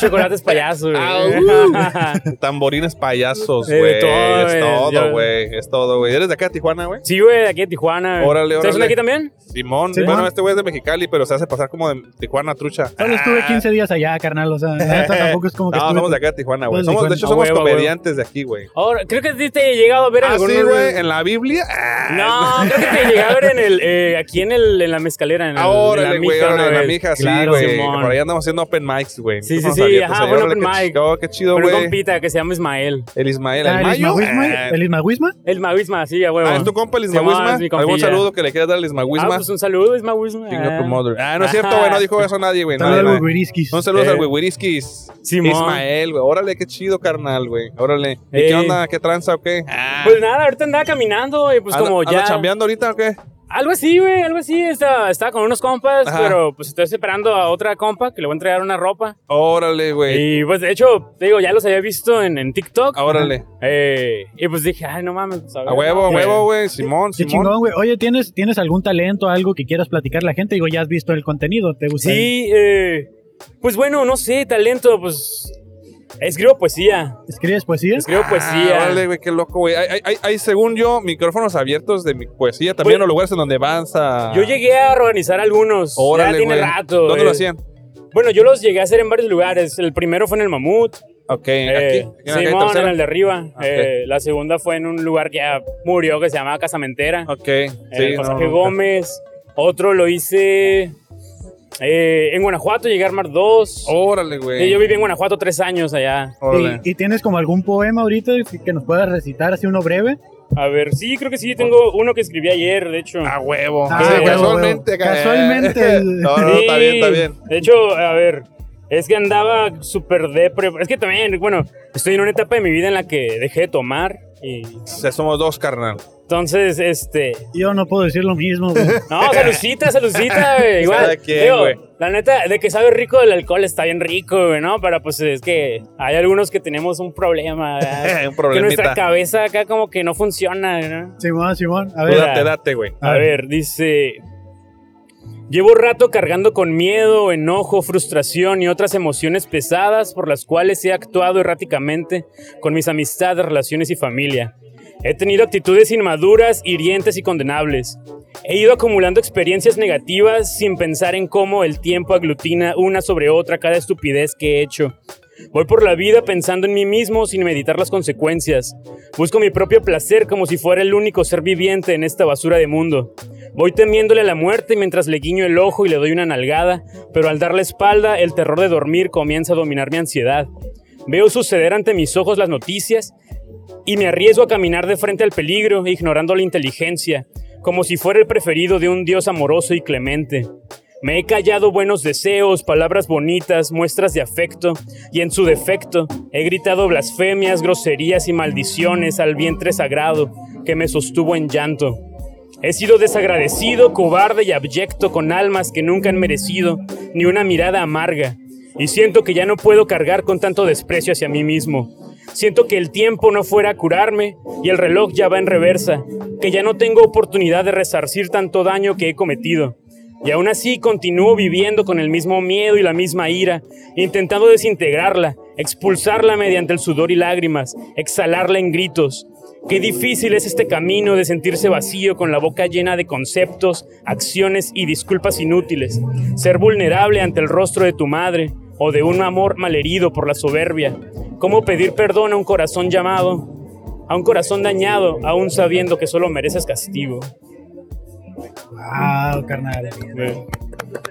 [SPEAKER 2] Chocolates payaso, güey.
[SPEAKER 4] Ah, uh. Tamborines payasos,
[SPEAKER 2] Eh, de
[SPEAKER 4] güey.
[SPEAKER 2] todo,
[SPEAKER 4] Es
[SPEAKER 2] güey.
[SPEAKER 4] todo,
[SPEAKER 2] Yo-
[SPEAKER 4] güey. Es todo, güey. ¿Eres de acá, Tijuana, güey?
[SPEAKER 2] sí, güey, de aquí de Tijuana. güey.
[SPEAKER 4] Órale,
[SPEAKER 2] ¿Ustedes son de
[SPEAKER 4] órale.
[SPEAKER 2] aquí también?
[SPEAKER 4] Simón.
[SPEAKER 7] Simón.
[SPEAKER 4] Bueno, este güey es de Mexicali, pero se hace pasar como de Tijuana trucha. Ah,
[SPEAKER 7] Solo estuve 15 días allá, carnal. O sea, la neta tampoco es como que
[SPEAKER 4] No,
[SPEAKER 7] estuve-
[SPEAKER 4] somos de acá de Tijuana, güey.
[SPEAKER 7] Somos de
[SPEAKER 4] Somos, de
[SPEAKER 7] Tijuana.
[SPEAKER 4] hecho,
[SPEAKER 2] A
[SPEAKER 4] somos
[SPEAKER 2] huevo, a huevo.
[SPEAKER 4] comediantes de aquí, güey.
[SPEAKER 2] Ahora, creo que sí te he llegado a ver
[SPEAKER 4] Ah,
[SPEAKER 2] algún-
[SPEAKER 4] sí, güey. En la Biblia. Ah.
[SPEAKER 2] No, creo que te llegué a ver en el, eh, aquí en, el, en la mezcalera. En el,
[SPEAKER 4] Ahora,
[SPEAKER 2] en la
[SPEAKER 4] güey,
[SPEAKER 2] mija
[SPEAKER 4] Ah, órale,
[SPEAKER 2] una
[SPEAKER 4] la
[SPEAKER 2] vez.
[SPEAKER 4] mija, sí,
[SPEAKER 2] Claro,
[SPEAKER 4] güey.
[SPEAKER 2] Simón.
[SPEAKER 4] Por ahí andamos haciendo open mics, güey.
[SPEAKER 2] Sí, sí,
[SPEAKER 4] Estamos
[SPEAKER 2] sí,
[SPEAKER 4] abiertos
[SPEAKER 2] ajá,
[SPEAKER 4] ahí.
[SPEAKER 2] buen
[SPEAKER 4] Órale,
[SPEAKER 2] open
[SPEAKER 4] qué
[SPEAKER 2] mic.
[SPEAKER 4] chido, qué chido,
[SPEAKER 2] Con un
[SPEAKER 4] güey.
[SPEAKER 2] compita que se llama Ismael.
[SPEAKER 4] El Ismael,
[SPEAKER 7] Ah,
[SPEAKER 4] el
[SPEAKER 7] ¿El
[SPEAKER 4] Mayo.
[SPEAKER 7] Ismahuisma?
[SPEAKER 4] Ah.
[SPEAKER 7] ¿El Ismahuisma?
[SPEAKER 2] El Mawisma, sí, a huevo.
[SPEAKER 4] Ah, es tu compa el
[SPEAKER 2] Sí,
[SPEAKER 4] Ismahuisma.
[SPEAKER 2] es mi
[SPEAKER 4] ¿Algún
[SPEAKER 2] compilla.
[SPEAKER 4] saludo que le quieras dar al
[SPEAKER 2] Ah,
[SPEAKER 4] Ismahuisma?
[SPEAKER 2] pues un saludo, Isma Wisma.
[SPEAKER 4] Chinga tu mother. Ah, no es cierto, güey. No dijo eso nadie, güey.
[SPEAKER 7] Saludos
[SPEAKER 4] nadie,
[SPEAKER 7] al
[SPEAKER 4] nadie.
[SPEAKER 7] Wigwiriskis.
[SPEAKER 4] Un saludo
[SPEAKER 2] Eh.
[SPEAKER 4] al Wiwiriskis.
[SPEAKER 2] Simón.
[SPEAKER 4] Ismael, güey. Órale, qué chido, carnal, güey. Órale. ¿Y qué
[SPEAKER 2] Eh.
[SPEAKER 4] onda? ¿Qué tranza o qué? Ah.
[SPEAKER 2] Pues nada, ahorita andaba caminando y pues
[SPEAKER 4] ¿Anda-
[SPEAKER 2] como
[SPEAKER 4] anda
[SPEAKER 2] ya...
[SPEAKER 4] chambeando ahorita o qué?
[SPEAKER 2] Algo así, güey, algo así. Estaba, estaba con unos compas,
[SPEAKER 4] Ajá.
[SPEAKER 2] pero pues estoy esperando a otra compa que le voy a entregar una ropa.
[SPEAKER 4] Órale, güey.
[SPEAKER 2] Y pues de hecho, te digo, ya los había visto en, en TikTok.
[SPEAKER 4] Ah, Órale.
[SPEAKER 2] Eh, y pues dije, ay, no mames. pues,
[SPEAKER 4] A huevo, a
[SPEAKER 2] Eh,
[SPEAKER 4] huevo, güey. Simón,
[SPEAKER 7] Qué
[SPEAKER 4] Simón.
[SPEAKER 7] chingón, güey. Oye, ¿tienes, ¿tienes algún talento, algo que quieras platicar a la gente? Digo, ya has visto el contenido, ¿te gusta?
[SPEAKER 2] Sí, eh, pues bueno, no sé, talento, pues... Escribo poesía.
[SPEAKER 7] ¿Escribes poesía?
[SPEAKER 2] Escribo poesía.
[SPEAKER 4] Ah, órale, güey, qué loco, güey. Hay, hay- hay- hay, según yo, micrófonos abiertos de mi poesía también,
[SPEAKER 2] Oye,
[SPEAKER 4] los lugares en donde vas a.
[SPEAKER 2] Yo llegué a organizar algunos.
[SPEAKER 4] Órale,
[SPEAKER 2] ya tiene
[SPEAKER 4] güey.
[SPEAKER 2] rato.
[SPEAKER 4] ¿Dónde
[SPEAKER 2] güey.
[SPEAKER 4] lo hacían?
[SPEAKER 2] Bueno, yo los llegué a hacer en varios lugares. El primero fue en el Mamut.
[SPEAKER 4] Ok,
[SPEAKER 2] eh,
[SPEAKER 4] aquí. aquí en la calle
[SPEAKER 2] Simón, en
[SPEAKER 4] Tercera. Ah,
[SPEAKER 2] el de arriba.
[SPEAKER 4] Ok.
[SPEAKER 2] Eh, la segunda fue en un lugar que ya murió que se llamaba Casamentera.
[SPEAKER 4] Ok,
[SPEAKER 2] en el pasaje
[SPEAKER 4] no,
[SPEAKER 2] Gómez. Otro lo hice eh, en Guanajuato, llegué a armar dos.
[SPEAKER 4] Órale, güey.
[SPEAKER 2] Sí, yo viví en Guanajuato tres años allá.
[SPEAKER 4] Órale.
[SPEAKER 7] ¿Y, y tienes como algún poema ahorita que- que nos puedas recitar así uno breve?
[SPEAKER 2] A ver, sí, creo que sí. Tengo uno que escribí ayer, de hecho.
[SPEAKER 4] A huevo.
[SPEAKER 7] Ah,
[SPEAKER 4] Sí,
[SPEAKER 2] huevo,
[SPEAKER 4] casualmente,
[SPEAKER 7] huevo.
[SPEAKER 4] ca-
[SPEAKER 7] Casualmente.
[SPEAKER 4] no, no, está bien, está bien.
[SPEAKER 2] De hecho, a ver, es que andaba súper depre. Es que también, bueno, estoy en una etapa de mi vida en la que dejé de tomar y
[SPEAKER 4] O sea, somos dos, carnal.
[SPEAKER 2] Entonces, este.
[SPEAKER 7] Yo no puedo decir lo mismo, güey.
[SPEAKER 2] No, salucita, salucita, güey. Igual.
[SPEAKER 4] Cada quien,
[SPEAKER 2] digo,
[SPEAKER 4] güey.
[SPEAKER 2] la neta, de que sabe rico el alcohol está bien rico, güey, ¿no? Pero pues es que hay algunos que tenemos un problema, ¿verdad?
[SPEAKER 4] Un
[SPEAKER 2] que nuestra
[SPEAKER 4] problemita.
[SPEAKER 2] cabeza acá como que no funciona, ¿no?
[SPEAKER 7] Simón, Simón. A
[SPEAKER 4] Tú
[SPEAKER 7] ver,
[SPEAKER 4] date, date, güey.
[SPEAKER 2] A ver, dice. Llevo rato cargando con miedo, enojo, frustración y otras emociones pesadas por las cuales he actuado erráticamente con mis amistades, relaciones y familia. He tenido actitudes inmaduras, hirientes y condenables. He ido acumulando experiencias negativas sin pensar en cómo el tiempo aglutina una sobre otra cada estupidez que he hecho. Voy por la vida pensando en mí mismo sin meditar las consecuencias. Busco mi propio placer como si fuera el único ser viviente en esta basura de mundo. Voy temiéndole a la muerte mientras le guiño el ojo y le doy una nalgada, pero al dar la espalda, el terror de dormir comienza a dominar mi ansiedad. Veo suceder ante mis ojos las noticias y me arriesgo a caminar de frente al peligro, ignorando la inteligencia, como si fuera el preferido de un Dios amoroso y clemente. Me he callado buenos deseos, palabras bonitas, muestras de afecto, y en su defecto he gritado blasfemias, groserías y maldiciones al vientre sagrado que me sostuvo en llanto. He sido desagradecido, cobarde y abyecto con almas que nunca han merecido ni una mirada amarga, y siento que ya no puedo cargar con tanto desprecio hacia mí mismo. Siento que el tiempo no fuera a curarme y el reloj ya va en reversa, que ya no tengo oportunidad de resarcir tanto daño que he cometido. Y aún así continúo viviendo con el mismo miedo y la misma ira, intentando desintegrarla, expulsarla mediante el sudor y lágrimas, exhalarla en gritos. Qué difícil es este camino de sentirse vacío con la boca llena de conceptos, acciones y disculpas inútiles, ser vulnerable ante el rostro de tu madre o de un amor malherido por la soberbia. ¿Cómo pedir perdón a un corazón llamado, a un corazón dañado, aún sabiendo que solo mereces castigo?
[SPEAKER 7] Wow, Ah, carnal.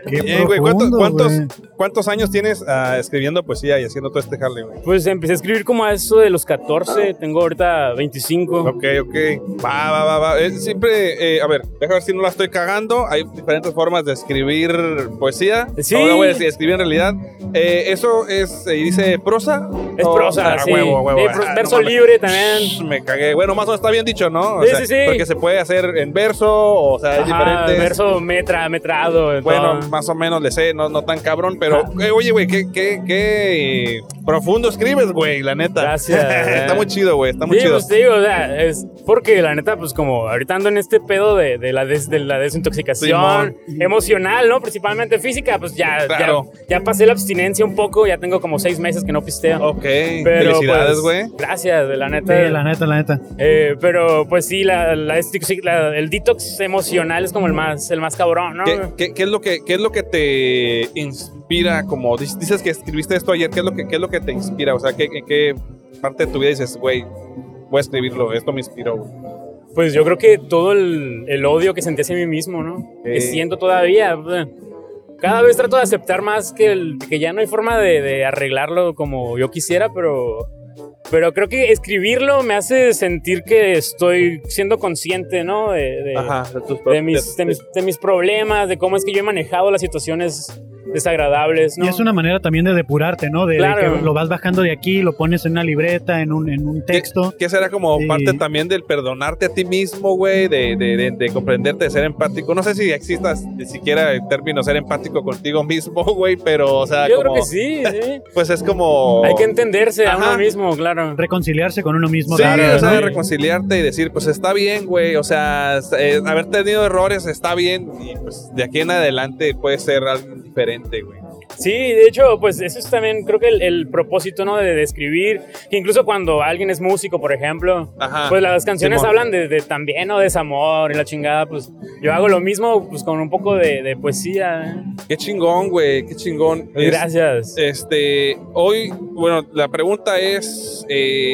[SPEAKER 7] Qué
[SPEAKER 4] Eh, güey, ¿cuánto-
[SPEAKER 7] profundo,
[SPEAKER 4] ¿cuántos,
[SPEAKER 7] güey.
[SPEAKER 4] cuántos años tienes ah, escribiendo poesía y haciendo todo este jale, güey?
[SPEAKER 2] Pues empecé a escribir como a eso de los 14, tengo ahorita 25.
[SPEAKER 4] Ok, ok. Va, va, va, va. Eh, siempre, eh, a ver, déjame ver si no la estoy cagando. Hay diferentes formas de escribir poesía.
[SPEAKER 2] Sí.
[SPEAKER 4] Ahora voy a decir, escribir en realidad. Eh, ¿Eso es, eh, dice prosa?
[SPEAKER 2] Es
[SPEAKER 4] O-
[SPEAKER 2] prosa,
[SPEAKER 4] ah,
[SPEAKER 2] sí.
[SPEAKER 4] huevo, huevo.
[SPEAKER 2] Eh,
[SPEAKER 4] Ah,
[SPEAKER 2] pro-
[SPEAKER 4] no
[SPEAKER 2] verso
[SPEAKER 4] mames.
[SPEAKER 2] libre también.
[SPEAKER 4] Shh, Me cagué. Bueno, más o menos está bien dicho, ¿no? O
[SPEAKER 2] Sí,
[SPEAKER 4] sea,
[SPEAKER 2] sí, sí.
[SPEAKER 4] Porque se puede hacer en verso, o sea, hay
[SPEAKER 2] Ajá,
[SPEAKER 4] diferentes.
[SPEAKER 2] verso metra, metrado.
[SPEAKER 4] Bueno,
[SPEAKER 2] todo.
[SPEAKER 4] más o menos le sé, no, no tan cabrón, pero
[SPEAKER 2] Ah.
[SPEAKER 4] eh, oye, güey, qué, qué, qué eh, profundo escribes, güey, la neta.
[SPEAKER 2] Gracias, eh.
[SPEAKER 4] está muy chido, güey, está muy
[SPEAKER 2] Sí,
[SPEAKER 4] chido.
[SPEAKER 2] pues te digo, o sea, es porque la neta, pues como ahorita ando en este pedo de, de la, des- de la desintoxicación emocional, ¿no? Principalmente física, pues ya,
[SPEAKER 4] Claro.
[SPEAKER 2] ya, ya pasé la abstinencia un poco, ya tengo como seis meses que no pisteo.
[SPEAKER 4] Ok,
[SPEAKER 2] Pero,
[SPEAKER 4] felicidades,
[SPEAKER 2] pues,
[SPEAKER 4] güey.
[SPEAKER 2] gracias, de la neta.
[SPEAKER 7] Sí, la neta, la neta.
[SPEAKER 2] Eh, pero pues sí, la, la desintoxi- la- el detox emocional es como el más, el más cabrón, ¿no?
[SPEAKER 4] ¿Qué, qué- qué es lo que, qué es lo que te inspira? Como dic- dices que escribiste esto ayer, ¿qué es lo que, qué es lo que te inspira? O sea, ¿qué, qué, qué parte de tu vida dices, güey, voy a escribirlo, esto me inspiró, güey?
[SPEAKER 2] Pues yo creo que todo el, el odio que sentí hacia mí mismo, ¿no? Que
[SPEAKER 4] Eh.
[SPEAKER 2] siento todavía. bleh. Cada vez trato de aceptar más que, el- que ya no hay forma de, de arreglarlo como yo quisiera, pero, pero creo que escribirlo me hace sentir que estoy siendo consciente, ¿no? De, de-
[SPEAKER 4] de tus
[SPEAKER 2] Eh, de mis, de, mis, de mis problemas, de cómo es que yo he manejado las situaciones desagradables, ¿no?
[SPEAKER 7] Y es una manera también de depurarte, ¿no? De, de
[SPEAKER 2] Claro.
[SPEAKER 7] que lo vas bajando de aquí, lo pones en una libreta, en un, en un texto.
[SPEAKER 4] que será como
[SPEAKER 7] Sí.
[SPEAKER 4] parte también del perdonarte a ti mismo, güey, de, de, de- de comprenderte, de ser empático. No sé si existas ni siquiera el término ser empático contigo mismo, güey, pero, o sea,
[SPEAKER 2] yo
[SPEAKER 4] como,
[SPEAKER 2] creo que sí, sí.
[SPEAKER 4] pues es como...
[SPEAKER 2] Hay que entenderse a
[SPEAKER 4] Ajá.
[SPEAKER 2] uno mismo, claro.
[SPEAKER 7] Reconciliarse con uno mismo.
[SPEAKER 4] Sí,
[SPEAKER 7] también,
[SPEAKER 4] o sea,
[SPEAKER 7] ¿no?
[SPEAKER 4] de reconciliarte y decir, pues está bien, güey, o sea, es- eh, haber tenido errores está bien y pues de aquí en adelante puedes ser alguien diferente, güey.
[SPEAKER 2] Sí, de hecho, pues eso es también, creo que el, el propósito, ¿no? De describir, que incluso cuando alguien es músico, por ejemplo,
[SPEAKER 4] Ajá.
[SPEAKER 2] pues las canciones
[SPEAKER 4] Ah, Simón.
[SPEAKER 2] hablan de, de también, ¿no? Desamor y la chingada, pues yo hago lo mismo, pues con un poco de, de poesía. ¿eh?
[SPEAKER 4] Qué chingón, güey, qué chingón. Es-
[SPEAKER 2] Gracias.
[SPEAKER 4] Este, hoy, bueno, la pregunta es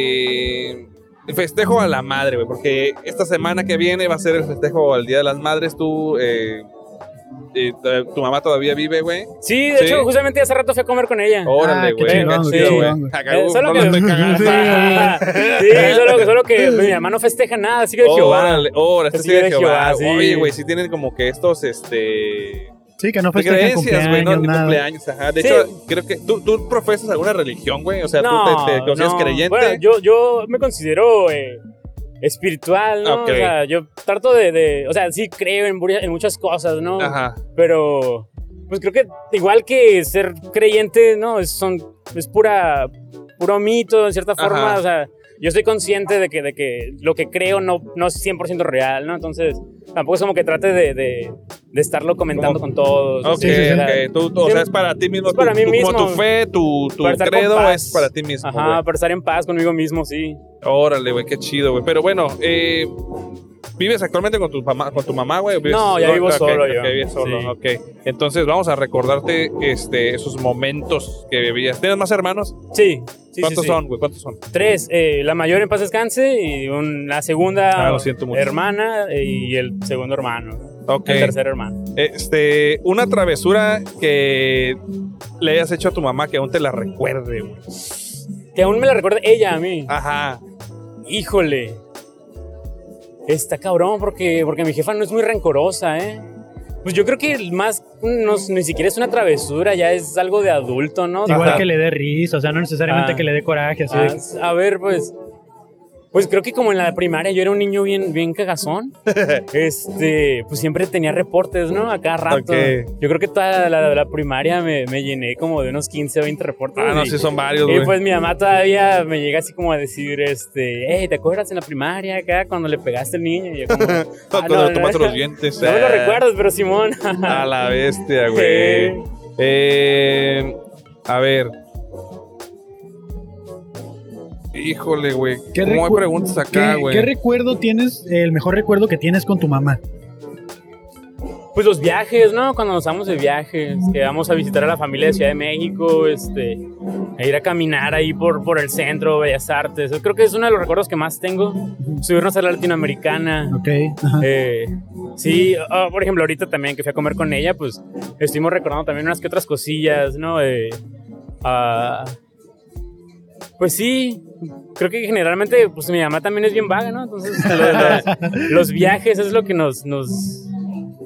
[SPEAKER 4] eh, el festejo a la madre, güey, porque esta semana que viene va a ser el festejo al Día de las Madres. Tú, eh, eh, t- tu mamá todavía vive, güey.
[SPEAKER 2] Sí, de
[SPEAKER 4] sí. Oh,
[SPEAKER 2] hecho, justamente hace rato fui a comer con ella.
[SPEAKER 4] Órale,
[SPEAKER 7] qué
[SPEAKER 4] güey. qué
[SPEAKER 7] chingón,
[SPEAKER 2] Ah, qué
[SPEAKER 4] chido, güey.
[SPEAKER 7] chingón, güey.
[SPEAKER 4] Acá,
[SPEAKER 2] Eh,
[SPEAKER 4] uh,
[SPEAKER 2] solo
[SPEAKER 4] no la
[SPEAKER 2] que-
[SPEAKER 4] estoy cagando.
[SPEAKER 2] sí, solo, solo que pues, mi mamá no festeja nada, así que de Jehová.
[SPEAKER 4] Oh, Órale, órale, este
[SPEAKER 2] Así
[SPEAKER 4] sí de
[SPEAKER 2] de
[SPEAKER 4] Jehová.
[SPEAKER 2] Jehová, Oh, sí.
[SPEAKER 4] Oye, güey, sí tienen como que estos, este...
[SPEAKER 7] Sí, que no Pues festejan
[SPEAKER 4] creencias, güey,
[SPEAKER 7] cumpleaños,
[SPEAKER 4] no, Ni
[SPEAKER 7] nada.
[SPEAKER 4] cumpleaños, ajá. De
[SPEAKER 2] Sí.
[SPEAKER 4] hecho, creo que... ¿tú, ¿Tú profesas alguna religión, güey? O sea, ¿tú te, te consideras creyente?
[SPEAKER 2] Bueno, yo, yo me considero eh, espiritual, ¿no?
[SPEAKER 4] Ah, Ok.
[SPEAKER 2] O sea, yo trato de, de- O sea, sí creo en, muria- en muchas cosas, ¿no?
[SPEAKER 4] Ajá.
[SPEAKER 2] Pero, pues creo que igual que ser creyente, ¿no? Es, son, es pura, puro mito, en cierta
[SPEAKER 4] Ajá.
[SPEAKER 2] forma. O sea, yo estoy consciente de que, de que lo que creo no, no es 100% real, ¿no? Entonces, tampoco es como que trate de, de, de estarlo comentando con todos.
[SPEAKER 4] Ok,
[SPEAKER 2] así, o sea,
[SPEAKER 4] ok. Tú- o sea, es para ti mismo.
[SPEAKER 2] Es para
[SPEAKER 4] tu-
[SPEAKER 2] mí
[SPEAKER 4] tu- Como
[SPEAKER 2] mismo.
[SPEAKER 4] tu fe, tu, tu
[SPEAKER 2] Para estar con
[SPEAKER 4] credo
[SPEAKER 2] paz.
[SPEAKER 4] es para ti mismo.
[SPEAKER 2] Ajá,
[SPEAKER 4] güey.
[SPEAKER 2] para estar en paz conmigo mismo, sí.
[SPEAKER 4] Órale, güey, qué chido, güey. Pero bueno, eh, ¿vives actualmente con tu mamá, con tu mamá, güey? o vives
[SPEAKER 2] No, ya vivo
[SPEAKER 4] Ok,
[SPEAKER 2] solo
[SPEAKER 4] ok,
[SPEAKER 2] yo.
[SPEAKER 4] vives solo,
[SPEAKER 2] Sí.
[SPEAKER 4] ok. Entonces vamos a recordarte este, esos momentos que vivías. ¿Tienes más hermanos?
[SPEAKER 2] Sí. sí,
[SPEAKER 4] ¿Cuántos
[SPEAKER 2] sí, sí.
[SPEAKER 4] son, güey? ¿Cuántos son?
[SPEAKER 2] Tres, eh, la mayor en paz descanse y un- la segunda
[SPEAKER 4] Ah, lo siento mucho.
[SPEAKER 2] hermana eh, y el segundo hermano,
[SPEAKER 4] Ok.
[SPEAKER 2] el tercer hermano.
[SPEAKER 4] Este, una travesura que le hayas hecho a tu mamá que aún te la recuerde, güey.
[SPEAKER 2] Que aún me la recuerda ella a mí.
[SPEAKER 4] Ajá.
[SPEAKER 2] Híjole. Está cabrón porque, porque mi jefa no es muy rencorosa, ¿eh? Pues yo creo que más, no, ni siquiera es una travesura, ya es algo de adulto, ¿no?
[SPEAKER 7] Igual
[SPEAKER 4] Ajá.
[SPEAKER 7] que le dé risa, o sea, no necesariamente
[SPEAKER 2] Ah.
[SPEAKER 7] que le dé coraje, así de-
[SPEAKER 2] Ah, a ver, pues. Pues creo que como en la primaria yo era un niño bien, bien cagazón. este, pues siempre tenía reportes, ¿no? A cada rato.
[SPEAKER 4] Ok.
[SPEAKER 2] Yo creo que toda la, la primaria me, me llené como de unos 15 o 20 reportes.
[SPEAKER 4] Ah, no,
[SPEAKER 2] y-
[SPEAKER 4] sí son varios,
[SPEAKER 2] y
[SPEAKER 4] güey.
[SPEAKER 2] pues mi mamá todavía me llega así como a decir, este, hey, ¿te acuerdas en la primaria acá cuando le pegaste al niño? Y yo como, "Ah,
[SPEAKER 4] Cuando le tomaste los dientes.
[SPEAKER 2] No me lo
[SPEAKER 4] eh.
[SPEAKER 2] recuerdas, pero Simón.
[SPEAKER 4] A la bestia, güey.
[SPEAKER 2] Sí.
[SPEAKER 4] Eh, a ver. Híjole, güey.
[SPEAKER 7] ¿Qué
[SPEAKER 4] ¿Cómo hay
[SPEAKER 7] recu-
[SPEAKER 4] preguntas acá,
[SPEAKER 7] ¿Qué,
[SPEAKER 4] güey?
[SPEAKER 7] qué recuerdo tienes, el mejor recuerdo que tienes con tu mamá?
[SPEAKER 2] Pues los viajes, ¿no? Cuando nos vamos de viajes, que vamos a visitar a la familia de Ciudad de México, este, a ir a caminar ahí por, por el centro, Bellas Artes. Yo creo que es uno de los recuerdos que más tengo. Subirnos a la latinoamericana.
[SPEAKER 7] Ok, ajá.
[SPEAKER 2] eh, sí, ah, por ejemplo, ahorita también que fui a comer con ella, pues estuvimos recordando también unas que otras cosillas, ¿no? Eh, ah, pues sí, creo que generalmente pues mi mamá también es bien vaga, ¿no? Entonces lo de los, los viajes es lo que nos, nos,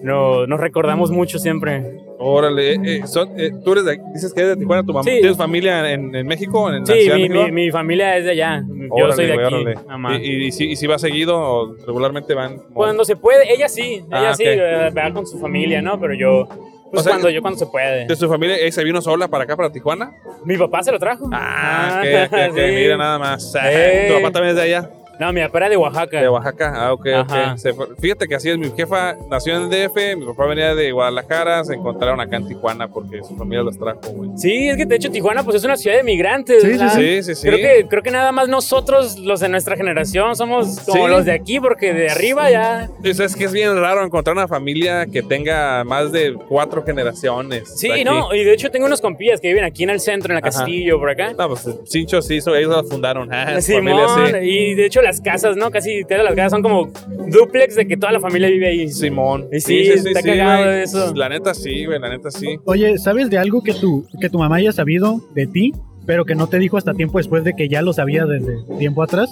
[SPEAKER 2] no- nos recordamos mucho siempre.
[SPEAKER 4] Órale, eh, eh, son- eh, tú eres de, dices que eres de Tijuana, tu mamá.
[SPEAKER 2] Sí.
[SPEAKER 4] ¿Tienes familia en, en México? En la
[SPEAKER 2] Sí,
[SPEAKER 4] Ciudad de
[SPEAKER 2] mi,
[SPEAKER 4] México?
[SPEAKER 2] mi- mi familia es de allá, yo
[SPEAKER 4] Órale,
[SPEAKER 2] soy de
[SPEAKER 4] güey,
[SPEAKER 2] aquí.
[SPEAKER 4] órale.
[SPEAKER 2] mamá.
[SPEAKER 4] Y, y, y si, y si va seguido, o regularmente van. como-
[SPEAKER 2] Cuando se puede, ella sí, ella
[SPEAKER 4] Ah,
[SPEAKER 2] sí,
[SPEAKER 4] ok.
[SPEAKER 2] eh, va con su familia, ¿no? Pero yo, pues
[SPEAKER 4] O sea,
[SPEAKER 2] cuando yo cuando se puede.
[SPEAKER 4] ¿De su familia eh, se vino sola para acá, para Tijuana?
[SPEAKER 2] Mi papá se lo trajo.
[SPEAKER 4] Ah, que,
[SPEAKER 2] Ah, sí.
[SPEAKER 4] mira nada más. Ah,
[SPEAKER 2] Eh.
[SPEAKER 4] ¿Tu papá también es de allá?
[SPEAKER 2] No, mi papá era de Oaxaca.
[SPEAKER 4] De Oaxaca, ah, ok,
[SPEAKER 2] Ajá.
[SPEAKER 4] ok. Se fue- Fíjate que así es, mi jefa nació en el DF, mi papá venía de Guadalajara, se encontraron acá en Tijuana porque su familia los trajo, güey.
[SPEAKER 2] Sí, es que de hecho Tijuana pues es una ciudad de migrantes.
[SPEAKER 7] Sí, sí,
[SPEAKER 2] ¿verdad?
[SPEAKER 4] Sí, sí, sí.
[SPEAKER 2] Creo que, creo que nada más nosotros, los de nuestra generación, somos como
[SPEAKER 4] Sí.
[SPEAKER 2] los de aquí, porque de arriba ya.
[SPEAKER 4] O sea, es que es bien raro encontrar una familia que tenga más de cuatro generaciones.
[SPEAKER 2] Sí,
[SPEAKER 4] aquí.
[SPEAKER 2] no, y de hecho tengo unos compillas que viven aquí en el centro, en la
[SPEAKER 4] Ajá.
[SPEAKER 2] Castillo, por acá.
[SPEAKER 4] No, pues Sincho sí, hizo, ellos la fundaron. Ah, su
[SPEAKER 2] Simón,
[SPEAKER 4] familia sí.
[SPEAKER 2] y de hecho las casas, ¿no? Casi todas las casas son como duplex de que toda la familia vive ahí.
[SPEAKER 4] Simón.
[SPEAKER 2] Y sí, está cagado
[SPEAKER 4] güey. Pues,
[SPEAKER 2] eso.
[SPEAKER 4] La neta sí, güey, la neta sí.
[SPEAKER 7] Oye, ¿sabes de algo que tu, que tu mamá haya sabido de ti, pero que no te dijo hasta tiempo después de que ya lo sabía desde tiempo atrás?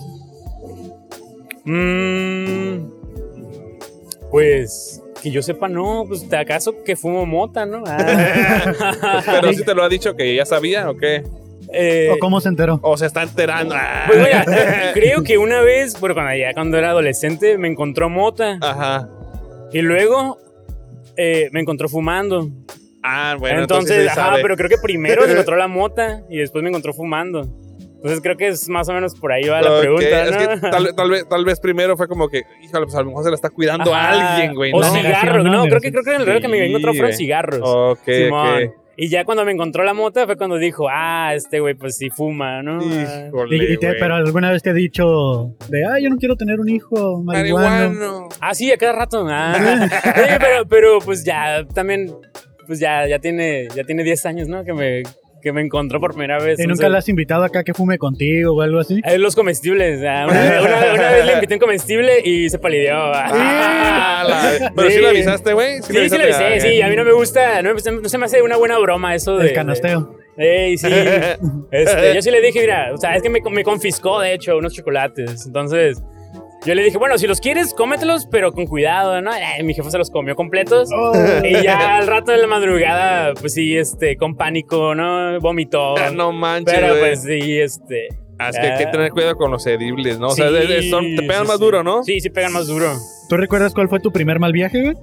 [SPEAKER 2] Mm, pues que yo sepa, no, pues acaso que fumo mota, ¿no? Ah.
[SPEAKER 4] Pero sí te lo ha dicho que ya sabía o qué.
[SPEAKER 2] Eh,
[SPEAKER 7] ¿O cómo se enteró?
[SPEAKER 4] O se está enterando. Ah.
[SPEAKER 2] Pues mira, creo que una vez, bueno, cuando, ya, cuando era adolescente, me encontró mota
[SPEAKER 4] Ajá.
[SPEAKER 2] y luego eh, me encontró fumando.
[SPEAKER 4] Ah, bueno, entonces,
[SPEAKER 2] entonces,
[SPEAKER 4] sí
[SPEAKER 2] ajá,
[SPEAKER 4] sabe.
[SPEAKER 2] pero creo que primero me encontró la mota y después me encontró fumando. Entonces creo que es más o menos por ahí va la
[SPEAKER 4] Ok,
[SPEAKER 2] pregunta.
[SPEAKER 4] es
[SPEAKER 2] ¿no?
[SPEAKER 4] que tal, tal vez, tal vez primero fue como que, híjole, pues a lo mejor se la está cuidando a
[SPEAKER 2] Ajá,
[SPEAKER 4] alguien, güey.
[SPEAKER 2] O
[SPEAKER 4] ¿no?
[SPEAKER 7] sí.
[SPEAKER 2] cigarros,
[SPEAKER 7] Relación,
[SPEAKER 2] no,
[SPEAKER 7] ¿no?
[SPEAKER 2] creo que, creo que el primero que me encontró
[SPEAKER 4] Sí,
[SPEAKER 2] fueron
[SPEAKER 4] güey.
[SPEAKER 2] cigarros.
[SPEAKER 4] Ok,
[SPEAKER 2] Simón.
[SPEAKER 4] ok.
[SPEAKER 2] Y ya cuando me encontró la mota fue cuando dijo, ah, este güey pues sí fuma, ¿no? Ah.
[SPEAKER 4] Híjole,
[SPEAKER 7] Y- y te-
[SPEAKER 4] güey.
[SPEAKER 7] pero alguna vez te ha dicho de, ah, yo no quiero tener un hijo marihuano.
[SPEAKER 4] Marihuano.
[SPEAKER 2] Ah, sí, a cada rato. Ah. Sí, pero, pero pues ya también, pues ya, ya tiene, ya tiene 10 años, ¿no? Que me, que me encontró por primera vez.
[SPEAKER 7] ¿Y nunca
[SPEAKER 2] Entonces,
[SPEAKER 7] la has invitado acá que fume contigo o algo así?
[SPEAKER 2] eh, los comestibles. ah, Una, vez- una- una vez le invité un comestible y se palideó.
[SPEAKER 4] Ah, la- Pero sí,
[SPEAKER 2] Sí.
[SPEAKER 4] lo avisaste, güey.
[SPEAKER 2] Sí, sí, le
[SPEAKER 4] avisaste? ah,
[SPEAKER 2] avisé, sí, a mí no me gusta, no, me- no se me hace una buena broma eso de...
[SPEAKER 7] El canasteo.
[SPEAKER 2] Ey, sí. Este, yo sí le dije, mira, o sea, es que me, me confiscó, de hecho, unos chocolates. Entonces, yo le dije, bueno, si los quieres, cómetelos, pero con cuidado, ¿no? Eh, mi jefe se los comió completos.
[SPEAKER 4] Oh.
[SPEAKER 2] Y ya al rato de la madrugada, pues sí, este, con pánico, ¿no? Vomitó.
[SPEAKER 4] Ah, No manches,
[SPEAKER 2] pero
[SPEAKER 4] güey.
[SPEAKER 2] pues sí, este.
[SPEAKER 4] Ah, es que hay que tener cuidado con los edibles, ¿no? O sea, es- es- son- te pegan
[SPEAKER 2] sí,
[SPEAKER 4] más
[SPEAKER 2] sí.
[SPEAKER 4] duro, ¿no?
[SPEAKER 2] Sí, sí pegan más duro.
[SPEAKER 7] ¿Tú recuerdas cuál fue tu primer mal viaje, güey?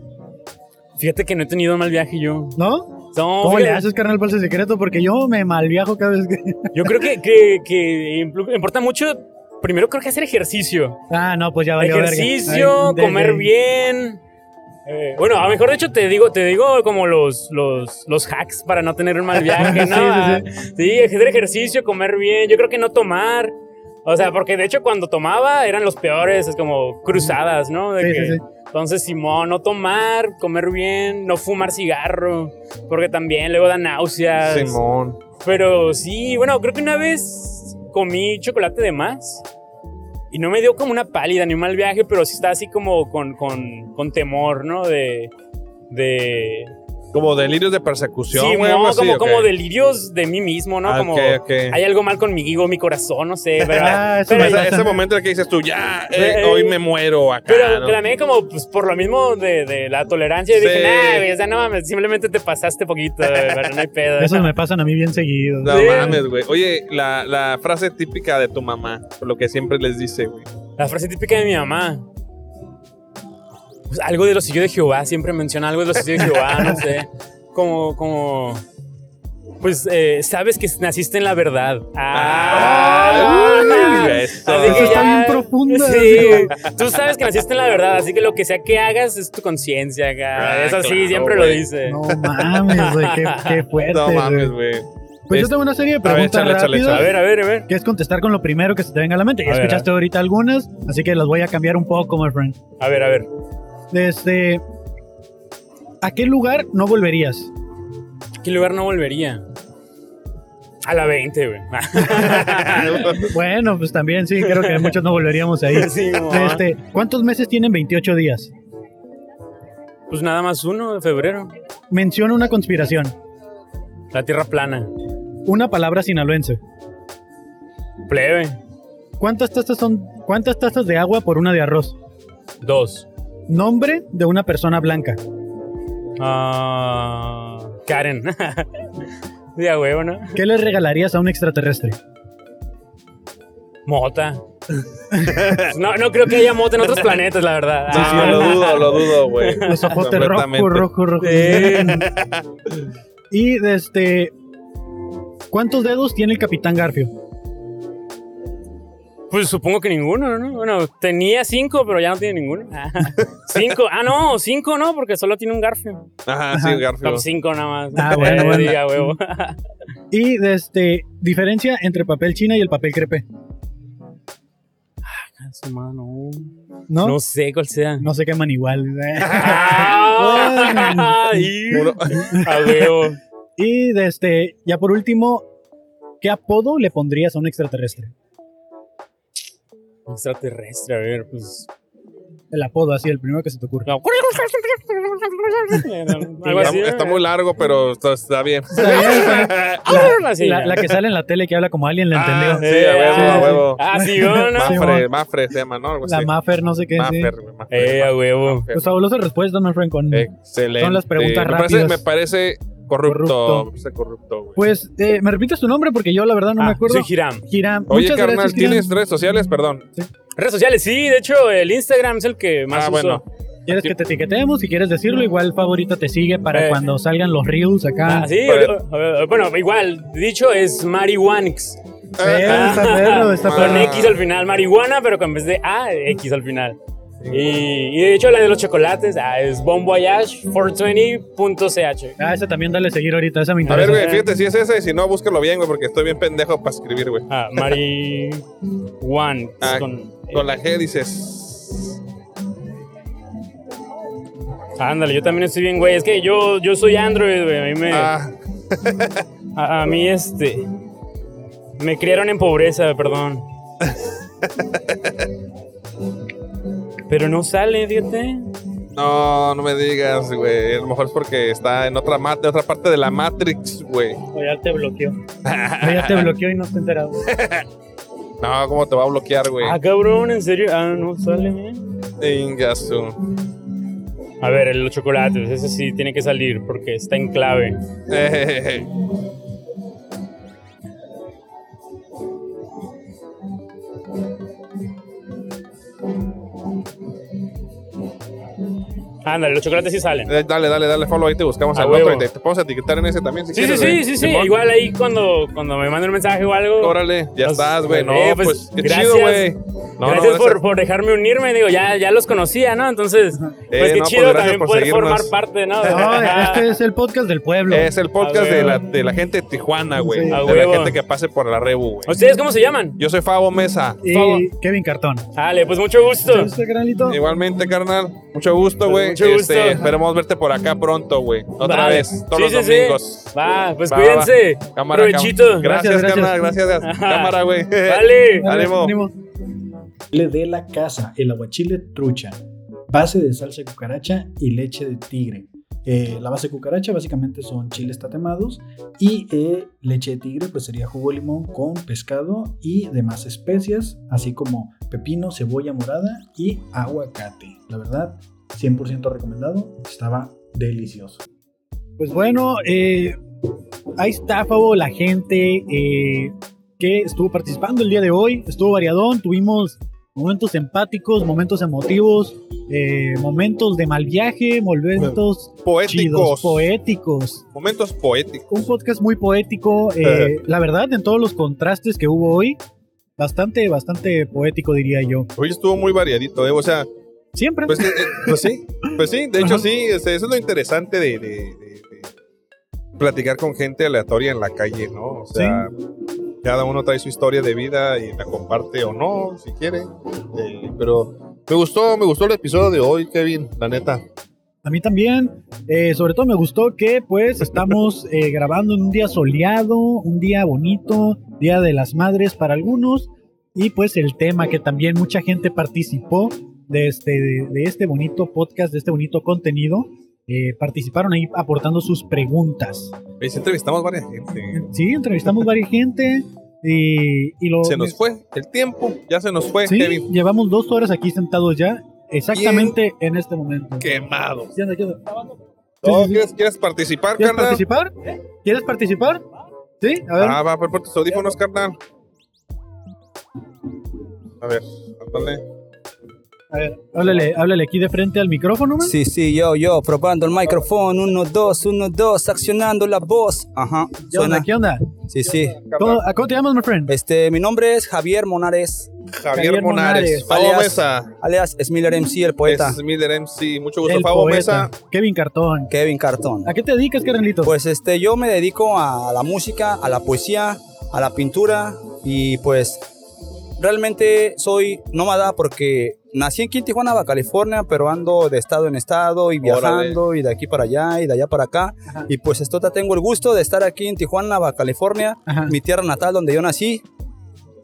[SPEAKER 2] Fíjate que no he tenido mal viaje yo.
[SPEAKER 7] ¿No?
[SPEAKER 2] No,
[SPEAKER 7] ¿Cómo le
[SPEAKER 2] fíjate-
[SPEAKER 7] haces, carnal, para ese secreto? Porque yo me malviajo cada vez que...
[SPEAKER 2] Yo creo que, que, que implu- importa mucho. Primero creo que hacer ejercicio.
[SPEAKER 7] Ah, no, pues ya valió verga.
[SPEAKER 2] ejercicio,
[SPEAKER 7] Ay, de-
[SPEAKER 2] comer
[SPEAKER 7] de-
[SPEAKER 2] bien. Eh, bueno, a lo mejor de hecho te digo, te digo como los, los, los hacks para no tener un mal viaje, ¿no? Ah,
[SPEAKER 7] Sí,
[SPEAKER 2] sí, hacer ejercicio, comer bien. Yo creo que no tomar. O sea, porque de hecho cuando tomaba eran los peores, es como cruzadas, ¿no? De
[SPEAKER 7] Sí,
[SPEAKER 2] que-
[SPEAKER 7] sí, sí.
[SPEAKER 2] Entonces, Simón, no tomar, comer bien, no fumar cigarro, porque también luego da náuseas.
[SPEAKER 4] Simón.
[SPEAKER 2] Pero sí, bueno, creo que una vez comí chocolate de más y no me dio como una pálida ni un mal viaje, pero sí estaba así como con, con, con temor, ¿no? De. de
[SPEAKER 4] Como delirios de persecución,
[SPEAKER 2] sí,
[SPEAKER 4] güey,
[SPEAKER 2] no, como,
[SPEAKER 4] algo así, ok.
[SPEAKER 2] como delirios de mí mismo, ¿no?
[SPEAKER 4] Ah,
[SPEAKER 2] como
[SPEAKER 4] ok, ok.
[SPEAKER 2] hay algo mal conmigo, mi corazón, no sé, pero.
[SPEAKER 7] Ah, eso
[SPEAKER 2] pero-
[SPEAKER 7] me
[SPEAKER 4] Ese,
[SPEAKER 7] pasa.
[SPEAKER 4] ese momento en el que dices tú, ya, eh,
[SPEAKER 2] Eh,
[SPEAKER 4] hoy me muero acá.
[SPEAKER 2] Pero
[SPEAKER 4] ¿no?
[SPEAKER 2] también como pues, por lo mismo de, de la tolerancia,
[SPEAKER 4] Sí.
[SPEAKER 2] dije, nah, güey, o sea, no mames, simplemente te pasaste poquito, güey, pero no hay pedo.
[SPEAKER 7] Esos me pasan a mí bien seguido.
[SPEAKER 4] No
[SPEAKER 2] Sí.
[SPEAKER 4] mames, güey. Oye, la, la frase típica de tu mamá, lo que siempre les dice, güey.
[SPEAKER 2] La frase típica de mi mamá. Pues, algo de los sillos de Jehová, siempre menciona algo de los sillos de Jehová, no sé. Como, como. Pues eh, sabes que naciste en la verdad.
[SPEAKER 4] Ah,
[SPEAKER 2] Ah.
[SPEAKER 4] eso.
[SPEAKER 2] Así que
[SPEAKER 7] Eso está bien profunda.
[SPEAKER 2] Sí. Tú sabes que naciste en la verdad, así que lo que sea que hagas es tu conciencia, acá.
[SPEAKER 4] Ah,
[SPEAKER 2] Eso sí,
[SPEAKER 4] claro,
[SPEAKER 2] siempre lo
[SPEAKER 4] güey.
[SPEAKER 2] dice.
[SPEAKER 7] No mames, güey, qué, qué fuerte.
[SPEAKER 4] No mames,
[SPEAKER 7] güey.
[SPEAKER 4] güey.
[SPEAKER 7] Pues yo
[SPEAKER 4] Es-
[SPEAKER 7] tengo una serie de
[SPEAKER 4] ver,
[SPEAKER 7] preguntas
[SPEAKER 4] échale, échale,
[SPEAKER 7] rápidas,
[SPEAKER 2] A ver, a ver, a ver.
[SPEAKER 7] que es contestar con lo primero que se te venga a la mente. Ya
[SPEAKER 2] A ver,
[SPEAKER 7] escuchaste ahorita algunas, así que las voy a cambiar un poco, my friend.
[SPEAKER 2] A ver, a ver.
[SPEAKER 7] Desde... ¿A qué lugar no volverías?
[SPEAKER 2] ¿Qué lugar no volvería? A la 20, güey.
[SPEAKER 7] Bueno, pues también sí, creo que muchos no volveríamos ahí.
[SPEAKER 2] Sí, ¿eh? mo.
[SPEAKER 4] ¿eh?
[SPEAKER 7] Este, ¿Cuántos meses tienen 28 días?
[SPEAKER 2] Pues nada más uno de febrero.
[SPEAKER 7] Menciona una conspiración.
[SPEAKER 2] La tierra plana.
[SPEAKER 7] Una palabra sinaloense.
[SPEAKER 2] Plebe.
[SPEAKER 7] ¿Cuántas tazas son? ¿Cuántas tazas de agua por una de arroz?
[SPEAKER 2] Dos.
[SPEAKER 7] Nombre de una persona blanca.
[SPEAKER 2] Ah, Karen. De a huevo, ¿no?
[SPEAKER 7] ¿Qué le regalarías a un extraterrestre?
[SPEAKER 2] Mota. Pues No, no creo que haya mota en otros planetas, la verdad.
[SPEAKER 4] No,
[SPEAKER 2] Ah,
[SPEAKER 4] lo dudo, lo dudo, güey.
[SPEAKER 7] Los ojos de rojo,
[SPEAKER 4] Completamente.
[SPEAKER 7] rojo, rojo. Y de este. ¿Cuántos dedos tiene el Capitán Garfio?
[SPEAKER 2] Pues supongo que ninguno, ¿no? Bueno, tenía cinco, pero ya no tiene ninguno. Ah, Cinco. Ah, no, cinco no, porque solo tiene un Garfio.
[SPEAKER 4] Ajá, sí, Garfield.
[SPEAKER 2] No, cinco nada más.
[SPEAKER 7] Ah, bueno,
[SPEAKER 2] Eh,
[SPEAKER 7] bueno. Ah,
[SPEAKER 2] de a huevo.
[SPEAKER 7] Y de este. Diferencia entre papel china y el papel crepe.
[SPEAKER 2] Ah, su mano.
[SPEAKER 7] ¿No?
[SPEAKER 2] No
[SPEAKER 7] No,
[SPEAKER 2] sé cuál sea.
[SPEAKER 7] se queman igual.
[SPEAKER 2] Ah, y- a huevo.
[SPEAKER 7] y de este. Ya por último. ¿Qué apodo le pondrías a un extraterrestre?
[SPEAKER 2] Extraterrestre, a ver, pues.
[SPEAKER 7] El apodo, así, el primero que se te ocurre.
[SPEAKER 2] Algo así.
[SPEAKER 4] Está, está muy largo, pero está, está bien.
[SPEAKER 7] Está bien, está bien.
[SPEAKER 2] Ah, Así.
[SPEAKER 7] La, la que sale en la tele que habla como alguien la
[SPEAKER 4] Ah,
[SPEAKER 7] entendió.
[SPEAKER 4] sí, a huevo, a
[SPEAKER 7] Sí, sí.
[SPEAKER 4] huevo.
[SPEAKER 2] Ah, sí, ¿no? no?
[SPEAKER 7] Sí,
[SPEAKER 4] Mafre,
[SPEAKER 7] mon.
[SPEAKER 4] Mafre se llama, ¿no? Algo
[SPEAKER 7] La
[SPEAKER 4] así.
[SPEAKER 7] Maffer, no sé qué. sí.
[SPEAKER 4] Mafre, güey, Mafre,
[SPEAKER 2] Eh, a huevo.
[SPEAKER 4] Mafre.
[SPEAKER 7] Pues fabulosas respuestas, my friend, con-
[SPEAKER 4] Eh. Excelente.
[SPEAKER 7] son las preguntas
[SPEAKER 4] me parece,
[SPEAKER 7] rápidas.
[SPEAKER 4] me parece corrupto.
[SPEAKER 7] Corrupto.
[SPEAKER 4] Me parece corrupto, güey.
[SPEAKER 7] Pues, eh, ¿me repites tu nombre? Porque yo la verdad no me
[SPEAKER 2] Ah,
[SPEAKER 7] acuerdo.
[SPEAKER 2] soy Hiram.
[SPEAKER 7] Hiram.
[SPEAKER 4] Oye,
[SPEAKER 7] Muchas
[SPEAKER 4] carnal,
[SPEAKER 7] gracias, Hiram.
[SPEAKER 4] ¿tienes redes sociales? Perdón.
[SPEAKER 2] Redes sociales, sí. De hecho, el Instagram es el que más uso.
[SPEAKER 4] Ah, bueno.
[SPEAKER 7] ¿Quieres que te etiquetemos? Si quieres decirlo, igual favorita te sigue para
[SPEAKER 2] Eh.
[SPEAKER 7] cuando salgan los reels acá.
[SPEAKER 2] Ah, sí,
[SPEAKER 4] Pero-
[SPEAKER 2] o- o- o- bueno, igual, dicho es Marihuanix.
[SPEAKER 7] Eh, está perro, está
[SPEAKER 4] Ah.
[SPEAKER 2] Con
[SPEAKER 7] perro.
[SPEAKER 2] X al final, marihuana, pero con en vez de A, X al final. Y, y de hecho la de los chocolates ah, es Bon Voyage 420.ch.
[SPEAKER 7] Ah, esa también dale seguir ahorita, esa me
[SPEAKER 4] A ver,
[SPEAKER 7] interesa.
[SPEAKER 4] güey, fíjate si es ese y si no, búscalo bien, güey, porque estoy bien pendejo para escribir, güey.
[SPEAKER 2] Ah, marihuana.
[SPEAKER 4] Ah,
[SPEAKER 2] con, E.
[SPEAKER 4] Con la G dices.
[SPEAKER 2] eh, Ándale, yo también estoy bien, güey. Es que yo, yo soy Android, güey. A mí me-
[SPEAKER 4] Ah,
[SPEAKER 2] A, a mí, este. Me criaron en pobreza, perdón. Pero no sale, fíjate.
[SPEAKER 4] no, no me digas, güey. A lo mejor es porque está en otra, ma- en otra parte de la Matrix, güey.
[SPEAKER 7] O ya te bloqueó. O ya te bloqueó y no te enterado.
[SPEAKER 4] No, ¿cómo te va a bloquear, güey?
[SPEAKER 2] Ah, cabrón, en serio. Ah, no sale, güey.
[SPEAKER 4] Ingasu.
[SPEAKER 2] A ver, el de los chocolates, ese sí tiene que salir porque está en clave.
[SPEAKER 4] Eh,
[SPEAKER 2] Ándale, los chocolates sí salen.
[SPEAKER 4] Eh, Dale, dale, dale follow, ahí te buscamos
[SPEAKER 2] A
[SPEAKER 4] al otro
[SPEAKER 2] huevo.
[SPEAKER 4] y te, te podemos etiquetar en ese también. Si
[SPEAKER 2] Sí, sí,
[SPEAKER 4] quieres,
[SPEAKER 2] sí,
[SPEAKER 4] güey.
[SPEAKER 2] sí, sí.
[SPEAKER 4] Simón.
[SPEAKER 2] Igual ahí cuando, cuando me manden un mensaje o algo.
[SPEAKER 4] Órale, ya
[SPEAKER 2] Los-
[SPEAKER 4] estás, güey. No,
[SPEAKER 2] Eh,
[SPEAKER 4] pues,
[SPEAKER 2] pues,
[SPEAKER 4] qué
[SPEAKER 2] gracias.
[SPEAKER 4] chido, güey. No, no,
[SPEAKER 2] gracias por, por dejarme unirme, digo, ya, ya los conocía, ¿no? Entonces, pues qué
[SPEAKER 4] no, pues,
[SPEAKER 2] chido
[SPEAKER 4] gracias
[SPEAKER 2] también
[SPEAKER 4] por
[SPEAKER 2] poder formar
[SPEAKER 4] seguirnos.
[SPEAKER 2] parte, ¿no?
[SPEAKER 7] No, este es el podcast del pueblo.
[SPEAKER 4] Es el podcast
[SPEAKER 2] A
[SPEAKER 4] de
[SPEAKER 2] huevo.
[SPEAKER 4] la, de la gente de Tijuana, güey.
[SPEAKER 7] Sí.
[SPEAKER 4] De
[SPEAKER 2] A
[SPEAKER 4] la
[SPEAKER 2] huevo.
[SPEAKER 4] gente que pase por la Rebu, güey.
[SPEAKER 2] ¿Ustedes cómo se llaman?
[SPEAKER 4] Yo soy Fabo Mesa.
[SPEAKER 7] y
[SPEAKER 2] favor.
[SPEAKER 7] Kevin Cartón.
[SPEAKER 2] Dale, pues mucho gusto.
[SPEAKER 7] ¿Usted, carnalito?
[SPEAKER 4] Igualmente, carnal. Mucho gusto, güey.
[SPEAKER 2] Mucho
[SPEAKER 4] Este,
[SPEAKER 2] gusto.
[SPEAKER 4] esperemos verte por acá pronto, güey. Otra
[SPEAKER 2] Vale.
[SPEAKER 4] vez, todos
[SPEAKER 2] Sí,
[SPEAKER 4] los
[SPEAKER 2] sí, sí.
[SPEAKER 4] domingos.
[SPEAKER 2] Va, pues
[SPEAKER 4] Va,
[SPEAKER 2] cuídense.
[SPEAKER 4] va. Cámara,
[SPEAKER 2] Provechito.
[SPEAKER 4] cámara. Gracias,
[SPEAKER 7] Gracias,
[SPEAKER 4] carnal. Gracias. cámara, güey.
[SPEAKER 2] Vale.
[SPEAKER 4] Ánimo.
[SPEAKER 7] Ánimo.
[SPEAKER 9] Le de la casa, el aguachile trucha, base de salsa de cucaracha y leche de tigre. Eh, la base de cucaracha básicamente son chiles tatemados y eh, leche de tigre pues sería jugo de limón con pescado y demás especias, así como pepino, cebolla morada y aguacate. La verdad, 100% recomendado, estaba delicioso.
[SPEAKER 7] Pues bueno, eh, ahí está, Fabo, la gente eh, que estuvo participando el día de hoy. Estuvo variadón, tuvimos momentos empáticos, momentos emotivos, eh, momentos de mal viaje, momentos chidos,
[SPEAKER 4] Poéticos.
[SPEAKER 7] poéticos.
[SPEAKER 4] Momentos poéticos.
[SPEAKER 7] Un podcast muy poético, eh, la verdad, en todos los contrastes que hubo hoy. Bastante, bastante poético, diría yo.
[SPEAKER 4] Hoy estuvo muy variadito, ¿eh? O sea,
[SPEAKER 7] Siempre.
[SPEAKER 4] Pues, eh, eh, pues sí, pues sí, de hecho
[SPEAKER 7] Ajá.
[SPEAKER 4] sí, este, eso es lo interesante de, de- de- de platicar con gente aleatoria en la calle, ¿no? O sea, cada uno trae su historia de vida y la comparte o no, si quiere. Eh, pero me gustó, me gustó el episodio de hoy, Kevin, la neta.
[SPEAKER 7] A mí también, eh, sobre todo me gustó que pues estamos eh, grabando en un día soleado, un día bonito, Día de las Madres para algunos y pues el tema que también mucha gente participó de este, de, de este bonito podcast, de este bonito contenido. eh, participaron ahí aportando sus preguntas.
[SPEAKER 4] Y sí entrevistamos varias gente.
[SPEAKER 7] Sí, entrevistamos varias gente y, y lo...
[SPEAKER 4] Se nos fue el tiempo, ya se nos fue,
[SPEAKER 7] Sí,
[SPEAKER 4] Kevin.
[SPEAKER 7] llevamos dos horas aquí sentados ya, exactamente en este momento.
[SPEAKER 4] Quemado.
[SPEAKER 7] Sí, anda, ¿qué onda? Sí,
[SPEAKER 4] Oh,
[SPEAKER 7] sí, sí.
[SPEAKER 4] ¿quieres, quieres participar,
[SPEAKER 7] ¿Quieres
[SPEAKER 4] carnal?
[SPEAKER 7] participar? ¿Quieres participar? Sí, a ver.
[SPEAKER 4] Ah, va, por, por tus audífonos, carnal. A ver, ándale.
[SPEAKER 7] A ver, háblale, háblale aquí de frente al micrófono, man.
[SPEAKER 1] Sí, sí, yo, yo, probando el micrófono, uno, dos, uno, dos, accionando la voz. Ajá,
[SPEAKER 7] ¿Qué onda?
[SPEAKER 1] suena.
[SPEAKER 7] ¿Qué onda?
[SPEAKER 1] Sí, sí.
[SPEAKER 7] ¿Cómo, a cómo te llamas, my friend?
[SPEAKER 1] Este, mi nombre es Javier Monares,
[SPEAKER 4] Javier,
[SPEAKER 7] Javier
[SPEAKER 4] Monares,
[SPEAKER 7] Monares.
[SPEAKER 4] Fabo
[SPEAKER 1] Alias-
[SPEAKER 4] Mesa,
[SPEAKER 1] alias Smiller MC, el poeta.
[SPEAKER 4] es Miller MC, mucho gusto,
[SPEAKER 7] El
[SPEAKER 4] Fabo
[SPEAKER 7] poeta,
[SPEAKER 4] Mesa.
[SPEAKER 7] Kevin Cartón.
[SPEAKER 1] Kevin Cartón.
[SPEAKER 7] ¿A qué te dedicas, carnalito?
[SPEAKER 1] Pues este, yo me dedico a la música, a la poesía, a la pintura y pues realmente soy nómada porque nací aquí en Tijuana, Baja California, pero ando de estado en estado y viajando y de aquí para allá y de allá para acá.
[SPEAKER 7] Ajá.
[SPEAKER 1] Y pues esto tengo el gusto de estar aquí en Tijuana, Baja California,
[SPEAKER 7] Ajá.
[SPEAKER 1] mi tierra natal donde yo nací.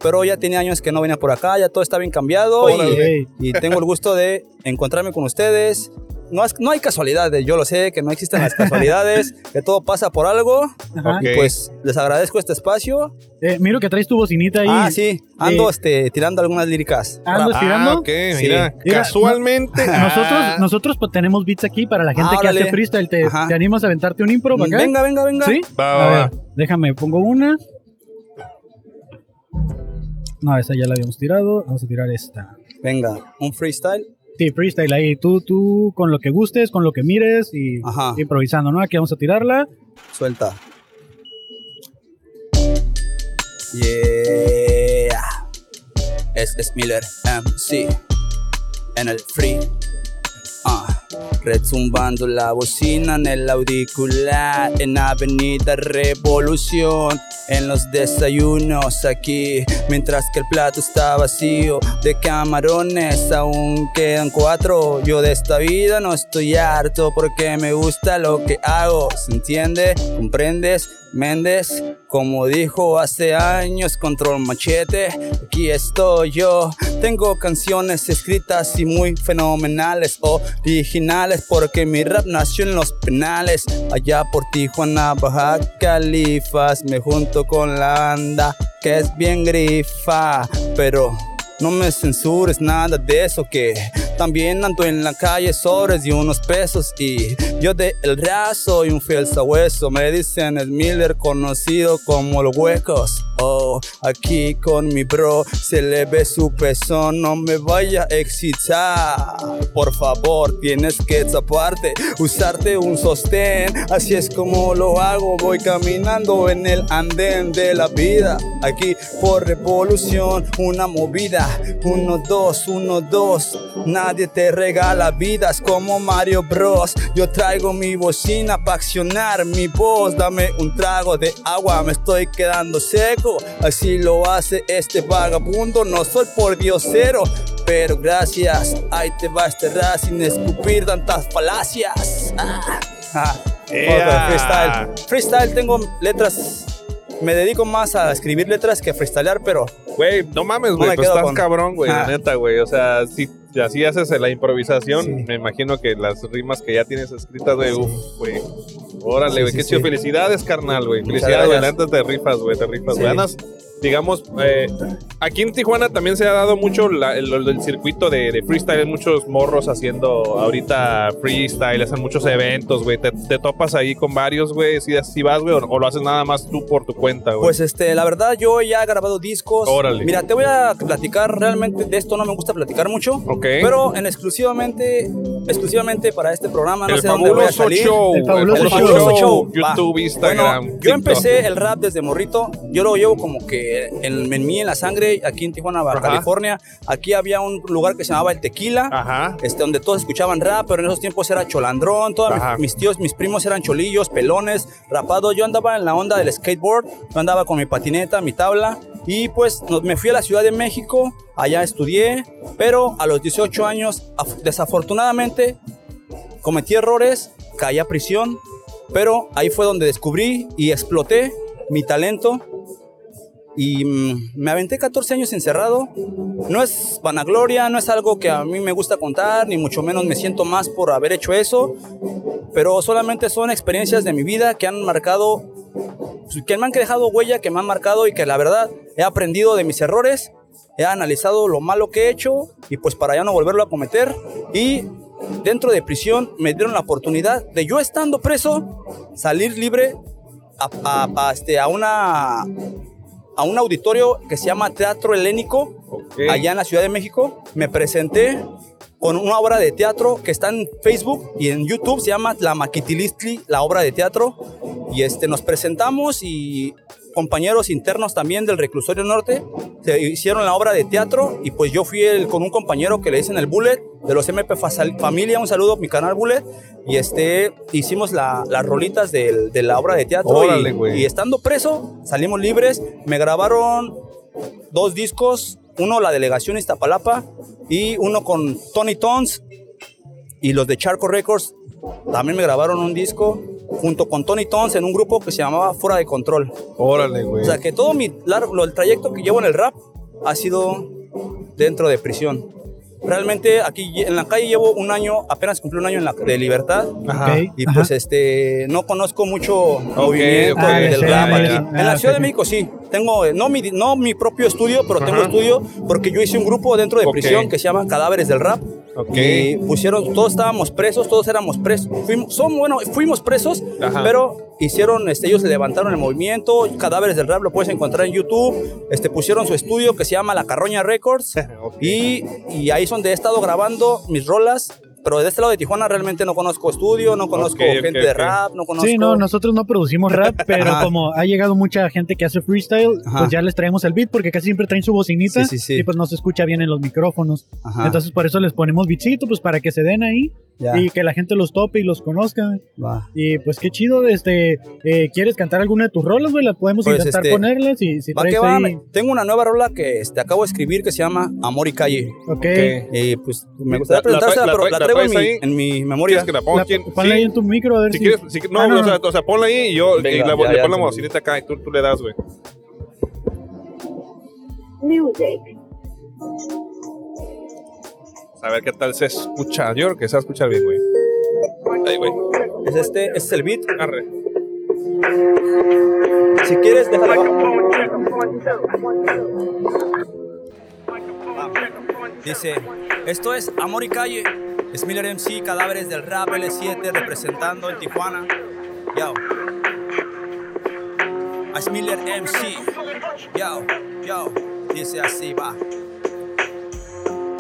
[SPEAKER 1] Pero ya tenía años que no venía por acá, ya todo está bien cambiado y
[SPEAKER 7] Ey,
[SPEAKER 1] y tengo el gusto de encontrarme con ustedes. No, es- no hay casualidades, yo lo sé, que no existen las casualidades, que todo pasa por algo.
[SPEAKER 7] ajá.
[SPEAKER 4] Ok.
[SPEAKER 1] Pues les agradezco este espacio.
[SPEAKER 7] Eh, miro que traes tu bocinita ahí.
[SPEAKER 1] Ah, sí, ando
[SPEAKER 7] Sí.
[SPEAKER 1] este, tirando algunas líricas.
[SPEAKER 7] Ando
[SPEAKER 1] Rap.
[SPEAKER 7] estirando.
[SPEAKER 4] Ah, ok, mira,
[SPEAKER 7] Mira,
[SPEAKER 4] casualmente. Ah.
[SPEAKER 7] Nosotros, nosotros pues, tenemos beats aquí para la gente
[SPEAKER 1] Ah,
[SPEAKER 7] que hace
[SPEAKER 1] órale.
[SPEAKER 7] freestyle. ¿Te,
[SPEAKER 1] Ah. Ajá.
[SPEAKER 7] te animas a aventarte un impro para acá?
[SPEAKER 1] Venga, venga, venga.
[SPEAKER 7] ¿Sí?
[SPEAKER 4] Va,
[SPEAKER 7] a
[SPEAKER 4] va,
[SPEAKER 7] ver, déjame, pongo una. No, esa ya la habíamos tirado. Vamos a tirar esta.
[SPEAKER 1] Venga, un freestyle.
[SPEAKER 7] Sí, freestyle ahí. Tú, tú, con lo que gustes, con lo que mires y
[SPEAKER 1] Ajá.
[SPEAKER 7] improvisando, ¿no? Aquí vamos a tirarla.
[SPEAKER 1] Suelta. Yeah. Es, es Miller MC en el free. Ah. Retumbando la bocina en el auricular en Avenida Revolución. En los desayunos aquí, mientras que el plato está vacío de camarones, aún quedan cuatro. Yo de esta vida no estoy harto porque me gusta lo que hago. ¿Se entiende? ¿Comprendes? Méndez, como dijo hace años, control machete, aquí estoy yo. Tengo canciones escritas y muy fenomenales, originales, porque mi rap nació en los penales. Allá por Tijuana, Baja Califas, me junto con la banda que es bien grifa, pero no me censures nada de eso que También ando en la calle sobres y unos pesos y yo de El Real soy un fiel sabueso. Me dicen el Miller conocido como Los Huecos. Oh, aquí con mi bro se le ve su pezón. No me vaya a excitar. Por favor, tienes que taparte, usarte un sostén. Así es como lo hago. Voy caminando en el andén de la vida. Aquí por revolución, una movida. Uno, dos, uno, dos. Nadie te regala vidas como Mario Bros. Yo traigo mi bocina para accionar mi voz. Dame un trago de agua, me estoy quedando seco. Así lo hace este vagabundo. No soy por diosero, pero gracias. Ahí te va este rap sin escupir tantas falacias. Ah, ah.
[SPEAKER 10] ¡Ea!
[SPEAKER 1] Freestyle. Freestyle tengo letras. Me dedico más a escribir letras que a freestylear, pero
[SPEAKER 10] Güey, no mames,
[SPEAKER 1] No
[SPEAKER 10] güey.
[SPEAKER 1] me
[SPEAKER 10] tú
[SPEAKER 1] quedo
[SPEAKER 10] estás
[SPEAKER 1] con-
[SPEAKER 10] cabrón, güey. La
[SPEAKER 1] Ah.
[SPEAKER 10] neta, güey. O sea, si así haces la improvisación,
[SPEAKER 1] Sí.
[SPEAKER 10] me imagino que las rimas que ya tienes escritas, güey. Uf, güey. Órale,
[SPEAKER 1] Sí,
[SPEAKER 10] güey.
[SPEAKER 1] sí,
[SPEAKER 10] qué
[SPEAKER 1] sí.
[SPEAKER 10] chido. Felicidades, carnal, güey.
[SPEAKER 1] Muchas
[SPEAKER 10] Felicidades, güey. La
[SPEAKER 1] gracias.
[SPEAKER 10] neta te rifas, güey. Te rifas,
[SPEAKER 1] Sí.
[SPEAKER 10] güey. Andas, digamos, eh, aquí en Tijuana también se ha dado mucho la- el, el- el circuito de, de freestyle. Hay muchos morros haciendo ahorita freestyle, hacen muchos eventos, güey. Te, te topas ahí con varios, güey. Si, si vas, güey, o, o lo haces nada más tú por tu cuenta, güey.
[SPEAKER 1] Pues este, la verdad yo ya he grabado discos.
[SPEAKER 10] Órale.
[SPEAKER 1] Mira, te voy a platicar realmente de esto, no me gusta platicar mucho.
[SPEAKER 10] Ok.
[SPEAKER 1] Pero en exclusivamente, exclusivamente para este programa, no
[SPEAKER 10] el
[SPEAKER 1] sé dónde voy a
[SPEAKER 10] fabuloso
[SPEAKER 1] salir.
[SPEAKER 10] show.
[SPEAKER 7] El fabuloso
[SPEAKER 1] El
[SPEAKER 7] show.
[SPEAKER 1] fabuloso show. Va.
[SPEAKER 10] YouTube, Instagram.
[SPEAKER 1] Bueno, yo
[SPEAKER 10] TikTok.
[SPEAKER 1] empecé el rap desde morrito. Yo lo llevo como que en, en mí, en la sangre, aquí en Tijuana, Baja
[SPEAKER 10] Ajá.
[SPEAKER 1] California. Aquí había un lugar que se llamaba El Tequila.
[SPEAKER 10] Ajá.
[SPEAKER 1] Este, donde todos escuchaban rap, pero en esos tiempos era cholandrón, todos
[SPEAKER 10] Ajá.
[SPEAKER 1] mis, mis tíos, mis primos eran cholillos, pelones, rapado, yo andaba en la onda del skateboard, yo andaba con mi patineta, mi tabla, y pues no- me fui a la Ciudad de México, allá estudié, pero a los 18 años, af- desafortunadamente, cometí errores, caí a prisión, pero ahí fue donde descubrí y exploté mi talento. Y mm, me aventé 14 años encerrado. No es vanagloria, no es algo que a mí me gusta contar, ni mucho menos me siento más por haber hecho eso, pero solamente son experiencias de mi vida que han marcado, pues, que me han dejado huella, que me han marcado y que la verdad he aprendido de mis errores, he analizado lo malo que he hecho y pues para ya no volverlo a cometer. Y dentro de prisión me dieron la oportunidad de yo estando preso salir libre a, a- a, este, a una a un auditorio que se llama Teatro Helénico,
[SPEAKER 10] Ok.
[SPEAKER 1] allá en la Ciudad de México. Me presenté con una obra de teatro que está en Facebook y en YouTube, se llama La Maquitilistli, la obra de teatro. Y este, nos presentamos y compañeros internos también del reclusorio norte se hicieron la obra de teatro y pues yo fui el- con un compañero que le dicen el Bullet de los MP Fasal- Familia, un saludo a mi canal Bullet y este hicimos la- las rolitas del- de la obra de teatro
[SPEAKER 10] Órale,
[SPEAKER 1] y-
[SPEAKER 10] güey.
[SPEAKER 1] y estando preso salimos libres, me grabaron dos discos, uno La Delegación Iztapalapa y uno con Tony Tons y los de Charco Records también me grabaron un disco junto con Tony Tons en un grupo que se llamaba Fuera de Control.
[SPEAKER 10] Órale, güey.
[SPEAKER 1] O sea que todo mi lar- lo- el trayecto que llevo en el rap ha sido dentro de prisión. Realmente aquí lle- en la calle llevo un año, apenas cumplí un año en la, de libertad.
[SPEAKER 10] Ajá.
[SPEAKER 7] Ok,
[SPEAKER 1] Y
[SPEAKER 7] ajá.
[SPEAKER 1] pues este, no conozco mucho movimiento
[SPEAKER 10] ok,
[SPEAKER 1] del
[SPEAKER 10] ya,
[SPEAKER 1] rap
[SPEAKER 10] ya,
[SPEAKER 1] aquí.
[SPEAKER 10] ya.
[SPEAKER 1] En
[SPEAKER 7] Ah,
[SPEAKER 1] la
[SPEAKER 7] ok,
[SPEAKER 1] Ciudad de
[SPEAKER 7] ok.
[SPEAKER 1] México sí, tengo, eh, no mi, no mi propio estudio, pero tengo
[SPEAKER 10] Ajá.
[SPEAKER 1] estudio porque yo hice un grupo dentro de
[SPEAKER 10] Ok.
[SPEAKER 1] prisión que se llama Cadáveres del Rap.
[SPEAKER 10] Ok.
[SPEAKER 1] Y pusieron, todos estábamos presos, todos éramos presos. Fuimos, son, bueno, fuimos presos,
[SPEAKER 10] Ajá.
[SPEAKER 1] pero hicieron, este, ellos levantaron el movimiento. Cadáveres del Rap lo puedes encontrar en YouTube. Este, pusieron su estudio que se llama La Carroña Records.
[SPEAKER 10] Ok.
[SPEAKER 1] Y, y ahí es donde he estado grabando mis rolas. Pero de este lado de Tijuana realmente no conozco estudio, no conozco
[SPEAKER 10] Ok, ok,
[SPEAKER 1] gente de
[SPEAKER 10] ok.
[SPEAKER 1] rap, no conozco.
[SPEAKER 7] Sí, no, nosotros no producimos rap, pero
[SPEAKER 1] Ajá.
[SPEAKER 7] como ha llegado mucha gente que hace freestyle,
[SPEAKER 1] Ajá.
[SPEAKER 7] pues ya les traemos el beat porque casi siempre traen su bocinita
[SPEAKER 1] Sí, sí, sí.
[SPEAKER 7] y pues no se escucha bien en los micrófonos.
[SPEAKER 1] Ajá,
[SPEAKER 7] Entonces por eso les ponemos beatcito, pues para que se den ahí
[SPEAKER 1] ya,
[SPEAKER 7] y que la gente los tope y los conozca.
[SPEAKER 1] va.
[SPEAKER 7] Y pues qué chido, este, eh, ¿quieres cantar alguna de tus rolas, güey? La podemos
[SPEAKER 1] Pues,
[SPEAKER 7] intentar
[SPEAKER 1] este,
[SPEAKER 7] ponerlas y si
[SPEAKER 1] Va
[SPEAKER 7] traes
[SPEAKER 1] que va,
[SPEAKER 7] ahí-
[SPEAKER 1] me- tengo una nueva rola que este, acabo de escribir que se llama Amor y Calle.
[SPEAKER 7] Ok.
[SPEAKER 10] Ok.
[SPEAKER 1] Y pues me
[SPEAKER 10] La- la
[SPEAKER 1] gustaría presentársela,
[SPEAKER 10] tra-
[SPEAKER 1] pero
[SPEAKER 10] la
[SPEAKER 1] la,
[SPEAKER 10] tra-
[SPEAKER 1] traigo
[SPEAKER 10] la
[SPEAKER 1] en mi,
[SPEAKER 10] traes ahí.
[SPEAKER 1] en mi memoria.
[SPEAKER 10] ¿Quieres que la
[SPEAKER 7] La-
[SPEAKER 10] ponga? ¿Quién?
[SPEAKER 7] ponla
[SPEAKER 10] Sí.
[SPEAKER 7] ahí en tu micro, a ver
[SPEAKER 10] Si
[SPEAKER 7] si...
[SPEAKER 10] quieres, si, no,
[SPEAKER 7] Ah, no,
[SPEAKER 10] o, sea,
[SPEAKER 7] no.
[SPEAKER 10] o sea, ponla ahí y yo
[SPEAKER 1] Venga,
[SPEAKER 10] y la,
[SPEAKER 1] ya,
[SPEAKER 10] le
[SPEAKER 1] ya,
[SPEAKER 10] pongo la
[SPEAKER 1] ya.
[SPEAKER 10] bocinita acá y tú, tú le das, güey. A ver qué tal se escucha. Yo creo que se va a escuchar bien, güey. Ahí, güey.
[SPEAKER 1] Es este, este es el beat.
[SPEAKER 10] Arre.
[SPEAKER 1] Si quieres, déjalo abajo.
[SPEAKER 11] Microphone check, one, two, one, two. Microphone check, one,
[SPEAKER 1] Ah, Dice, esto es Amor y Calle, es Miller MC, Cadáveres del Rap L7 representando en Tijuana. Yo. Ah, Es Miller MC. Yo, yo. Dice así va.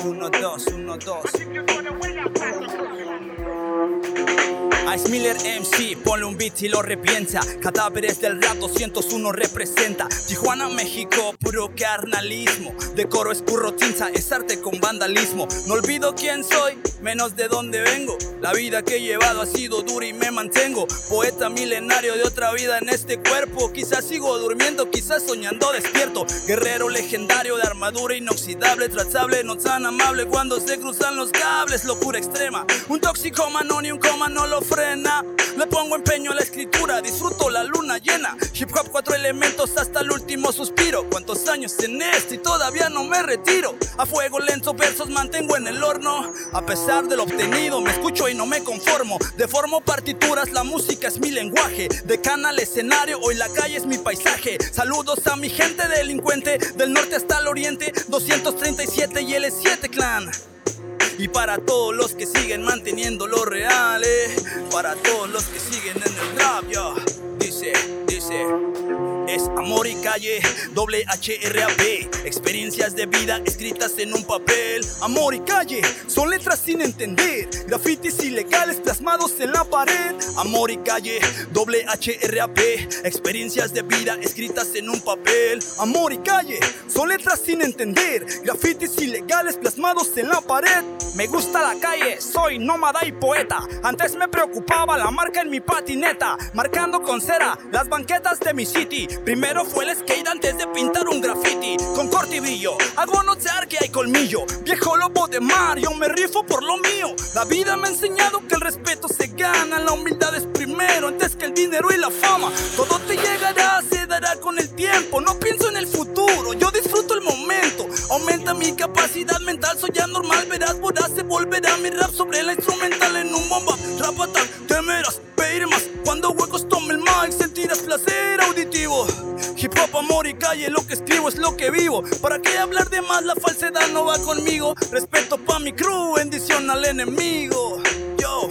[SPEAKER 1] Uno, dos, uno, dos. Ice Miller MC, ponle un beat y lo repiensa. Cadáveres del rap 201 representa. Tijuana, México, puro carnalismo. Decoro es puro tinza, es arte con vandalismo. No olvido quién soy, menos de dónde vengo. La vida que he llevado ha sido dura y me mantengo. Poeta milenario de otra vida en este cuerpo. Quizás sigo durmiendo, quizás soñando despierto. Guerrero legendario de armadura inoxidable, trazable, no tan amable cuando se cruzan los cables. Locura extrema, un tóxico manón y un coma no lo frena. Le pongo empeño a la escritura, disfruto la luna llena. Hip hop, cuatro elementos hasta el último suspiro. ¿Cuántos años en esto y todavía no me retiro? A fuego lento, versos mantengo en el horno. A pesar de lo obtenido, me escucho y no me conformo. Deformo partituras, la música es mi lenguaje. De cana al escenario, hoy la calle es mi paisaje. Saludos a mi gente delincuente, del norte hasta el oriente, 237 y L7 clan. Y para todos los que siguen manteniendo lo real, eh, para todos los que siguen en el rap, yo. Dice, dice. Es amor y calle, doble HRAP. Experiencias de vida escritas en un papel. Amor y calle, son letras sin entender. Grafitis ilegales plasmados en la pared. Amor y calle, doble HRAP. Experiencias de vida escritas en un papel. Amor y calle, son letras sin entender. Grafitis ilegales plasmados en la pared. Me gusta la calle, soy nómada y poeta. Antes me preocupaba la marca en mi patineta, marcando con cera las banquetas de mi city. Primero fue el skate antes de pintar un graffiti. Con cortivillo, hago notar que hay colmillo. Viejo lobo de Mario, me rifo por lo mío. La vida me ha enseñado que el respeto se gana, la humildad es primero antes que el dinero y la fama. Todo te llegará, se dará con el tiempo. No pienso en el futuro, yo disfruto el momento. Aumenta mi capacidad mental, soy ya normal, verás, voraz, se volverá mi rap sobre la instrumental en un bomba. Rapatan, temerás, pedir más. Cuando huecos tome el mic, sentirás placer auditivo. Hip hop, amor y calle, lo que escribo es lo que vivo. ¿Para qué hablar de más? La falsedad no va conmigo. Respeto pa' mi crew, bendición al enemigo. Yo.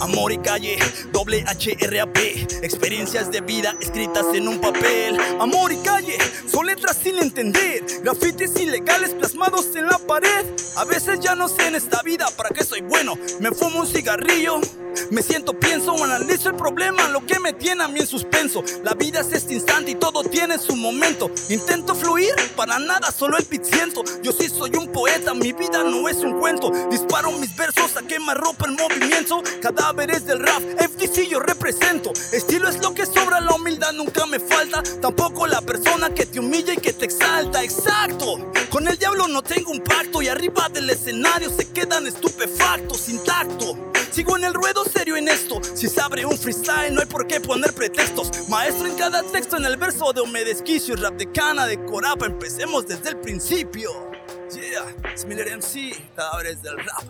[SPEAKER 1] Amor y calle, doble HRAP, experiencias de vida escritas en un papel. Amor y calle, son letras sin entender, grafitis ilegales plasmados en la pared. A veces ya no sé en esta vida para qué soy bueno, me fumo un cigarrillo. Me siento, pienso, analizo el problema, lo que me tiene a mí en suspenso. La vida es este instante y todo tiene su momento. Intento fluir, para nada, solo el beat siento. Yo sí soy un poeta, mi vida no es un cuento. Disparo mis versos a quemar ropa en movimiento. Cadáveres del rap, FTC yo represento. Estilo es lo que sobra, la humildad nunca me falta. Tampoco la persona que te humilla y que te exalta. Exacto, con el diablo no tengo un pacto y arriba del escenario se quedan estupefactos, intacto. Sigo en el ruedo serio en esto. Si se abre un freestyle, no hay por qué poner pretextos. Maestro en cada texto, en el verso de Omedesquicio y rap de cana de corapa. Empecemos desde el principio. Yeah, es Miller MC, cadáveres del rap.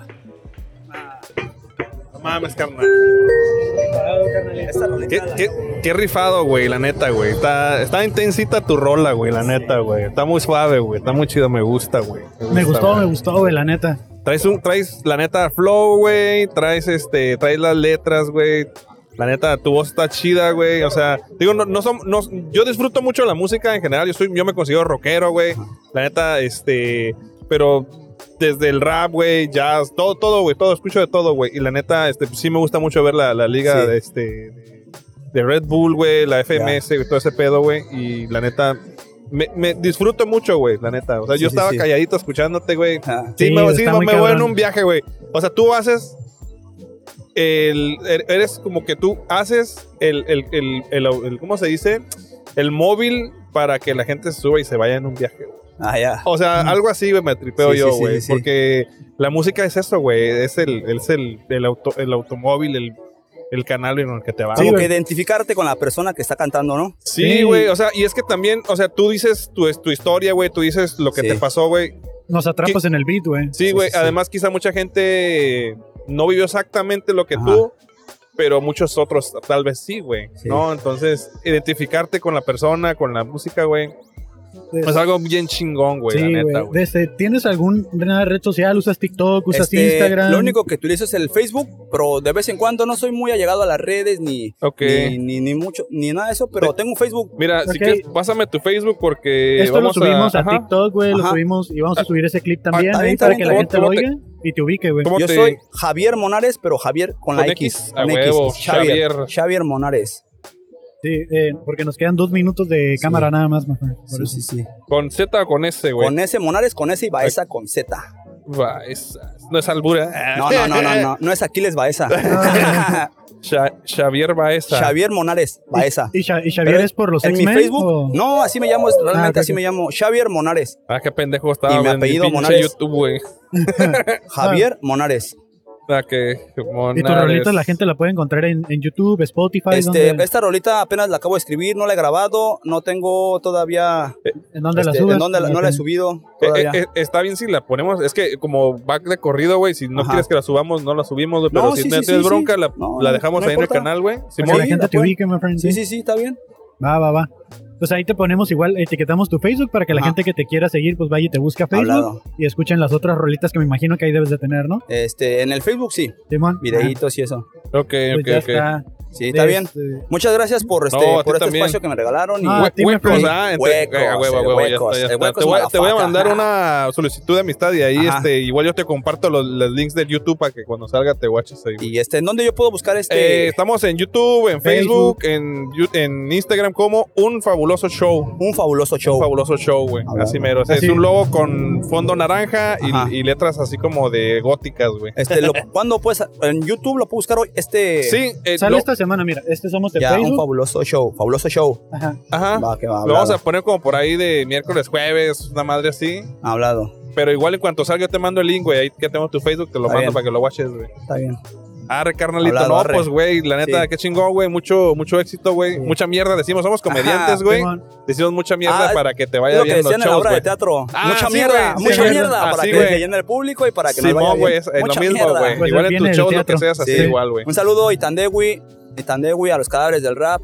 [SPEAKER 4] No mames, carnal.
[SPEAKER 1] Esta rolita
[SPEAKER 4] Qué,
[SPEAKER 1] la-
[SPEAKER 4] qué- qué rifado, güey, la neta, güey. Está, está intensita tu rola, güey, la neta, güey. Está muy suave, güey. Está muy chido, me gusta, güey.
[SPEAKER 7] Me
[SPEAKER 10] pues,
[SPEAKER 7] gustó,
[SPEAKER 4] güey.
[SPEAKER 7] me gustó, güey, la neta.
[SPEAKER 4] Traes, un, traes, la neta, flow, güey. Traes, este, traes las letras, güey. La neta, tu voz está chida, güey. O sea, digo, no, no som- no- yo disfruto mucho la música en general. Yo, soy, yo me considero rockero, güey. La neta, este, pero desde el rap, güey, jazz, todo, todo, güey, todo, escucho de todo, güey. Y la neta, este, sí me gusta mucho ver la, la liga
[SPEAKER 12] Sí.
[SPEAKER 4] de, este, de, de Red Bull, güey, la FMS, güey, todo ese pedo, güey. Y la neta, me, me disfruto mucho, güey, la neta. O sea,
[SPEAKER 12] Sí,
[SPEAKER 4] yo
[SPEAKER 12] sí,
[SPEAKER 4] estaba
[SPEAKER 12] sí.
[SPEAKER 4] calladito escuchándote, güey.
[SPEAKER 12] Ah,
[SPEAKER 4] Sí,
[SPEAKER 7] Sí,
[SPEAKER 4] me, sí,
[SPEAKER 7] está
[SPEAKER 4] me
[SPEAKER 7] muy
[SPEAKER 4] voy en
[SPEAKER 7] cabrón.
[SPEAKER 4] un viaje, güey. O sea, tú haces. El, er- eres como que tú haces el, el, el, el- el- ¿Cómo se dice? El móvil para que la gente se suba y se vaya en un viaje. güey.
[SPEAKER 12] ah, ya.
[SPEAKER 4] O sea, algo así güey, me tripeo
[SPEAKER 12] Sí, sí,
[SPEAKER 4] yo,
[SPEAKER 12] sí,
[SPEAKER 4] güey.
[SPEAKER 12] sí.
[SPEAKER 4] Porque la música es eso, güey. Es el, es el, el, auto, el automóvil, el, el canal en el que te vas.
[SPEAKER 7] Sí,
[SPEAKER 1] Como
[SPEAKER 7] güey.
[SPEAKER 1] que identificarte con la persona que está cantando, ¿no?
[SPEAKER 4] Sí,
[SPEAKER 7] Sí.
[SPEAKER 4] güey. O sea, y es que también, o sea, tú dices tu, tu historia, güey. Tú dices lo que
[SPEAKER 12] Sí.
[SPEAKER 4] te pasó, güey.
[SPEAKER 7] Nos atrapas en el beat, güey.
[SPEAKER 4] Sí, güey. Además, quizá mucha gente no vivió exactamente lo que tú, pero muchos otros tal vez sí, güey. ¿No? Entonces, identificarte con la persona, con la música, güey.
[SPEAKER 7] Des-
[SPEAKER 1] Pues,
[SPEAKER 4] Es algo bien chingón, güey,
[SPEAKER 7] sí,
[SPEAKER 4] la neta,
[SPEAKER 7] güey.
[SPEAKER 4] güey.
[SPEAKER 7] Desde- ¿Tienes alguna red social? ¿Usas TikTok? ¿Usas
[SPEAKER 1] Este,
[SPEAKER 7] Instagram?
[SPEAKER 1] Lo único que utilizo es el Facebook, pero de vez en cuando no soy muy allegado a las redes ni,
[SPEAKER 4] Ok.
[SPEAKER 1] ni, ni, ni mucho, ni nada de eso, pero tengo un Facebook.
[SPEAKER 4] Mira, si
[SPEAKER 7] Ok.
[SPEAKER 4] quieres, pásame tu Facebook porque
[SPEAKER 7] Esto lo
[SPEAKER 4] vamos
[SPEAKER 7] subimos a,
[SPEAKER 4] ajá.
[SPEAKER 7] TikTok, güey. Lo
[SPEAKER 1] Ajá. Ah,
[SPEAKER 7] subimos y vamos a subir ese clip también
[SPEAKER 1] está
[SPEAKER 7] ahí
[SPEAKER 1] bien,
[SPEAKER 7] para
[SPEAKER 1] está
[SPEAKER 7] que la
[SPEAKER 1] bien,
[SPEAKER 7] gente lo
[SPEAKER 4] ¿cómo te-
[SPEAKER 7] oiga y te ubique, güey.
[SPEAKER 4] ¿Cómo
[SPEAKER 1] Yo
[SPEAKER 4] te-
[SPEAKER 1] soy Javier Monares, pero Javier con la
[SPEAKER 4] ¿Con
[SPEAKER 1] X.
[SPEAKER 4] X? A
[SPEAKER 1] con
[SPEAKER 4] huevo,
[SPEAKER 1] Javier.
[SPEAKER 4] Javier.
[SPEAKER 1] Javier Monares.
[SPEAKER 7] Sí, eh, porque nos quedan dos minutos de
[SPEAKER 1] Sí.
[SPEAKER 7] cámara nada más, my friend, por
[SPEAKER 1] Sí,
[SPEAKER 7] eso.
[SPEAKER 1] sí, sí.
[SPEAKER 4] ¿Con Z o con S, güey?
[SPEAKER 1] Con E. ese Monares, con ese y Baeza con Z.
[SPEAKER 4] Va, es- no es albura.
[SPEAKER 1] No, no, no, no, no. No es Aquiles Baeza.
[SPEAKER 4] Xa- Xavier Baeza.
[SPEAKER 1] Javier Monares Baeza.
[SPEAKER 7] Ah. ¿Y, Xa- y Xavier
[SPEAKER 1] Pero
[SPEAKER 7] es por los
[SPEAKER 1] en mi
[SPEAKER 7] X-Men?
[SPEAKER 1] Facebook,
[SPEAKER 7] o-
[SPEAKER 1] no, así me llamo,
[SPEAKER 7] Ah, ok,
[SPEAKER 1] realmente así
[SPEAKER 7] ok.
[SPEAKER 1] me llamo Javier Monares,
[SPEAKER 4] Ah, qué pendejo estaba
[SPEAKER 1] Y mi
[SPEAKER 4] en
[SPEAKER 1] apellido
[SPEAKER 4] pinche
[SPEAKER 1] Monares.
[SPEAKER 4] YouTube, güey.
[SPEAKER 7] Ah.
[SPEAKER 1] Javier Monares.
[SPEAKER 4] Ah, que
[SPEAKER 7] Y tus rolitas la gente la puede encontrar en, en YouTube, Spotify,
[SPEAKER 1] Este,
[SPEAKER 7] ¿dónde,
[SPEAKER 1] esta rolita apenas la acabo de escribir, no la he grabado, no tengo todavía.
[SPEAKER 7] en dónde la
[SPEAKER 1] este,
[SPEAKER 7] subes.
[SPEAKER 1] en dónde la- no la he subido todavía.
[SPEAKER 4] Eh, eh, está bien si la ponemos. Es que como va de corrido, güey. Si no
[SPEAKER 1] Ajá.
[SPEAKER 4] quieres que la subamos, no la subimos, güey.
[SPEAKER 1] No,
[SPEAKER 4] Pero si
[SPEAKER 1] sí,
[SPEAKER 4] no
[SPEAKER 1] sí,
[SPEAKER 4] tienes
[SPEAKER 1] sí,
[SPEAKER 4] bronca,
[SPEAKER 1] sí.
[SPEAKER 4] La,
[SPEAKER 1] No,
[SPEAKER 4] la dejamos
[SPEAKER 1] no
[SPEAKER 4] ahí en el
[SPEAKER 1] importa.
[SPEAKER 4] canal, güey.
[SPEAKER 7] Para que
[SPEAKER 4] Simón.
[SPEAKER 7] la
[SPEAKER 1] Sí,
[SPEAKER 7] gente
[SPEAKER 1] la
[SPEAKER 7] te
[SPEAKER 1] pueden-
[SPEAKER 7] ubique, my friend.
[SPEAKER 1] sí,
[SPEAKER 7] sí.
[SPEAKER 1] sí, sí, está bien.
[SPEAKER 7] Va, va, va. Pues ahí te ponemos igual, etiquetamos tu Facebook para que la
[SPEAKER 1] Ajá.
[SPEAKER 7] gente que te quiera seguir, pues vaya y te busca Facebook
[SPEAKER 1] Hablado.
[SPEAKER 7] y escuchen las otras rolitas que me imagino que ahí debes de tener, ¿no?
[SPEAKER 1] Este, en el Facebook sí,
[SPEAKER 7] Simón.
[SPEAKER 1] videitos y eso.
[SPEAKER 4] Ok,
[SPEAKER 7] Ah,
[SPEAKER 4] ok,
[SPEAKER 7] pues ya
[SPEAKER 4] ok.
[SPEAKER 7] está.
[SPEAKER 1] Sí, está bien.
[SPEAKER 7] Este,
[SPEAKER 1] Muchas gracias por este,
[SPEAKER 4] No, a ti
[SPEAKER 1] por este
[SPEAKER 4] también.
[SPEAKER 1] espacio que me regalaron y
[SPEAKER 7] Ah,
[SPEAKER 4] Hue-
[SPEAKER 7] a ti me
[SPEAKER 4] huecos,
[SPEAKER 7] fue-
[SPEAKER 4] ah, ente-
[SPEAKER 1] Huecos,
[SPEAKER 4] ah, huevo,
[SPEAKER 1] el
[SPEAKER 4] huevo, ya
[SPEAKER 1] huecos,
[SPEAKER 4] está, ya
[SPEAKER 1] el
[SPEAKER 4] está.
[SPEAKER 1] hueco
[SPEAKER 4] Te
[SPEAKER 1] es
[SPEAKER 4] voy, a- te voy a
[SPEAKER 1] motherfucker.
[SPEAKER 4] mandar una solicitud de amistad y ahí,
[SPEAKER 1] Ajá.
[SPEAKER 4] este, igual yo te comparto los, los links del YouTube para que cuando salga te watches ahí. güey.
[SPEAKER 1] y este, ¿en dónde yo puedo buscar
[SPEAKER 4] Eh,
[SPEAKER 1] este
[SPEAKER 4] estamos en YouTube, en Facebook,
[SPEAKER 7] Facebook.
[SPEAKER 4] en, Yu- en Instagram como un fabuloso show.
[SPEAKER 1] un fabuloso show?
[SPEAKER 4] Un fabuloso show, güey.
[SPEAKER 1] Ah, bueno.
[SPEAKER 4] Así mero. O sea,
[SPEAKER 7] Así.
[SPEAKER 4] Es un logo con fondo naranja
[SPEAKER 1] Ajá.
[SPEAKER 4] y, y letras así como de góticas, güey.
[SPEAKER 1] Este, lo, ¿cuándo puedes en YouTube lo puedo buscar hoy este
[SPEAKER 4] Sí, eh,
[SPEAKER 7] Sale
[SPEAKER 4] lo-
[SPEAKER 7] esta semana, mira, este somos de
[SPEAKER 1] ya un
[SPEAKER 7] Facebook.
[SPEAKER 1] fabuloso show, fabuloso show.
[SPEAKER 7] Ajá.
[SPEAKER 4] ajá.
[SPEAKER 1] Va, que va,
[SPEAKER 4] Lo vamos a
[SPEAKER 1] hablado.
[SPEAKER 4] poner como por ahí de miércoles, jueves, una madre así.
[SPEAKER 1] hablado.
[SPEAKER 4] Pero igual en cuanto salga yo te mando el link, güey. Ahí que tengo tu Facebook, te lo
[SPEAKER 1] Está
[SPEAKER 4] mando
[SPEAKER 1] bien.
[SPEAKER 4] para que lo watches, güey.
[SPEAKER 1] Está bien.
[SPEAKER 4] Arre, carnalito,
[SPEAKER 1] Hablado,
[SPEAKER 4] no,
[SPEAKER 1] arre.
[SPEAKER 4] pues, güey, la neta,
[SPEAKER 1] Sí.
[SPEAKER 4] qué chingón, güey, mucho, mucho éxito, güey, mucha mierda, decimos, somos comediantes,
[SPEAKER 1] Ajá,
[SPEAKER 4] güey,
[SPEAKER 7] Simón.
[SPEAKER 4] decimos mucha mierda
[SPEAKER 1] Ah,
[SPEAKER 4] para que te vaya
[SPEAKER 1] Es lo que
[SPEAKER 4] bien los
[SPEAKER 1] decían en la
[SPEAKER 4] shows,
[SPEAKER 1] obra de
[SPEAKER 4] güey.
[SPEAKER 1] teatro.
[SPEAKER 4] Ah,
[SPEAKER 1] mucha
[SPEAKER 4] sí,
[SPEAKER 1] mierda,
[SPEAKER 4] güey, sí,
[SPEAKER 1] mucha
[SPEAKER 4] güey.
[SPEAKER 1] mierda para
[SPEAKER 4] Así,
[SPEAKER 1] que
[SPEAKER 4] güey.
[SPEAKER 1] se llene el público y para que nos vaya
[SPEAKER 4] Simón,
[SPEAKER 1] bien.
[SPEAKER 4] güey, es,
[SPEAKER 1] Mucha
[SPEAKER 4] es lo mismo,
[SPEAKER 1] mierda.
[SPEAKER 4] güey,
[SPEAKER 7] Pues
[SPEAKER 4] igual en
[SPEAKER 7] viene
[SPEAKER 4] tu
[SPEAKER 7] del
[SPEAKER 4] show lo que
[SPEAKER 7] teatro.
[SPEAKER 4] seas, así
[SPEAKER 1] Sí.
[SPEAKER 4] igual, güey.
[SPEAKER 1] Un saludo a Itandewi, Itandewi, a los cadáveres del rap,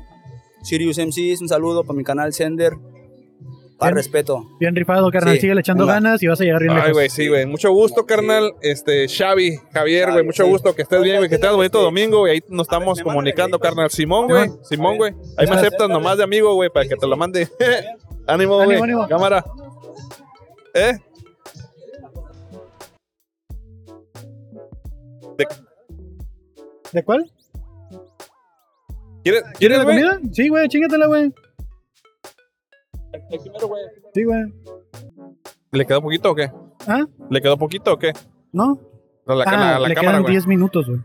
[SPEAKER 1] Sirius MCs, un saludo para mi canal Sender. Para
[SPEAKER 7] Bien.
[SPEAKER 1] respeto.
[SPEAKER 7] Bien rifado, carnal.
[SPEAKER 1] Sí,
[SPEAKER 7] Sigue echando
[SPEAKER 1] venga.
[SPEAKER 7] ganas y vas a llegar bien
[SPEAKER 4] Ay,
[SPEAKER 7] lejos.
[SPEAKER 4] güey, sí, güey, mucho gusto, carnal, este, Xavi, Javier, güey, mucho
[SPEAKER 1] sí.
[SPEAKER 4] gusto, que estés bien, güey, que tengas bonito
[SPEAKER 1] Sí.
[SPEAKER 4] domingo, güey, ahí nos estamos
[SPEAKER 1] me mandas
[SPEAKER 4] comunicando,
[SPEAKER 1] el link,
[SPEAKER 4] carnal, Simón, güey,
[SPEAKER 7] Simón.
[SPEAKER 4] Simón, güey, ahí me
[SPEAKER 7] Gracias.
[SPEAKER 4] aceptas nomás de amigo, güey, para que te lo mande, ánimo, güey,
[SPEAKER 7] Ánimo, ánimo.
[SPEAKER 4] cámara, ¿eh?
[SPEAKER 7] ¿De cuál?
[SPEAKER 4] ¿Quieres,
[SPEAKER 7] ¿Quieres
[SPEAKER 4] quieres,
[SPEAKER 7] la
[SPEAKER 4] güey?
[SPEAKER 7] comida? Sí, güey, chingatela, güey. Sí, güey.
[SPEAKER 4] ¿Le quedó poquito o qué?
[SPEAKER 7] ¿Ah?
[SPEAKER 4] ¿Le quedó poquito o qué?
[SPEAKER 7] ¿No?
[SPEAKER 4] No, la,
[SPEAKER 7] ah,
[SPEAKER 4] la- la
[SPEAKER 7] le
[SPEAKER 4] cámara,
[SPEAKER 7] quedan
[SPEAKER 4] güey.
[SPEAKER 7] 10 minutos, güey.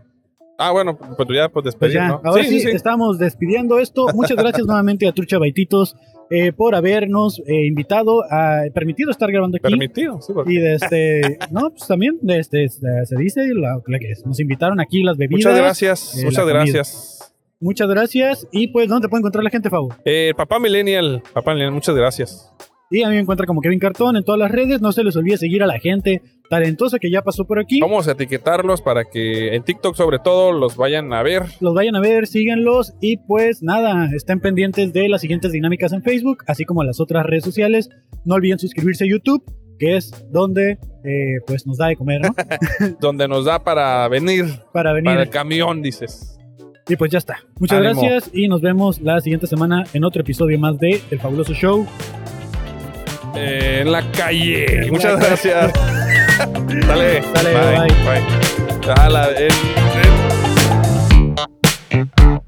[SPEAKER 4] Ah, bueno, pues tú ya pues despedir,
[SPEAKER 7] Pues ya,
[SPEAKER 4] ¿no?
[SPEAKER 7] ahora sí,
[SPEAKER 4] sí, sí, sí.
[SPEAKER 7] estamos despidiendo esto. Muchas gracias nuevamente a Trucha Baititos eh, por habernos eh, invitado, a, permitido estar grabando aquí.
[SPEAKER 4] Permitido, sí, porque-
[SPEAKER 7] y de este, no, pues también de este, este, se dice la, la que es. Nos invitaron aquí las bebidas.
[SPEAKER 4] Muchas gracias,
[SPEAKER 7] eh, la
[SPEAKER 4] muchas
[SPEAKER 7] comida.
[SPEAKER 4] gracias.
[SPEAKER 7] Muchas gracias. Y pues, ¿dónde te puede encontrar la gente, Fabo?
[SPEAKER 4] Eh, papá Millennial, papá Millennial, muchas gracias.
[SPEAKER 7] Y a mí me encuentra como Kevin Cartón en todas las redes. No se les olvide seguir a la gente talentosa que ya pasó por aquí.
[SPEAKER 4] Vamos a etiquetarlos para que en TikTok sobre todo los vayan a ver.
[SPEAKER 7] Los vayan a ver, síganlos y pues nada, estén pendientes de las siguientes dinámicas en Facebook, así como las otras redes sociales. No olviden suscribirse a YouTube, que es donde eh, pues nos da de comer, ¿no?
[SPEAKER 4] Donde nos da para venir,
[SPEAKER 7] Para venir.
[SPEAKER 4] para el camión, dices.
[SPEAKER 7] Y pues ya está. Muchas
[SPEAKER 4] Ánimo.
[SPEAKER 7] gracias y nos vemos la siguiente semana en otro episodio más de El Fabuloso Show.
[SPEAKER 4] Eh, en la calle. Muchas gracias. Dale,
[SPEAKER 7] Dale,
[SPEAKER 4] bye. bye. Jala, eh, eh.